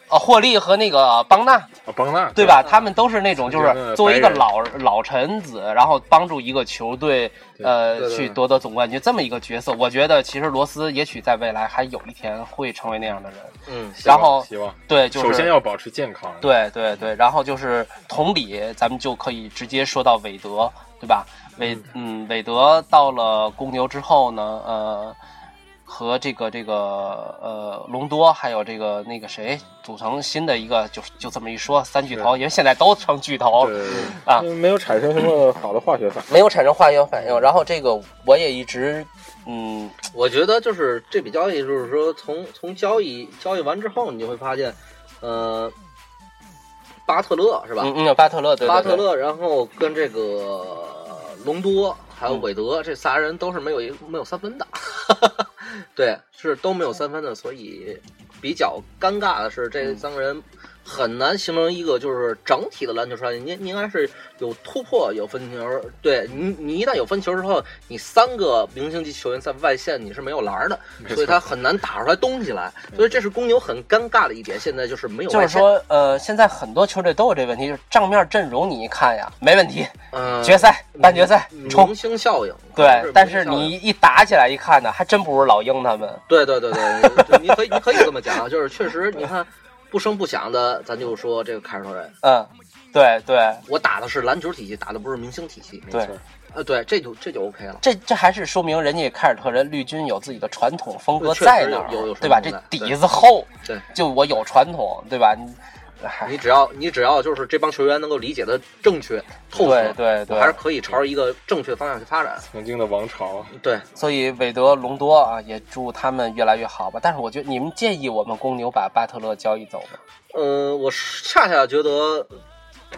[SPEAKER 1] 哦霍利和那个邦纳。
[SPEAKER 2] 啊邦纳
[SPEAKER 1] 对？吧？他们都是那种就
[SPEAKER 2] 曾经的
[SPEAKER 1] 是作为一个
[SPEAKER 2] 白人
[SPEAKER 1] 老老臣子，然后帮助一个球队呃
[SPEAKER 3] 对对
[SPEAKER 1] 去夺得总冠军这么一个角色。我觉得其实罗斯也许在未来还有一天会成为那样的人。
[SPEAKER 3] 嗯，
[SPEAKER 2] 希
[SPEAKER 1] 然
[SPEAKER 2] 望
[SPEAKER 1] 后
[SPEAKER 2] 希望
[SPEAKER 1] 对，就是
[SPEAKER 2] 首先要保持健康。
[SPEAKER 1] 对对对，然后就是同理，咱们就可以直接说到韦德，对吧？韦嗯，韦德到了公牛之后呢，呃，和这个这个呃隆多还有这个那个谁组成新的一个，就是就这么一说三巨头，因为现在都成巨头，
[SPEAKER 2] 对对对
[SPEAKER 1] 啊，
[SPEAKER 2] 没有产生什么好的化学反应。
[SPEAKER 1] 没有产生化学反
[SPEAKER 3] 嗯
[SPEAKER 1] 应。然后这个我也一直，嗯，
[SPEAKER 3] 我觉得就是这笔交易，就是说从从交易交易完之后，你就会发现，呃，巴特勒是吧？
[SPEAKER 1] 嗯嗯，巴特勒对对对嗯
[SPEAKER 3] 巴特勒，然后跟这个隆多还有韦德、这仨人都是没有一没有三分的， 对，是都没有三分的，所以比较尴尬的是这三个人很难形成一个就是整体的篮球商业。你你应该是有突破有分球，对你你一旦有分球之后，你三个明星级球员在外线你是没有篮儿的，所以他很难打出来东西来，所以这是公牛很尴尬的一点。现在就是没有
[SPEAKER 1] 就
[SPEAKER 3] 外
[SPEAKER 1] 是
[SPEAKER 3] 线，
[SPEAKER 1] 说，呃，现在很多球队都有这问题，就是账面阵容你一看呀，没问题，
[SPEAKER 3] 嗯、
[SPEAKER 1] 决赛、半决赛冲
[SPEAKER 3] 明。星效应。可能
[SPEAKER 1] 对，但
[SPEAKER 3] 明星
[SPEAKER 1] 是
[SPEAKER 3] 效应
[SPEAKER 1] 你一打起来一看呢，还真不如老鹰他们。
[SPEAKER 3] 对对对对，对你可以你可以这么讲，啊就是确实你 看不声不响的，咱就说这个凯尔特人，
[SPEAKER 1] 嗯，对对，
[SPEAKER 3] 我打的是篮球体系，打的不是明星体系，
[SPEAKER 2] 没
[SPEAKER 1] 对
[SPEAKER 2] 错
[SPEAKER 3] 啊，对，这就这就 OK 了。
[SPEAKER 1] 这这还是说明人家凯尔特人绿军有自己的传统风格
[SPEAKER 3] 确实
[SPEAKER 1] 在那儿
[SPEAKER 3] 有有有，
[SPEAKER 1] 对吧？
[SPEAKER 3] 传
[SPEAKER 1] 这
[SPEAKER 3] 统在
[SPEAKER 1] 底子厚，
[SPEAKER 3] 对
[SPEAKER 1] 就我有传统，对吧？你哎
[SPEAKER 3] 你只要你只要就是这帮球员能够理解的正确透彻，
[SPEAKER 1] 对对对
[SPEAKER 3] 我还是可以朝着一个正确的方向去发展。
[SPEAKER 2] 曾经的王朝，
[SPEAKER 3] 对，
[SPEAKER 1] 所以韦德、隆多啊，也祝他们越来越好吧。但是我觉得你们建议我们公牛把巴特勒交易走吗？
[SPEAKER 3] 呃，我是恰恰觉得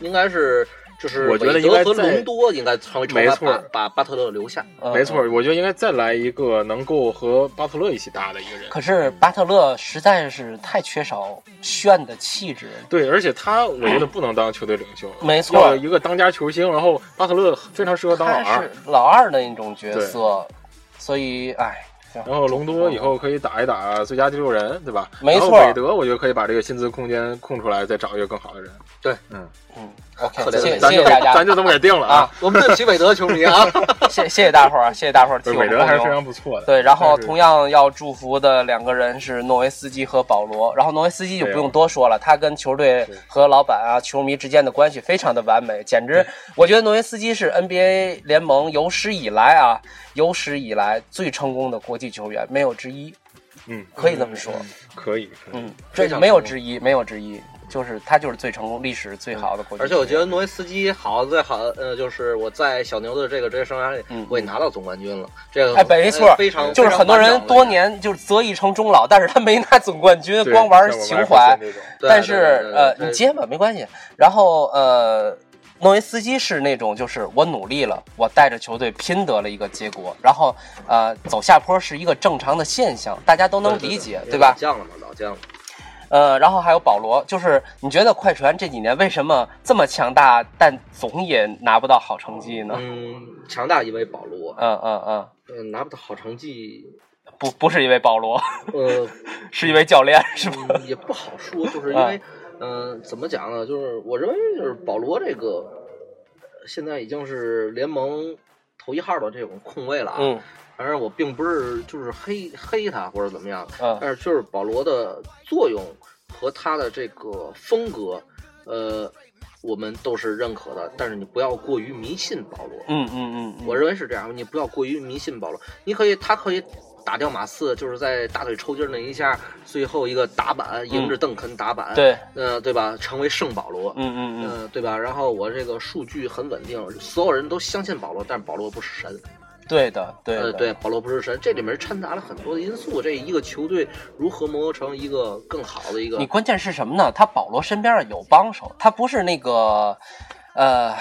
[SPEAKER 3] 应该是。就是
[SPEAKER 2] 我觉得
[SPEAKER 3] 韦
[SPEAKER 2] 应
[SPEAKER 3] 德
[SPEAKER 2] 该
[SPEAKER 3] 和
[SPEAKER 2] 在
[SPEAKER 3] 隆多应该成为成为
[SPEAKER 2] 没错
[SPEAKER 3] 把把巴特勒留下，
[SPEAKER 1] 嗯
[SPEAKER 2] 没错，。我觉得应该再来一个能够和巴特勒一起搭的一个人。
[SPEAKER 1] 可是巴特勒实在是太缺少炫的气质，
[SPEAKER 2] 对，而且他我觉得不能当球队领袖，
[SPEAKER 1] 没错
[SPEAKER 2] 要一个当家球星。然后巴特勒非常适合当老
[SPEAKER 1] 他
[SPEAKER 2] 二
[SPEAKER 1] 是，老二的那种角色，所以哎，行
[SPEAKER 2] 然后隆多以后可以打一打最佳第六人，对吧？
[SPEAKER 1] 哦没错
[SPEAKER 2] 然后韦德我觉得可以把这个薪资空间空出来，再找一个更好的人。
[SPEAKER 1] 嗯，OK，
[SPEAKER 3] 可怜的
[SPEAKER 1] 谢谢
[SPEAKER 3] 韦德
[SPEAKER 2] 咱
[SPEAKER 1] 谢
[SPEAKER 2] 就
[SPEAKER 1] 大家
[SPEAKER 2] 咱，就这么给定了
[SPEAKER 1] 啊
[SPEAKER 2] 啊。
[SPEAKER 3] 我们对不起韦德球 迷啊。
[SPEAKER 1] 谢谢谢大伙儿，谢谢大伙儿替我
[SPEAKER 2] 韦
[SPEAKER 1] 们
[SPEAKER 2] 德还是非
[SPEAKER 1] 公牛。
[SPEAKER 2] 常不错的。
[SPEAKER 1] 对，然后
[SPEAKER 2] 但是
[SPEAKER 1] 同样要祝福的两个人是诺维斯基和保罗。然后诺维斯基就不用多说了，他跟球队
[SPEAKER 2] 是
[SPEAKER 1] 和老板啊、球迷之间的关系非常的完美，简直，我觉得诺维斯基是 NBA 联盟有史以来啊，有史以来最成功的国际球员，没有之一，
[SPEAKER 2] 嗯，
[SPEAKER 1] 可以这么说，
[SPEAKER 2] 可以，可以
[SPEAKER 1] 嗯，这
[SPEAKER 3] 非常
[SPEAKER 1] 没有
[SPEAKER 3] 成功嗯
[SPEAKER 1] 之一，没有之一，就是他就是最成功、历史最好的国际球员。
[SPEAKER 3] 而且我觉得诺维斯基好最好，呃，就是我在小牛的这个职业生涯里
[SPEAKER 1] 嗯，
[SPEAKER 3] 我也拿到总冠军了。这个
[SPEAKER 1] 哎，没错，
[SPEAKER 3] 呃非常
[SPEAKER 1] 就是很多
[SPEAKER 3] 非
[SPEAKER 1] 人
[SPEAKER 3] 常完整的
[SPEAKER 1] 多年就是择一城终老，但是他没拿总冠军，
[SPEAKER 2] 对
[SPEAKER 1] 光玩
[SPEAKER 2] 像我
[SPEAKER 1] 情
[SPEAKER 2] 们
[SPEAKER 1] 怀。
[SPEAKER 2] 这种
[SPEAKER 3] 对
[SPEAKER 1] 但
[SPEAKER 3] 对
[SPEAKER 1] 是
[SPEAKER 3] 对对
[SPEAKER 1] 呃，
[SPEAKER 3] 对
[SPEAKER 1] 你接吧，没关系。然后呃，诺维斯基是那种就是我努力了，我带着球队拼得了一个结果，然后呃走下坡是一个正常的现象，大家都能理解，
[SPEAKER 3] 对
[SPEAKER 1] 吧
[SPEAKER 3] 老？将了嘛，老将了。
[SPEAKER 1] 呃，然后还有保罗，就是你觉得快船这几年为什么这么强大，但总也拿不到好成绩呢？
[SPEAKER 3] 嗯，强大一位保罗，
[SPEAKER 1] 嗯嗯嗯，
[SPEAKER 3] 呃，拿不到好成绩，
[SPEAKER 1] 不不是因为保罗，
[SPEAKER 3] 呃，
[SPEAKER 1] 是因为教练是吧？
[SPEAKER 3] 嗯也不好说，就是因 为，嗯，怎么讲呢？就是我认为就是保罗这个呃现在已经是联盟头一号的这种控卫了啊。
[SPEAKER 1] 嗯
[SPEAKER 3] 反正我并不是就是黑黑他或者怎么样，
[SPEAKER 1] 嗯
[SPEAKER 3] 但是就是保罗的作用和他的这个风格，呃，我们都是认可的。但是你不要过于迷信保罗，
[SPEAKER 1] 嗯嗯嗯，
[SPEAKER 3] 我认为是这样，你不要过于迷信保罗。你可以，他可以打掉马刺，就是在大腿抽筋儿那一下，最后一个打板，迎着邓肯打板，，
[SPEAKER 1] 嗯对，
[SPEAKER 3] 呃，对吧？成为圣保罗，
[SPEAKER 1] 嗯嗯嗯，
[SPEAKER 3] 呃，对吧？然后我这个数据很稳定，所有人都相信保罗，但是保罗不是神，
[SPEAKER 1] 对的，对的，
[SPEAKER 3] 呃，对，保罗不是神，这里面掺杂了很多的因素，这一个球队如何磨合成一个更好的一个
[SPEAKER 1] 你，关键是什么呢？他保罗身边儿有帮手，他不是那个，呃，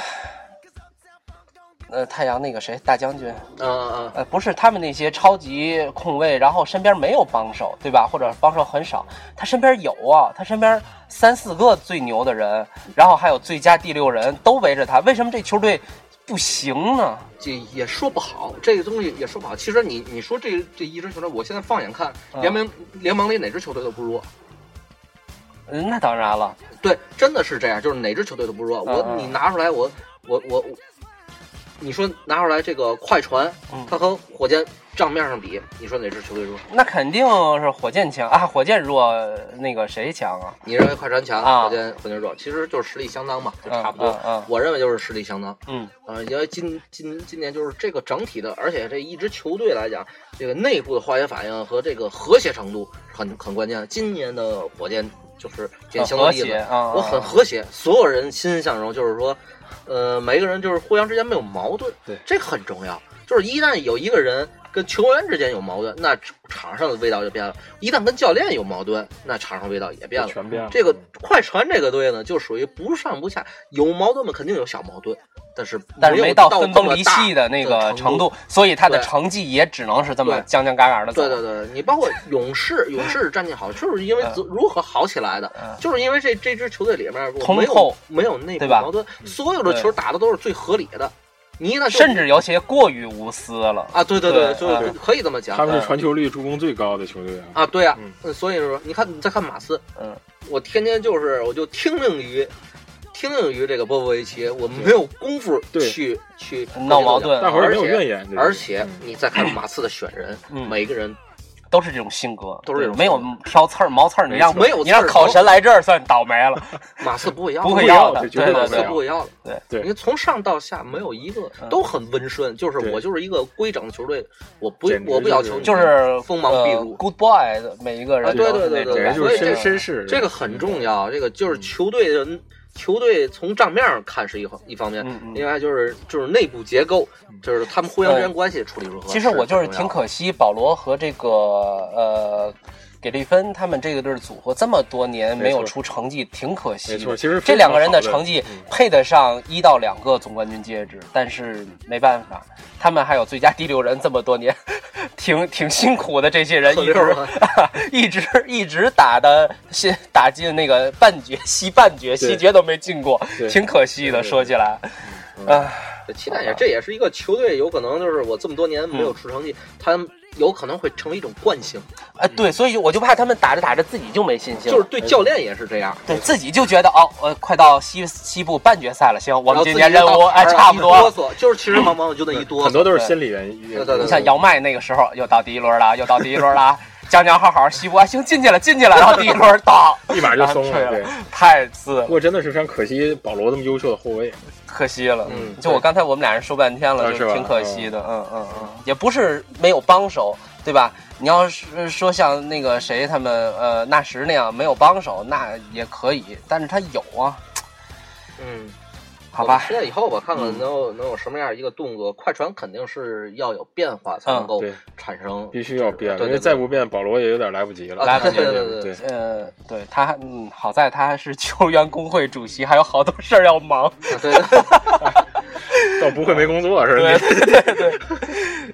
[SPEAKER 1] 呃，太阳那个谁大将军，
[SPEAKER 3] 呃呃，
[SPEAKER 1] 呃，不是他们那些超级控卫，然后身边没有帮手，对吧？或者帮手很少，他身边有啊，他身边三四个最牛的人，然后还有最佳第六人都围着他，为什么这球队不行呢？
[SPEAKER 3] 这也说不好，这个东西也说不好。其实你你说这这一支球队，我现在放眼看
[SPEAKER 1] 嗯
[SPEAKER 3] 联盟联盟里哪支球队都不弱，
[SPEAKER 1] 嗯，那当然了，
[SPEAKER 3] 对，真的是这样，就是哪支球队都不弱。我
[SPEAKER 1] 嗯嗯
[SPEAKER 3] 你拿出来，我我我，我你说拿出来这个快船
[SPEAKER 1] 嗯，
[SPEAKER 3] 它和火箭账面上比，你说哪支球队弱？
[SPEAKER 1] 那肯定是火箭强啊，火箭弱，那个谁强啊？
[SPEAKER 3] 你认为快船强，
[SPEAKER 1] 啊
[SPEAKER 3] 火箭火箭弱，其实就是实力相当嘛，就
[SPEAKER 1] 嗯
[SPEAKER 3] 差不多。
[SPEAKER 1] 嗯
[SPEAKER 3] 我认为就是实力相当。
[SPEAKER 1] 嗯
[SPEAKER 3] 呃，因为今今今年就是这个整体的，而且这一支球队来讲，这个内部的化学反应和这个和谐程度是很很关键的。今年的火箭就是典
[SPEAKER 1] 嗯，
[SPEAKER 3] 型的
[SPEAKER 1] 和
[SPEAKER 3] 例
[SPEAKER 1] 谐
[SPEAKER 3] 子，
[SPEAKER 1] 啊，
[SPEAKER 3] 我很
[SPEAKER 1] 嗯
[SPEAKER 3] 和谐，所有人欣欣向荣，就是说，呃，每个人就是互相之间没有矛盾，
[SPEAKER 2] 对
[SPEAKER 3] 这个很重要。就是一旦有一个人跟球员之间有矛盾，那场上的味道就变了；一旦跟教练有矛盾，那场上味道也变了。
[SPEAKER 2] 全变了。
[SPEAKER 3] 这个快船这个队呢，就属于不上不下，有矛盾嘛，肯定有小矛盾，但是
[SPEAKER 1] 但是
[SPEAKER 3] 没
[SPEAKER 1] 没
[SPEAKER 3] 有
[SPEAKER 1] 到
[SPEAKER 3] 到
[SPEAKER 1] 分
[SPEAKER 3] 这
[SPEAKER 1] 崩
[SPEAKER 3] 么
[SPEAKER 1] 离
[SPEAKER 3] 大
[SPEAKER 1] 析的那个
[SPEAKER 3] 的
[SPEAKER 1] 程
[SPEAKER 3] 程
[SPEAKER 1] 度，所以他的
[SPEAKER 3] 对
[SPEAKER 1] 成绩也只能是这么
[SPEAKER 3] 对
[SPEAKER 1] 将将嘎嘎的走。
[SPEAKER 3] 对对对，你包括勇士，勇士战绩好，就是因为
[SPEAKER 1] 嗯
[SPEAKER 3] 如何好起来的，
[SPEAKER 1] 嗯
[SPEAKER 3] 就是因为这这支球队里面
[SPEAKER 1] 通
[SPEAKER 3] 没有
[SPEAKER 1] 透
[SPEAKER 3] 没有内部
[SPEAKER 1] 对吧
[SPEAKER 3] 矛盾，所有的球打的都是最合理的。你一旦
[SPEAKER 1] 甚至有些过于无私了。
[SPEAKER 3] 啊，对对
[SPEAKER 1] 对
[SPEAKER 3] 就是
[SPEAKER 1] 嗯
[SPEAKER 3] 可以这么讲
[SPEAKER 2] 他们是传球率、助攻最高的球队啊！
[SPEAKER 3] 啊，对啊
[SPEAKER 2] 嗯，
[SPEAKER 3] 嗯所以说你看你再看马刺，
[SPEAKER 1] 嗯，
[SPEAKER 3] 我天天就是我就听命于。听命于这个波波维奇，我没有功夫
[SPEAKER 2] 对
[SPEAKER 3] 去去
[SPEAKER 1] 闹矛盾
[SPEAKER 2] 大伙儿也没有怨言，这个
[SPEAKER 3] 呃而且
[SPEAKER 2] 嗯
[SPEAKER 3] 你再看马刺的选人，
[SPEAKER 1] 嗯
[SPEAKER 3] 每 个人
[SPEAKER 1] 都是这种性格，
[SPEAKER 3] 都是这种
[SPEAKER 1] 没有烧刺儿毛刺儿，你让
[SPEAKER 3] 没有
[SPEAKER 1] 你让
[SPEAKER 3] 刺儿
[SPEAKER 1] 考神来这儿算倒霉 了，
[SPEAKER 3] 马刺不会要，
[SPEAKER 1] 不会
[SPEAKER 2] 不
[SPEAKER 1] 要
[SPEAKER 2] 要
[SPEAKER 1] 的，对
[SPEAKER 2] 这绝对
[SPEAKER 1] 对
[SPEAKER 2] 倒
[SPEAKER 3] 是
[SPEAKER 2] 霉
[SPEAKER 1] 对
[SPEAKER 2] 啊
[SPEAKER 3] 不一样的。
[SPEAKER 1] 对
[SPEAKER 2] 对
[SPEAKER 3] 你从上到下没有一个
[SPEAKER 1] 嗯
[SPEAKER 3] 都很温顺，就是
[SPEAKER 2] 对
[SPEAKER 3] 我就是一个规整的球队，我不
[SPEAKER 2] 简直
[SPEAKER 3] 我不要求你
[SPEAKER 1] 就是
[SPEAKER 3] 锋芒毕露
[SPEAKER 1] 呃、，Good Boy 的每一个人
[SPEAKER 3] 啊对
[SPEAKER 1] 都是那
[SPEAKER 3] 对对
[SPEAKER 1] 种
[SPEAKER 3] 对
[SPEAKER 1] 感
[SPEAKER 2] 简直
[SPEAKER 1] 觉，嗯
[SPEAKER 2] 就是
[SPEAKER 3] 所以
[SPEAKER 2] 绅
[SPEAKER 1] 对
[SPEAKER 2] 绅士。
[SPEAKER 3] 这个很重要，这个
[SPEAKER 1] 嗯
[SPEAKER 3] 就是球队的球队从账面上看是一方一方面
[SPEAKER 1] 嗯嗯，嗯
[SPEAKER 3] 另外就是就是内部结构，就是他们互相之间关系处理如何。
[SPEAKER 1] 哦其实我就是
[SPEAKER 3] 很重
[SPEAKER 1] 挺
[SPEAKER 3] 要的
[SPEAKER 1] 可惜，保罗和这个呃给利芬他们这个队儿组合这么多年没有
[SPEAKER 2] 没错
[SPEAKER 1] 出成绩，挺可惜的。
[SPEAKER 2] 没错其实非常
[SPEAKER 1] 这两个人的
[SPEAKER 2] 好的
[SPEAKER 1] 成绩
[SPEAKER 2] 嗯
[SPEAKER 1] 配得上一到两个总冠军戒指，但是没办法，他们还有最佳第六人这么多年，挺挺辛苦的。这些人
[SPEAKER 3] 特
[SPEAKER 1] 一
[SPEAKER 3] 别
[SPEAKER 1] 直
[SPEAKER 3] 好
[SPEAKER 1] 一直一直打的先打进那个半决、西半决、西决都没进过，
[SPEAKER 2] 对
[SPEAKER 1] 挺可惜的。
[SPEAKER 2] 对对嗯
[SPEAKER 1] 说起来，啊，
[SPEAKER 3] 期待也，这也是一个球队有可能就是我这么多年没
[SPEAKER 1] 嗯
[SPEAKER 3] 有出成绩，他们有可能会成为一种惯性，
[SPEAKER 1] 啊，对，所以我就怕他们打着打着自己就没信心了，
[SPEAKER 3] 就是对教练也是这样。
[SPEAKER 1] 对自己就觉得哦，呃，快到西西部半决赛了，行，我们
[SPEAKER 3] 然后
[SPEAKER 1] 今
[SPEAKER 3] 自己
[SPEAKER 1] 天任务
[SPEAKER 3] 到
[SPEAKER 1] 哎
[SPEAKER 3] 哪儿
[SPEAKER 1] 差不多
[SPEAKER 3] 一哆
[SPEAKER 1] 了。
[SPEAKER 3] 嗦，就是其实忙忙的就那一哆嗦，
[SPEAKER 2] 很多都是心理原因。
[SPEAKER 3] 对对对
[SPEAKER 1] 你像姚麦那个时候又到第一轮了，又到第一轮了，将将好好西部啊，行进去了，进去了，然后第一轮倒，
[SPEAKER 2] 一码就 松
[SPEAKER 1] 然后
[SPEAKER 2] 了。
[SPEAKER 1] 退
[SPEAKER 3] 啊
[SPEAKER 2] 对，
[SPEAKER 1] 太次
[SPEAKER 2] 不过真的是非常可惜，保罗这么优秀的后卫，
[SPEAKER 1] 可惜了。
[SPEAKER 3] 嗯
[SPEAKER 1] 就我刚才我们俩人说半天了，
[SPEAKER 2] 啊
[SPEAKER 1] 就是
[SPEAKER 2] 吧
[SPEAKER 1] 挺可惜的。嗯嗯嗯，也不是没有帮手，对吧？你要是说像那个谁他们呃纳什那样没有帮手，那也可以，但是他有啊，
[SPEAKER 3] 嗯，
[SPEAKER 1] 好
[SPEAKER 3] 我
[SPEAKER 1] 吧
[SPEAKER 3] 们？期待以后吧，看看
[SPEAKER 1] 嗯
[SPEAKER 3] 能有能有什么样一个动作。快船肯定是要有变化才能
[SPEAKER 1] 嗯
[SPEAKER 3] 够
[SPEAKER 2] 对
[SPEAKER 3] 产生，
[SPEAKER 2] 必须要变，
[SPEAKER 3] 对对啊
[SPEAKER 2] 因为再不变，保罗也有点来不及了。
[SPEAKER 1] 来不及
[SPEAKER 2] 对
[SPEAKER 1] 了
[SPEAKER 2] 对
[SPEAKER 3] 对
[SPEAKER 1] 呃，对他，嗯，好在他是球员工会主席，还有好多事儿要忙。
[SPEAKER 3] 对 对
[SPEAKER 2] 倒不会没工作是
[SPEAKER 1] 对
[SPEAKER 2] 吧？
[SPEAKER 1] 对对对。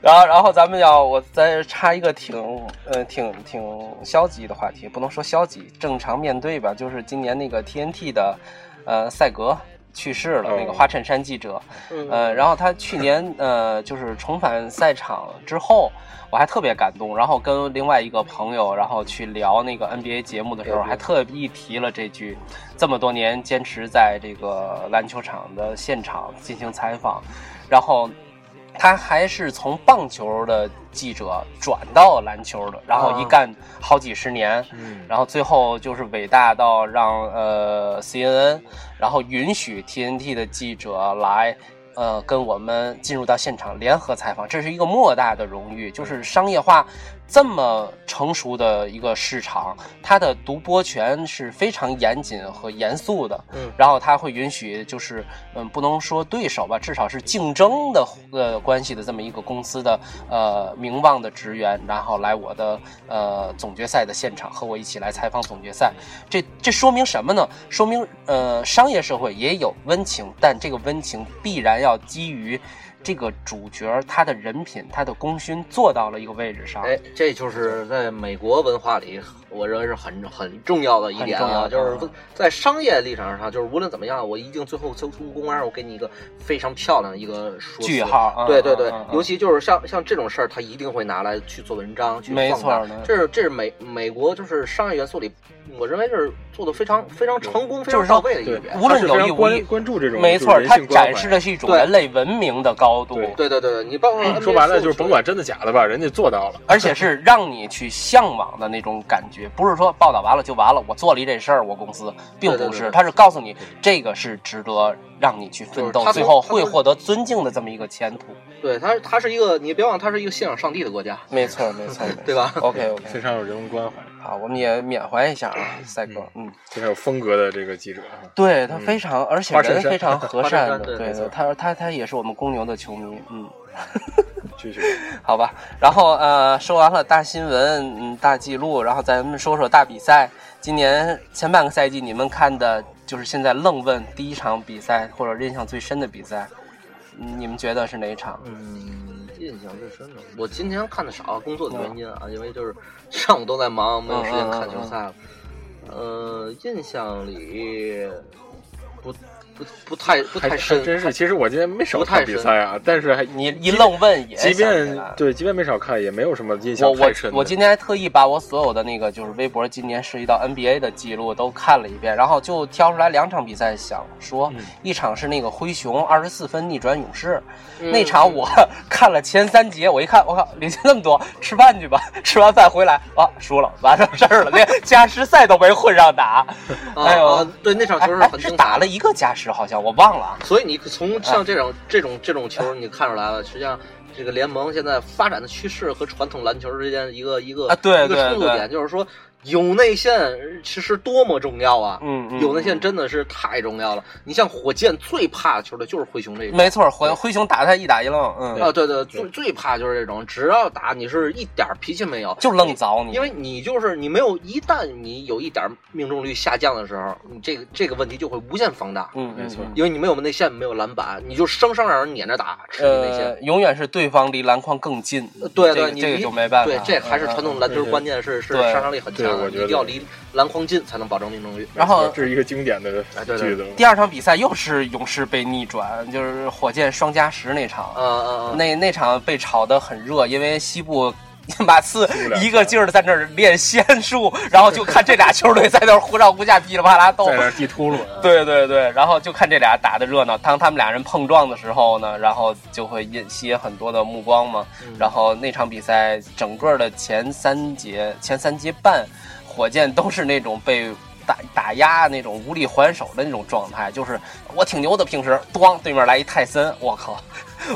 [SPEAKER 1] 然后，然后咱们要我再插一个挺，呃，挺挺消极的话题，不能说消极，正常面对吧。就是今年那个 TNT 的，呃，赛格去世了，
[SPEAKER 2] 哦
[SPEAKER 1] 那个花衬衫记者。
[SPEAKER 3] 嗯
[SPEAKER 1] 呃，然后他去年呃就是重返赛场之后，我还特别感动，然后跟另外一个朋友，然后去聊那个 NBA 节目的时候，还特意提了这句：这么多年坚持在这个篮球场的现场进行采访，然后。他还是从棒球的记者转到篮球的，然后一
[SPEAKER 3] 啊
[SPEAKER 1] 干好几十年，
[SPEAKER 2] 嗯，
[SPEAKER 1] 然后最后就是伟大到让呃 CNN，然后允许 TNT 的记者来呃跟我们进入到现场联合采访，这是一个莫大的荣誉，就是商业化这么成熟的一个市场，它的独播权是非常严谨和严肃的。
[SPEAKER 2] 嗯，
[SPEAKER 1] 然后它会允许，就是嗯，不能说对手吧，至少是竞争的呃关系的这么一个公司的呃名望的职员，然后来我的呃总决赛的现场和我一起来采访总决赛。这这说明什么呢？说明呃商业社会也有温情，但这个温情必然要基于。这个主角他的人品、他的功勋做到了一个位置上，
[SPEAKER 3] 哎，这就是在美国文化里，我认为是很很重要的一点
[SPEAKER 1] 很重
[SPEAKER 3] 啊，
[SPEAKER 1] 要嗯
[SPEAKER 3] 就是在商业立场上，就是无论怎么样，我一定最后求出公安，我给你一个非常漂亮的一个说辞
[SPEAKER 1] 句。号。嗯
[SPEAKER 3] 对对对，
[SPEAKER 1] 嗯嗯嗯
[SPEAKER 3] 尤其就是像像这种事儿，他一定会拿来去做文章，去
[SPEAKER 1] 没
[SPEAKER 3] 放大
[SPEAKER 1] 错呢
[SPEAKER 3] 这是这是美美国就是商业元素里，我认为就是做的非常非常成功、非
[SPEAKER 1] 就
[SPEAKER 3] 常
[SPEAKER 1] 是说
[SPEAKER 3] 到位的一
[SPEAKER 2] 对
[SPEAKER 3] 点。，
[SPEAKER 1] 无论
[SPEAKER 2] 他是非
[SPEAKER 1] 有
[SPEAKER 2] 常
[SPEAKER 1] 意无
[SPEAKER 2] 关
[SPEAKER 1] 意
[SPEAKER 2] 关注这种，
[SPEAKER 1] 没错，它
[SPEAKER 2] 他
[SPEAKER 1] 展示的是一种
[SPEAKER 3] 对
[SPEAKER 1] 人类文明的高度，
[SPEAKER 2] 对
[SPEAKER 3] 对对对，你包 括 NBA
[SPEAKER 2] 说白了
[SPEAKER 3] 数
[SPEAKER 2] 就是
[SPEAKER 3] 据
[SPEAKER 2] 甭管真的假的吧，人家做到了。
[SPEAKER 1] 而且是让你去向往的那种感觉，不是说报道完了就完了，我做了一这事儿，我公司并
[SPEAKER 3] 对对
[SPEAKER 1] 不
[SPEAKER 3] 对
[SPEAKER 1] 是，
[SPEAKER 3] 对
[SPEAKER 1] 它是告诉你这个是值得让你去奋
[SPEAKER 3] 就是
[SPEAKER 1] 斗，
[SPEAKER 3] 它
[SPEAKER 1] 最
[SPEAKER 3] 不
[SPEAKER 1] 后
[SPEAKER 3] 它
[SPEAKER 1] 会
[SPEAKER 3] 不是
[SPEAKER 1] 获得尊敬的这么一个前途。
[SPEAKER 3] 对它，它是一个，你别忘，它是一个信仰上帝的国家，
[SPEAKER 1] 没错，没错，
[SPEAKER 3] 对吧？
[SPEAKER 1] ？OK
[SPEAKER 2] 非
[SPEAKER 1] OK，
[SPEAKER 2] 常有人文关怀，
[SPEAKER 1] 好，我们也缅怀一下啊，赛哥，嗯。
[SPEAKER 2] 非常有风格的这个记者啊。
[SPEAKER 1] 对他
[SPEAKER 2] 嗯
[SPEAKER 1] 非常，而且
[SPEAKER 2] 花衬
[SPEAKER 1] 人
[SPEAKER 2] 衫
[SPEAKER 1] 非常和
[SPEAKER 3] 花衬
[SPEAKER 1] 善
[SPEAKER 3] 衫
[SPEAKER 1] 的，
[SPEAKER 3] 对
[SPEAKER 1] 对
[SPEAKER 3] 没
[SPEAKER 1] 对，
[SPEAKER 3] 错
[SPEAKER 1] 他他他也是我们公牛的球迷，嗯，
[SPEAKER 2] 继续，
[SPEAKER 1] 好吧。然后呃，说完了大新闻，嗯，大记录，然后咱们说说大比赛。今年前半个赛季你们看的就是现在愣问第一场比赛或者印象最深的比赛，嗯你们觉得是哪一场？
[SPEAKER 3] 嗯，印象最深的，我今天看的少，工作的原因啊，因为就是上午都在忙，没有时间看球赛了。呃，印象里不不不太不
[SPEAKER 2] 还
[SPEAKER 3] 太
[SPEAKER 2] 还
[SPEAKER 3] 深，
[SPEAKER 2] 真是。其实我今天没少
[SPEAKER 3] 不太
[SPEAKER 2] 看比赛啊，但是还
[SPEAKER 1] 你一愣问也
[SPEAKER 2] 即
[SPEAKER 1] 想不
[SPEAKER 2] 便
[SPEAKER 1] 起来
[SPEAKER 2] 对，即便没少看，也没有什么印
[SPEAKER 1] 我
[SPEAKER 2] 象
[SPEAKER 1] 我
[SPEAKER 2] 太深的。
[SPEAKER 1] 我今天还特意把我所有的那个就是微博今年涉及到 NBA 的记录都看了一遍，然后就挑出来两场比赛想说，
[SPEAKER 2] 嗯
[SPEAKER 1] 一场是那个灰熊二十四分逆转勇士、
[SPEAKER 3] 嗯
[SPEAKER 1] 那场，我看了前三节，我一看我靠领先那么多，吃饭去吧，吃完饭回来啊输了，完了事儿了，连加时赛都没混上打，
[SPEAKER 3] 啊
[SPEAKER 1] 哎呦
[SPEAKER 3] 啊对，那场
[SPEAKER 1] 哎
[SPEAKER 3] 球是
[SPEAKER 1] 哎
[SPEAKER 3] 很
[SPEAKER 1] 是
[SPEAKER 3] 精
[SPEAKER 1] 打
[SPEAKER 3] 彩
[SPEAKER 1] 了。一个加时好像我忘了啊，
[SPEAKER 3] 所以你从像
[SPEAKER 1] 哎
[SPEAKER 3] 这种这种这种球，你看出来了，实际上这个联盟现在发展的趋势和传统篮球之间的一个一个
[SPEAKER 1] 啊对
[SPEAKER 3] 一个
[SPEAKER 1] 对
[SPEAKER 3] 冲突
[SPEAKER 1] 对
[SPEAKER 3] 点，就是说有内线其实多么重要啊！
[SPEAKER 1] 嗯嗯，
[SPEAKER 3] 有内线真的是太重要了。你像火箭最怕的球队就是灰熊这一种
[SPEAKER 1] 没错，灰灰熊打他一打一愣，嗯，
[SPEAKER 3] 啊，对对，最最怕就是这种，只要打你是一点儿脾气没有，
[SPEAKER 1] 就愣凿你，
[SPEAKER 3] 因为你就是你没有，一旦你有一点儿命中率下降的时候，你这个这个问题就会无限放大，
[SPEAKER 1] 嗯
[SPEAKER 2] 没错
[SPEAKER 1] 嗯嗯
[SPEAKER 3] 因为你没有内线，没有篮板，你就生生让人撵着打， 吃你内线。
[SPEAKER 1] 呃，永远是对方离篮筐更近。
[SPEAKER 3] 呃对
[SPEAKER 1] 呃这
[SPEAKER 3] 对，
[SPEAKER 1] 个
[SPEAKER 3] 你
[SPEAKER 1] 这个
[SPEAKER 3] 离
[SPEAKER 1] 就没办法。
[SPEAKER 3] 对，这还是传统篮球
[SPEAKER 2] 嗯嗯
[SPEAKER 3] 观念是是
[SPEAKER 1] 对
[SPEAKER 3] 杀伤力很
[SPEAKER 2] 对
[SPEAKER 3] 强
[SPEAKER 2] 我
[SPEAKER 3] 的，
[SPEAKER 2] 觉
[SPEAKER 3] 你
[SPEAKER 2] 得
[SPEAKER 3] 一定要离篮筐近才能保证命中率。
[SPEAKER 1] 然后
[SPEAKER 2] 这是一个经典的
[SPEAKER 3] 哎对对
[SPEAKER 2] 句子嘛。
[SPEAKER 1] 第二场比赛又是勇士被逆转，就是火箭双加时那场，
[SPEAKER 3] 啊啊啊！
[SPEAKER 1] 那那场被炒得很热，因为西 部马刺
[SPEAKER 2] 输了
[SPEAKER 1] 一个劲儿的在那儿练仙术，然后就看这俩球队在那儿互上互下噼里啪啦斗
[SPEAKER 2] 在。那儿地秃噜，啊
[SPEAKER 1] 对对对，然后就看这俩打的热闹。当他们俩人碰撞的时候呢，然后就会引吸引很多的目光嘛。
[SPEAKER 3] 嗯
[SPEAKER 1] 然后那场比赛整个的前三节、前三节半，火箭都是那种被打打压、那种无力还手的那种状态，就是我挺牛的，平时咣对面来一泰森，我靠，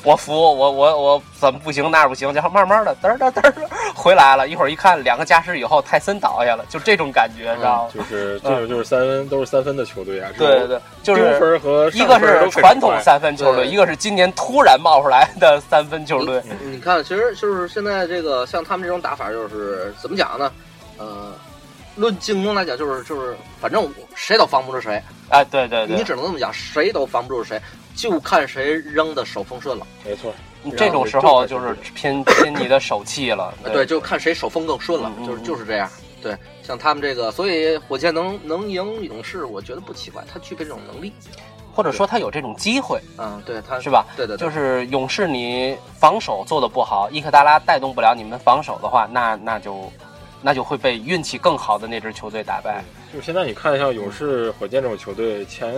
[SPEAKER 1] 我服，我我我怎么不行那儿不行，然后慢慢的嘚儿嘚儿嘚儿嘚儿回来了，一会儿一看两个加时以后，泰森倒下了，就这种感觉，知道吗？
[SPEAKER 2] 就是这种就是三分都是三分的球队啊，
[SPEAKER 1] 嗯
[SPEAKER 2] 这
[SPEAKER 1] 对对
[SPEAKER 2] 种
[SPEAKER 1] 对，就是
[SPEAKER 2] 丢分 和
[SPEAKER 1] 一
[SPEAKER 2] 上
[SPEAKER 1] 个
[SPEAKER 2] 分都
[SPEAKER 1] 是
[SPEAKER 2] 非常
[SPEAKER 1] 传统
[SPEAKER 2] 快
[SPEAKER 1] 三分球队，
[SPEAKER 3] 对嗯
[SPEAKER 1] 一个是今年突然冒出来的三分球队。
[SPEAKER 3] 你看，其实就是现在这个像他们这种打法，就是怎么讲呢？呃，论进攻来讲，就是就是，反正谁都防不住谁，
[SPEAKER 1] 哎，对对
[SPEAKER 3] 你
[SPEAKER 1] 对，
[SPEAKER 3] 只能这么讲，谁都防不住谁，就看谁扔的手风顺了。
[SPEAKER 2] 没错，
[SPEAKER 1] 这种时候就是拼拼你的手气了。
[SPEAKER 3] 呃对，就看谁手风更顺了，
[SPEAKER 1] 嗯嗯
[SPEAKER 3] 就是
[SPEAKER 1] 嗯
[SPEAKER 3] 就是这样。对，像他们这个，所以火箭能能赢勇士，我觉得不奇怪，他具备这种能力。
[SPEAKER 1] 或者说他有这种机会，
[SPEAKER 3] 嗯，对，他
[SPEAKER 1] 是吧？
[SPEAKER 3] 对对对，
[SPEAKER 1] 就是勇士你防守做的不好，伊克达拉带动不了你们防守的话，那那就那就会被运气更好的那支球队打败。
[SPEAKER 2] 就现在你看像勇士、火箭这种球队，前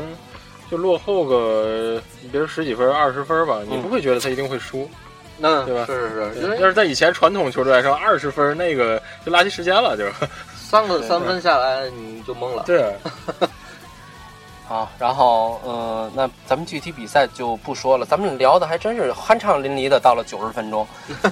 [SPEAKER 2] 就落后个，你别说十几分、二十分吧，你
[SPEAKER 1] 嗯
[SPEAKER 2] 不会觉得他一定会输。
[SPEAKER 3] 嗯，
[SPEAKER 2] 对吧
[SPEAKER 3] 是是是，因
[SPEAKER 2] 要
[SPEAKER 3] 为
[SPEAKER 2] 是在以前传统球队来说，二十分那个就垃圾时间了，就
[SPEAKER 3] 三个
[SPEAKER 1] 对
[SPEAKER 3] 三分下来你就懵了。
[SPEAKER 2] 对，
[SPEAKER 1] 好，然后呃，那咱们具体比赛就不说了，咱们聊的还真是酣畅淋漓的，到了九十 分钟，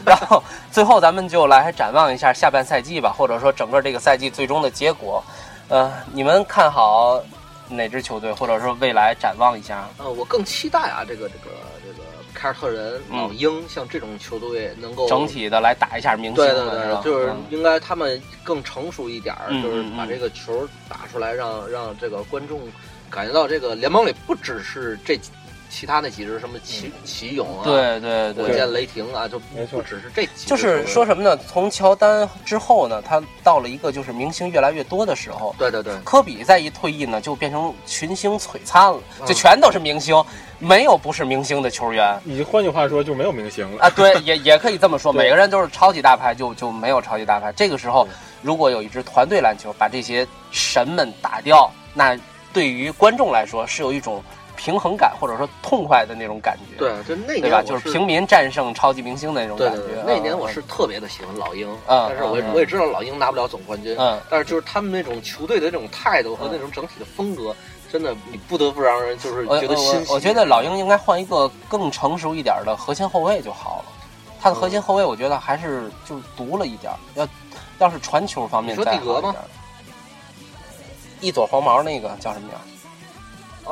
[SPEAKER 1] 然后最后咱们就来展望一下下半赛季吧，或者说整个这个赛季最终的结果，呃，你们看好哪支球队，或者说未来展望一下？
[SPEAKER 3] 呃，我更期待啊，这个这个这个凯尔特人、
[SPEAKER 1] 嗯
[SPEAKER 3] 老鹰，像这种球队能够
[SPEAKER 1] 整体的来打一下明星
[SPEAKER 3] 对
[SPEAKER 1] 们，
[SPEAKER 3] 对
[SPEAKER 1] 是吧
[SPEAKER 3] 对，就是
[SPEAKER 1] 嗯
[SPEAKER 3] 应该他们更成熟一点儿，
[SPEAKER 1] 嗯
[SPEAKER 3] 就是把这个球打出来，让让这个观众感觉到这个联盟里不只是这几其他那几支什么奇奇勇啊，，
[SPEAKER 1] 嗯对对
[SPEAKER 3] 火
[SPEAKER 1] 对，
[SPEAKER 3] 箭、雷霆啊，就
[SPEAKER 2] 没错
[SPEAKER 3] 不只是这几支
[SPEAKER 1] 就
[SPEAKER 3] 球队，
[SPEAKER 1] 是说什么呢？从乔丹之后呢，他到了一个就是明星越来越多的时候。
[SPEAKER 3] 对对对，
[SPEAKER 1] 科比再一退役呢，就变成群星璀璨了，
[SPEAKER 3] 嗯
[SPEAKER 1] 就全都是明星，没有不是明星的球员
[SPEAKER 2] 你换句话说就没有明星了。
[SPEAKER 1] 啊。 对，也也可以这么说，
[SPEAKER 2] 对
[SPEAKER 1] 每个人都是超级大牌，就就没有超级大牌。这个时
[SPEAKER 3] 嗯
[SPEAKER 1] 候
[SPEAKER 2] 对，
[SPEAKER 1] 如果有一支团队篮球把这些神们打掉，那对于观众来说是有一种平衡感，或者说痛快的那种感觉，
[SPEAKER 3] 对，就那
[SPEAKER 1] 对
[SPEAKER 3] 年
[SPEAKER 1] 吧？
[SPEAKER 3] 我
[SPEAKER 1] 就是平民战胜超级明星的那种
[SPEAKER 3] 对
[SPEAKER 1] 感
[SPEAKER 3] 对
[SPEAKER 1] 觉
[SPEAKER 3] 对，。
[SPEAKER 1] 嗯
[SPEAKER 3] 那年我是特别的喜欢老鹰，
[SPEAKER 1] 嗯
[SPEAKER 3] 但是我也
[SPEAKER 1] 嗯
[SPEAKER 3] 我也知道老鹰拿不了总冠军，
[SPEAKER 1] 嗯
[SPEAKER 3] 但是就是他们那种球队的这种态度和那种整体的风格，真的你不得不让人就是
[SPEAKER 1] 我
[SPEAKER 3] 觉得
[SPEAKER 1] 我
[SPEAKER 3] 欣
[SPEAKER 1] 我
[SPEAKER 3] 喜。
[SPEAKER 1] 我觉得老鹰应该换一个更成熟一点的核心后卫就好了。他的核
[SPEAKER 2] 嗯
[SPEAKER 1] 心后卫，我觉得还是就是独了一点儿。要要是传球方面
[SPEAKER 3] 你说
[SPEAKER 1] 再
[SPEAKER 3] 蒂格
[SPEAKER 1] 好一
[SPEAKER 3] 吗
[SPEAKER 1] 点儿，一撮黄毛那个叫什么名儿？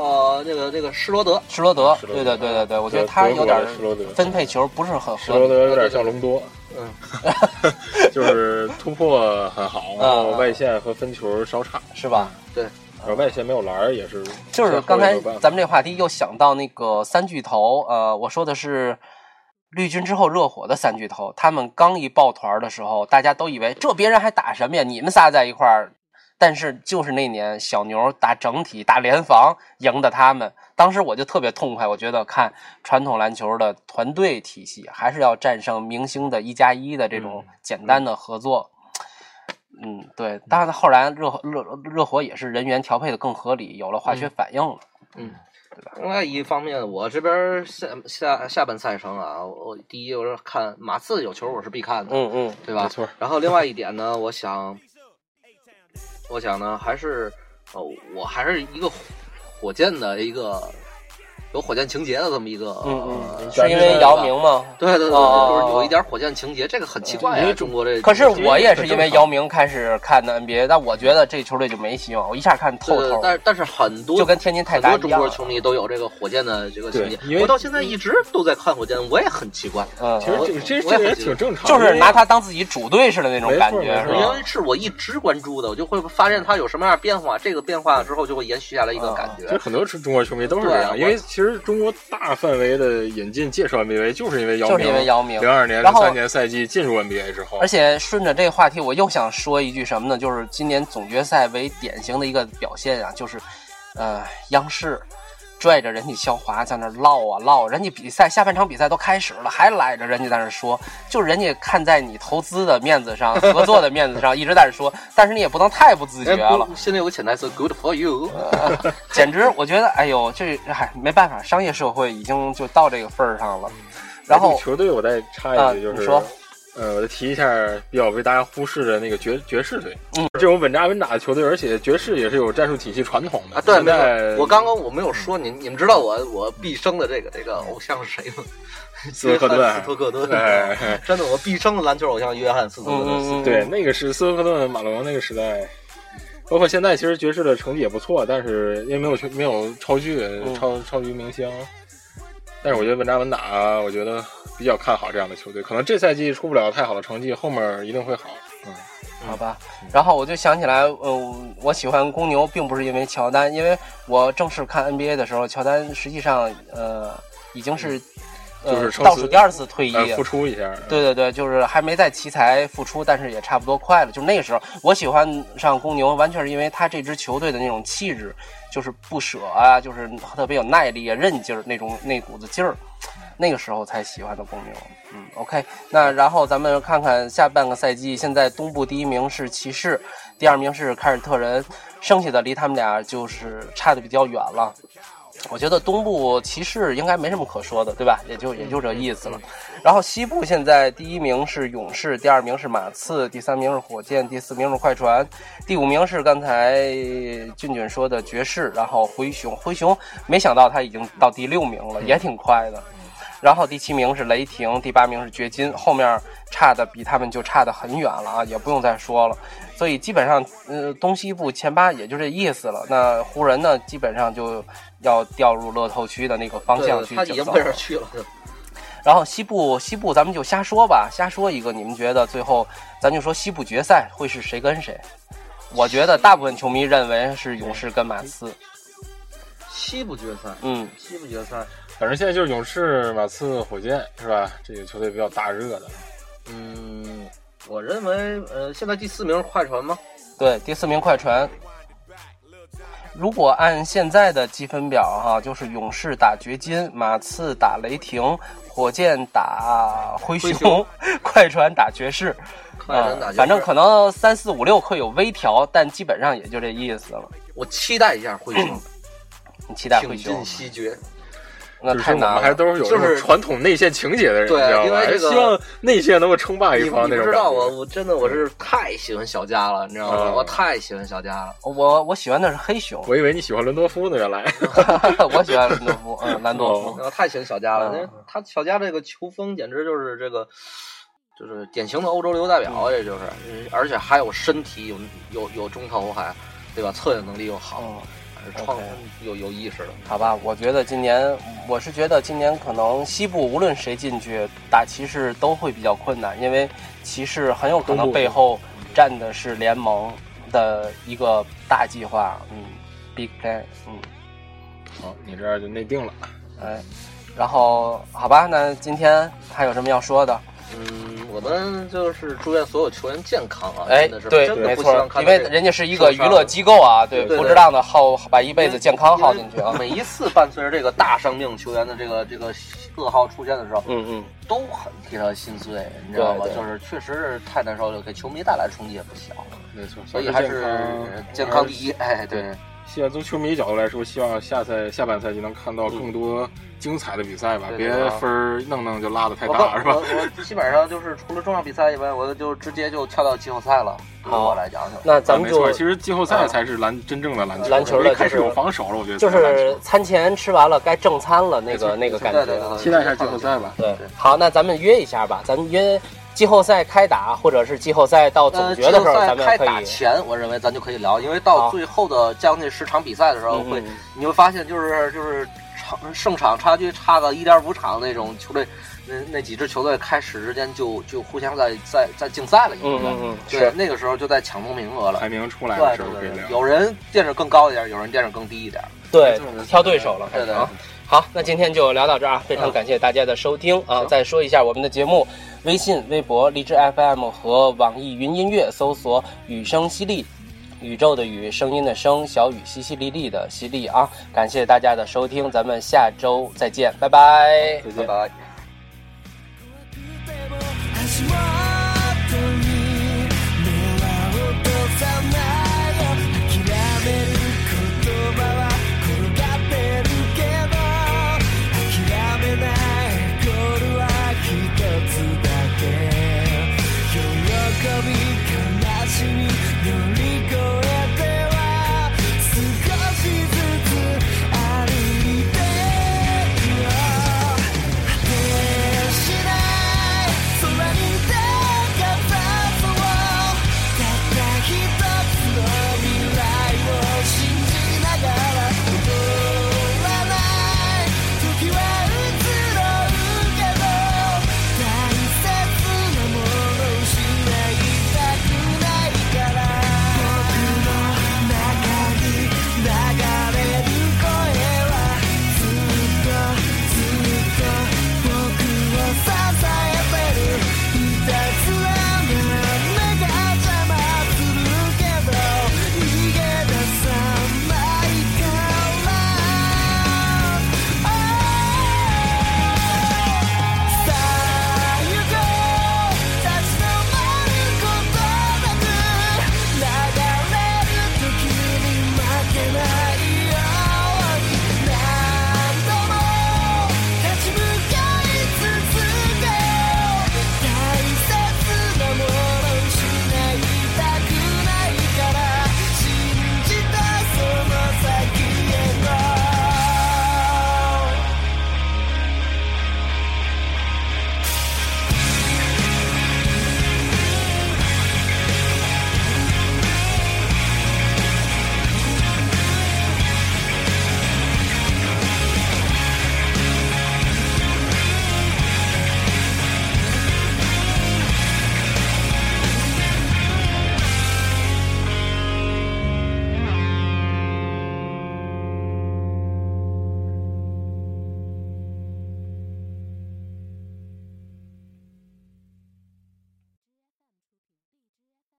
[SPEAKER 3] 呃，那个那个施罗德，
[SPEAKER 1] 施罗德。
[SPEAKER 2] 啊施罗
[SPEAKER 1] 对
[SPEAKER 2] 德
[SPEAKER 1] 对对对对，我觉得他
[SPEAKER 2] 德
[SPEAKER 1] 有
[SPEAKER 2] 国
[SPEAKER 1] 点
[SPEAKER 2] 的施罗德，
[SPEAKER 1] 分配球不是很
[SPEAKER 2] 施
[SPEAKER 1] 合
[SPEAKER 2] 罗
[SPEAKER 1] 理。
[SPEAKER 2] 德有点像隆多，
[SPEAKER 3] 嗯，
[SPEAKER 2] 就是突破很好，然后外线和分球稍差，
[SPEAKER 1] 是吧？
[SPEAKER 2] 然后外线没有篮儿也是。
[SPEAKER 1] 就是刚才
[SPEAKER 2] 最后一个办法
[SPEAKER 1] 咱们这话题又想到那个三巨头，呃，我说的是绿军之后热火的三巨头，他们刚一抱团儿的时候，大家都以为这别人还打什么呀，你们仨在一块儿。但是就是那年小牛打整体打联防赢的他们，当时我就特别痛快，我觉得看传统篮球的团队体系还是要战胜明星的一加一的这
[SPEAKER 2] 嗯
[SPEAKER 1] 种简单的合作，嗯，对，当然后来热火热热火也是人员调配的更合理，有了化
[SPEAKER 2] 嗯
[SPEAKER 1] 学反应了。
[SPEAKER 3] 另外一方面，我这边下下下半赛程啊，我第一我是看马刺有球，我是必看的，
[SPEAKER 1] 嗯嗯
[SPEAKER 3] 对
[SPEAKER 2] 没
[SPEAKER 3] 吧？
[SPEAKER 2] 错，
[SPEAKER 3] 然后另外一点呢，我想，我想呢，还是呃，我还是一个火火箭的一个有火箭情节的这么一个，
[SPEAKER 1] 嗯嗯，
[SPEAKER 3] 呃
[SPEAKER 1] 是因为姚明吗？
[SPEAKER 3] 对对对，
[SPEAKER 1] 哦嗯
[SPEAKER 3] 就是有一点火箭情节，这个很奇怪
[SPEAKER 2] 因
[SPEAKER 3] 呀、
[SPEAKER 2] 为
[SPEAKER 3] 中国这
[SPEAKER 1] 可是我也是因为姚明开始看的 NBA，但我觉得这球队就没希望，我一下看透
[SPEAKER 3] 对
[SPEAKER 1] 透
[SPEAKER 3] 对，，但但是很多
[SPEAKER 1] 就跟天津泰
[SPEAKER 3] 很
[SPEAKER 1] 达
[SPEAKER 3] 多
[SPEAKER 1] 一
[SPEAKER 3] 中
[SPEAKER 1] 样
[SPEAKER 3] 国。球迷都有这个火箭的这个情节
[SPEAKER 2] 对因，为啊
[SPEAKER 3] 我到现在一直都在看火箭，我也很奇怪，
[SPEAKER 1] 嗯，
[SPEAKER 2] 其实这这这个也挺正常，
[SPEAKER 1] 就是拿他当自己主队似的那种感
[SPEAKER 2] 没错
[SPEAKER 1] 觉，
[SPEAKER 2] 没
[SPEAKER 1] 是
[SPEAKER 2] 错
[SPEAKER 3] 因
[SPEAKER 1] 吧
[SPEAKER 3] 为？是我一直关注的，我就会发现它有什么样的变化，这个变化之后就会延续下来一个感
[SPEAKER 2] 其实
[SPEAKER 3] 觉。
[SPEAKER 2] 很多中国球迷都是这
[SPEAKER 3] 对啊
[SPEAKER 2] 样，因为其实中国大范围的引进介绍 NBA，就是因为姚
[SPEAKER 1] 就
[SPEAKER 2] 明，
[SPEAKER 1] 是因为姚明
[SPEAKER 2] 零二年、
[SPEAKER 1] 然
[SPEAKER 2] 零
[SPEAKER 1] 后
[SPEAKER 2] 三年赛季进入 NBA 之后
[SPEAKER 1] 而，且顺着这个话题，我又想说一句什么呢？就是今年总决赛为典型的一个表现啊，就是，呃，央视拽着人家肖华在那儿唠啊唠，人家比赛下半场比赛都开始了，还赖着人家在那儿说，就是人家看在你投资的面子上、合作的面子上，一 直在那儿说，但是你也不能太不自觉
[SPEAKER 3] 哎，
[SPEAKER 1] 了
[SPEAKER 3] 不，，现在有个潜台词，Good for you。
[SPEAKER 2] 啊
[SPEAKER 1] 简直我觉得，哎呦，这哎没办法，商业社会已经就到这个份儿上了，然
[SPEAKER 2] 这
[SPEAKER 1] 后
[SPEAKER 2] 个球队我再插
[SPEAKER 1] 啊
[SPEAKER 2] 一句，就
[SPEAKER 1] 你
[SPEAKER 2] 是
[SPEAKER 1] 说，
[SPEAKER 2] 呃，我再提一下比较被大家忽视的那个爵爵士队，嗯，这种稳扎稳打的球队，而且爵士也是有战术体系传统的
[SPEAKER 3] 啊，对，
[SPEAKER 2] 现
[SPEAKER 3] 没
[SPEAKER 2] 在
[SPEAKER 3] 错，我刚刚我没有说你，你们知道我我毕生的这个这个偶像是谁吗？
[SPEAKER 2] 斯科
[SPEAKER 3] 约翰
[SPEAKER 2] 顿哎
[SPEAKER 3] 斯托克顿，
[SPEAKER 2] 对
[SPEAKER 3] 真的，我毕生的篮球偶像约翰斯托克顿。
[SPEAKER 1] 嗯嗯
[SPEAKER 2] 对，那个是斯科顿、马龙那个时代。包括现在，其实爵士的成绩也不错，但是因为没有球没有超巨、
[SPEAKER 3] 嗯
[SPEAKER 2] 超超级明星，但是我觉得稳扎稳打，我觉得比较看好这样的球队。可能这赛季出不了太好的成绩，后面一定会好。嗯，
[SPEAKER 1] 好吧，然后我就想起来，呃，我喜欢公牛并不是因为乔丹，因为我正式看 NBA 的时候，乔丹实际上呃已经是
[SPEAKER 2] 就
[SPEAKER 1] 呃
[SPEAKER 2] 是撑死
[SPEAKER 1] 倒数第二次
[SPEAKER 3] 啊
[SPEAKER 1] 退役
[SPEAKER 2] 呃，付出一下。
[SPEAKER 1] 对对对，就是还没在奇才复出，但是也差不多快了。就那个时候，我喜欢上公牛，完全是因为他这支球队的那种气质，就是不舍啊，就是特别有耐力啊、韧劲儿那种那股子劲儿。那个时候才喜欢的公牛。嗯，OK，那然后咱们看看下半个赛季，现在东部第一名是骑士，第二名是凯尔特人，剩下的离他们俩就是差的比较远了。我觉得东部骑士应该没什么可说的，对吧？也就也就这意思了。然后西部现在第一名是勇士，第二名是马刺，第三名是火箭，第四名是快船，第五名是刚才俊俊说的爵士，然后灰熊。灰熊没想到他已经到第六名了，也挺快的。然后第七名是雷霆，第八名是掘金，后面差的比他们就差的很远了啊，也不用再说了。所以基本上，呃，东西部前八也就这意思了。那湖人呢，基本上就要掉入乐透区的那个方向去
[SPEAKER 3] 他已
[SPEAKER 1] 竞
[SPEAKER 3] 经
[SPEAKER 1] 走
[SPEAKER 3] 奔。这去了。
[SPEAKER 1] 然后西部西部咱们就瞎说吧，瞎说一个，你们觉得最后咱就说西部决赛会是谁跟谁？我觉得大部分球迷认为是勇士跟马刺。
[SPEAKER 3] 西部决赛，
[SPEAKER 1] 嗯，
[SPEAKER 3] 西部决赛，
[SPEAKER 2] 反正现在就是勇士、马刺、火箭是吧？这个球队比较大热的。
[SPEAKER 3] 嗯，我认为，呃，现在第四名是快船吗？
[SPEAKER 1] 对，第四名快船。如果按现在的积分表哈、就是勇士打掘金，马刺打雷霆，火箭打灰熊，
[SPEAKER 3] 灰熊
[SPEAKER 1] 快船打爵士，
[SPEAKER 3] 快船打
[SPEAKER 1] 啊
[SPEAKER 3] 爵士
[SPEAKER 1] 反正可能三四五六会有微调，但基本上也就这意思了。
[SPEAKER 3] 我期待一下
[SPEAKER 1] 嗯
[SPEAKER 3] 灰熊，
[SPEAKER 1] 你期待
[SPEAKER 3] 挺
[SPEAKER 1] 灰
[SPEAKER 3] 进
[SPEAKER 1] 熊，
[SPEAKER 3] 西决。
[SPEAKER 1] 那
[SPEAKER 2] 就是
[SPEAKER 1] 太
[SPEAKER 2] 我
[SPEAKER 1] 难了。
[SPEAKER 2] 们还都是有这
[SPEAKER 3] 就
[SPEAKER 2] 种
[SPEAKER 3] 是
[SPEAKER 2] 传统内线情节的人，
[SPEAKER 3] 对
[SPEAKER 2] 你知道吧？哎
[SPEAKER 3] 因为这个
[SPEAKER 2] 还希望内线能够称霸一
[SPEAKER 3] 你
[SPEAKER 2] 方
[SPEAKER 3] 你
[SPEAKER 2] 那
[SPEAKER 3] 不
[SPEAKER 2] 种
[SPEAKER 3] 知
[SPEAKER 2] 感
[SPEAKER 3] 道我，
[SPEAKER 2] 觉。
[SPEAKER 3] 我真的我
[SPEAKER 1] 嗯
[SPEAKER 3] 是太喜欢小加了，你知道吗？
[SPEAKER 2] 嗯
[SPEAKER 3] 我太喜欢小加了。
[SPEAKER 1] 我我喜欢的是黑熊，
[SPEAKER 2] 我以为你喜欢伦多夫呢，原来
[SPEAKER 1] 我喜欢兰多 夫，嗯，兰多夫。
[SPEAKER 2] 哦
[SPEAKER 3] 然后太喜欢小加了，
[SPEAKER 1] 嗯
[SPEAKER 3] 因为他小加这个球风简直就是这个，就是典型的欧洲留代
[SPEAKER 1] 嗯
[SPEAKER 3] 表，这就是，而且还有身体，有有有中投，还对吧？策应能力又好，
[SPEAKER 1] 嗯，
[SPEAKER 3] 创
[SPEAKER 1] OK
[SPEAKER 3] 有有意识的。
[SPEAKER 1] 好吧，我觉得今年，我是觉得今年可能西部无论谁进去打骑士都会比较困难，因为骑士很有可能背后站的是联盟的一个大计划，嗯，Big Plan，嗯，
[SPEAKER 2] 好，你这儿就内定了。
[SPEAKER 1] 哎，然后好吧，那今天还有什么要说的？
[SPEAKER 3] 嗯，我们就是祝愿所有球员健康啊！
[SPEAKER 1] 哎
[SPEAKER 3] 真的是，
[SPEAKER 1] 对，
[SPEAKER 3] 真的
[SPEAKER 1] 没
[SPEAKER 3] 不希望
[SPEAKER 1] 错，
[SPEAKER 3] 看
[SPEAKER 1] 因
[SPEAKER 3] 到
[SPEAKER 1] 为
[SPEAKER 3] 这个
[SPEAKER 1] 人家是一个娱乐机构啊，对，
[SPEAKER 3] 对对
[SPEAKER 1] 不值当的耗把一辈子健康耗进去啊
[SPEAKER 3] 因为，每一次伴随着这个大伤病球员的这个这个噩耗出现的时候，
[SPEAKER 1] 嗯嗯。
[SPEAKER 3] 都很替他心碎，你知道吗？
[SPEAKER 1] 对对
[SPEAKER 3] 就是确实是太难受了，给球迷带来冲击也不小，
[SPEAKER 2] 没错，
[SPEAKER 3] 所以还是健康第
[SPEAKER 2] 一。
[SPEAKER 3] 一。哎，对，
[SPEAKER 2] 希望从球迷角度来说，希望下赛下半赛季能看到更多精彩的比赛吧，
[SPEAKER 3] 对
[SPEAKER 2] 别
[SPEAKER 3] 对对啊
[SPEAKER 2] 分儿弄弄就拉的太
[SPEAKER 3] 我
[SPEAKER 2] 大是
[SPEAKER 3] 我
[SPEAKER 2] 吧？
[SPEAKER 3] 我基本上就是除了重要比赛以外，我就直接就跳到季后赛了。对
[SPEAKER 1] 好
[SPEAKER 3] 我来讲就啊
[SPEAKER 1] 那咱们
[SPEAKER 2] 啊没
[SPEAKER 1] 就
[SPEAKER 2] 错，其实季后赛才是篮真正的篮球，
[SPEAKER 1] 篮球的
[SPEAKER 2] 因为开始
[SPEAKER 1] 就是
[SPEAKER 2] 有防守了，我觉得
[SPEAKER 1] 就
[SPEAKER 2] 才篮球
[SPEAKER 1] 是餐前吃完了该正餐了，那
[SPEAKER 2] 没
[SPEAKER 1] 个
[SPEAKER 2] 错
[SPEAKER 1] 那个感
[SPEAKER 3] 对
[SPEAKER 1] 觉
[SPEAKER 3] 对对
[SPEAKER 1] 啊
[SPEAKER 3] 对。
[SPEAKER 2] 期待一下季后赛吧。
[SPEAKER 1] 对
[SPEAKER 3] 对，
[SPEAKER 1] 好，那咱们约一下吧，咱们约季后赛开打，或者是季后赛到总
[SPEAKER 3] 呃，季
[SPEAKER 1] 决的
[SPEAKER 3] 后
[SPEAKER 1] 时候，
[SPEAKER 3] 赛
[SPEAKER 1] 咱们
[SPEAKER 3] 开
[SPEAKER 1] 可
[SPEAKER 3] 打
[SPEAKER 1] 以。
[SPEAKER 3] 前，我认为咱就可以聊，因为
[SPEAKER 1] 好
[SPEAKER 3] 到最后的将近十场比赛的时候，
[SPEAKER 1] 嗯
[SPEAKER 3] 会
[SPEAKER 1] 嗯
[SPEAKER 3] 你会发现就是就是场胜场差距差个一点五场那种球队，那那几支球队开始之间就就互相在在在竞赛了，已经
[SPEAKER 1] 嗯
[SPEAKER 3] 在。
[SPEAKER 1] 嗯嗯，
[SPEAKER 3] 对
[SPEAKER 1] 是，，
[SPEAKER 3] 那个时候就在抢夺名额了。
[SPEAKER 2] 排名出来的
[SPEAKER 3] 对
[SPEAKER 2] 时候可以
[SPEAKER 3] 对对，
[SPEAKER 2] 聊。
[SPEAKER 3] 有人垫着更高一点，有人垫着更低一点。
[SPEAKER 1] 对
[SPEAKER 2] 没错没，错
[SPEAKER 1] 挑对手了。
[SPEAKER 3] 对对
[SPEAKER 1] 啊好，那今天就聊到这儿啊，非常
[SPEAKER 3] 嗯
[SPEAKER 1] 感谢大家的收听啊！
[SPEAKER 3] 行
[SPEAKER 1] 再说一下我们的节目，微信、微博、荔枝 FM 和网易云音乐搜索“雨声犀利”，宇宙的宇，声音的声，小雨淅淅沥沥的淅沥啊！感谢大家的收听，咱们下周再见，拜拜。
[SPEAKER 2] 再见
[SPEAKER 3] 拜。拜。
[SPEAKER 4] 「足元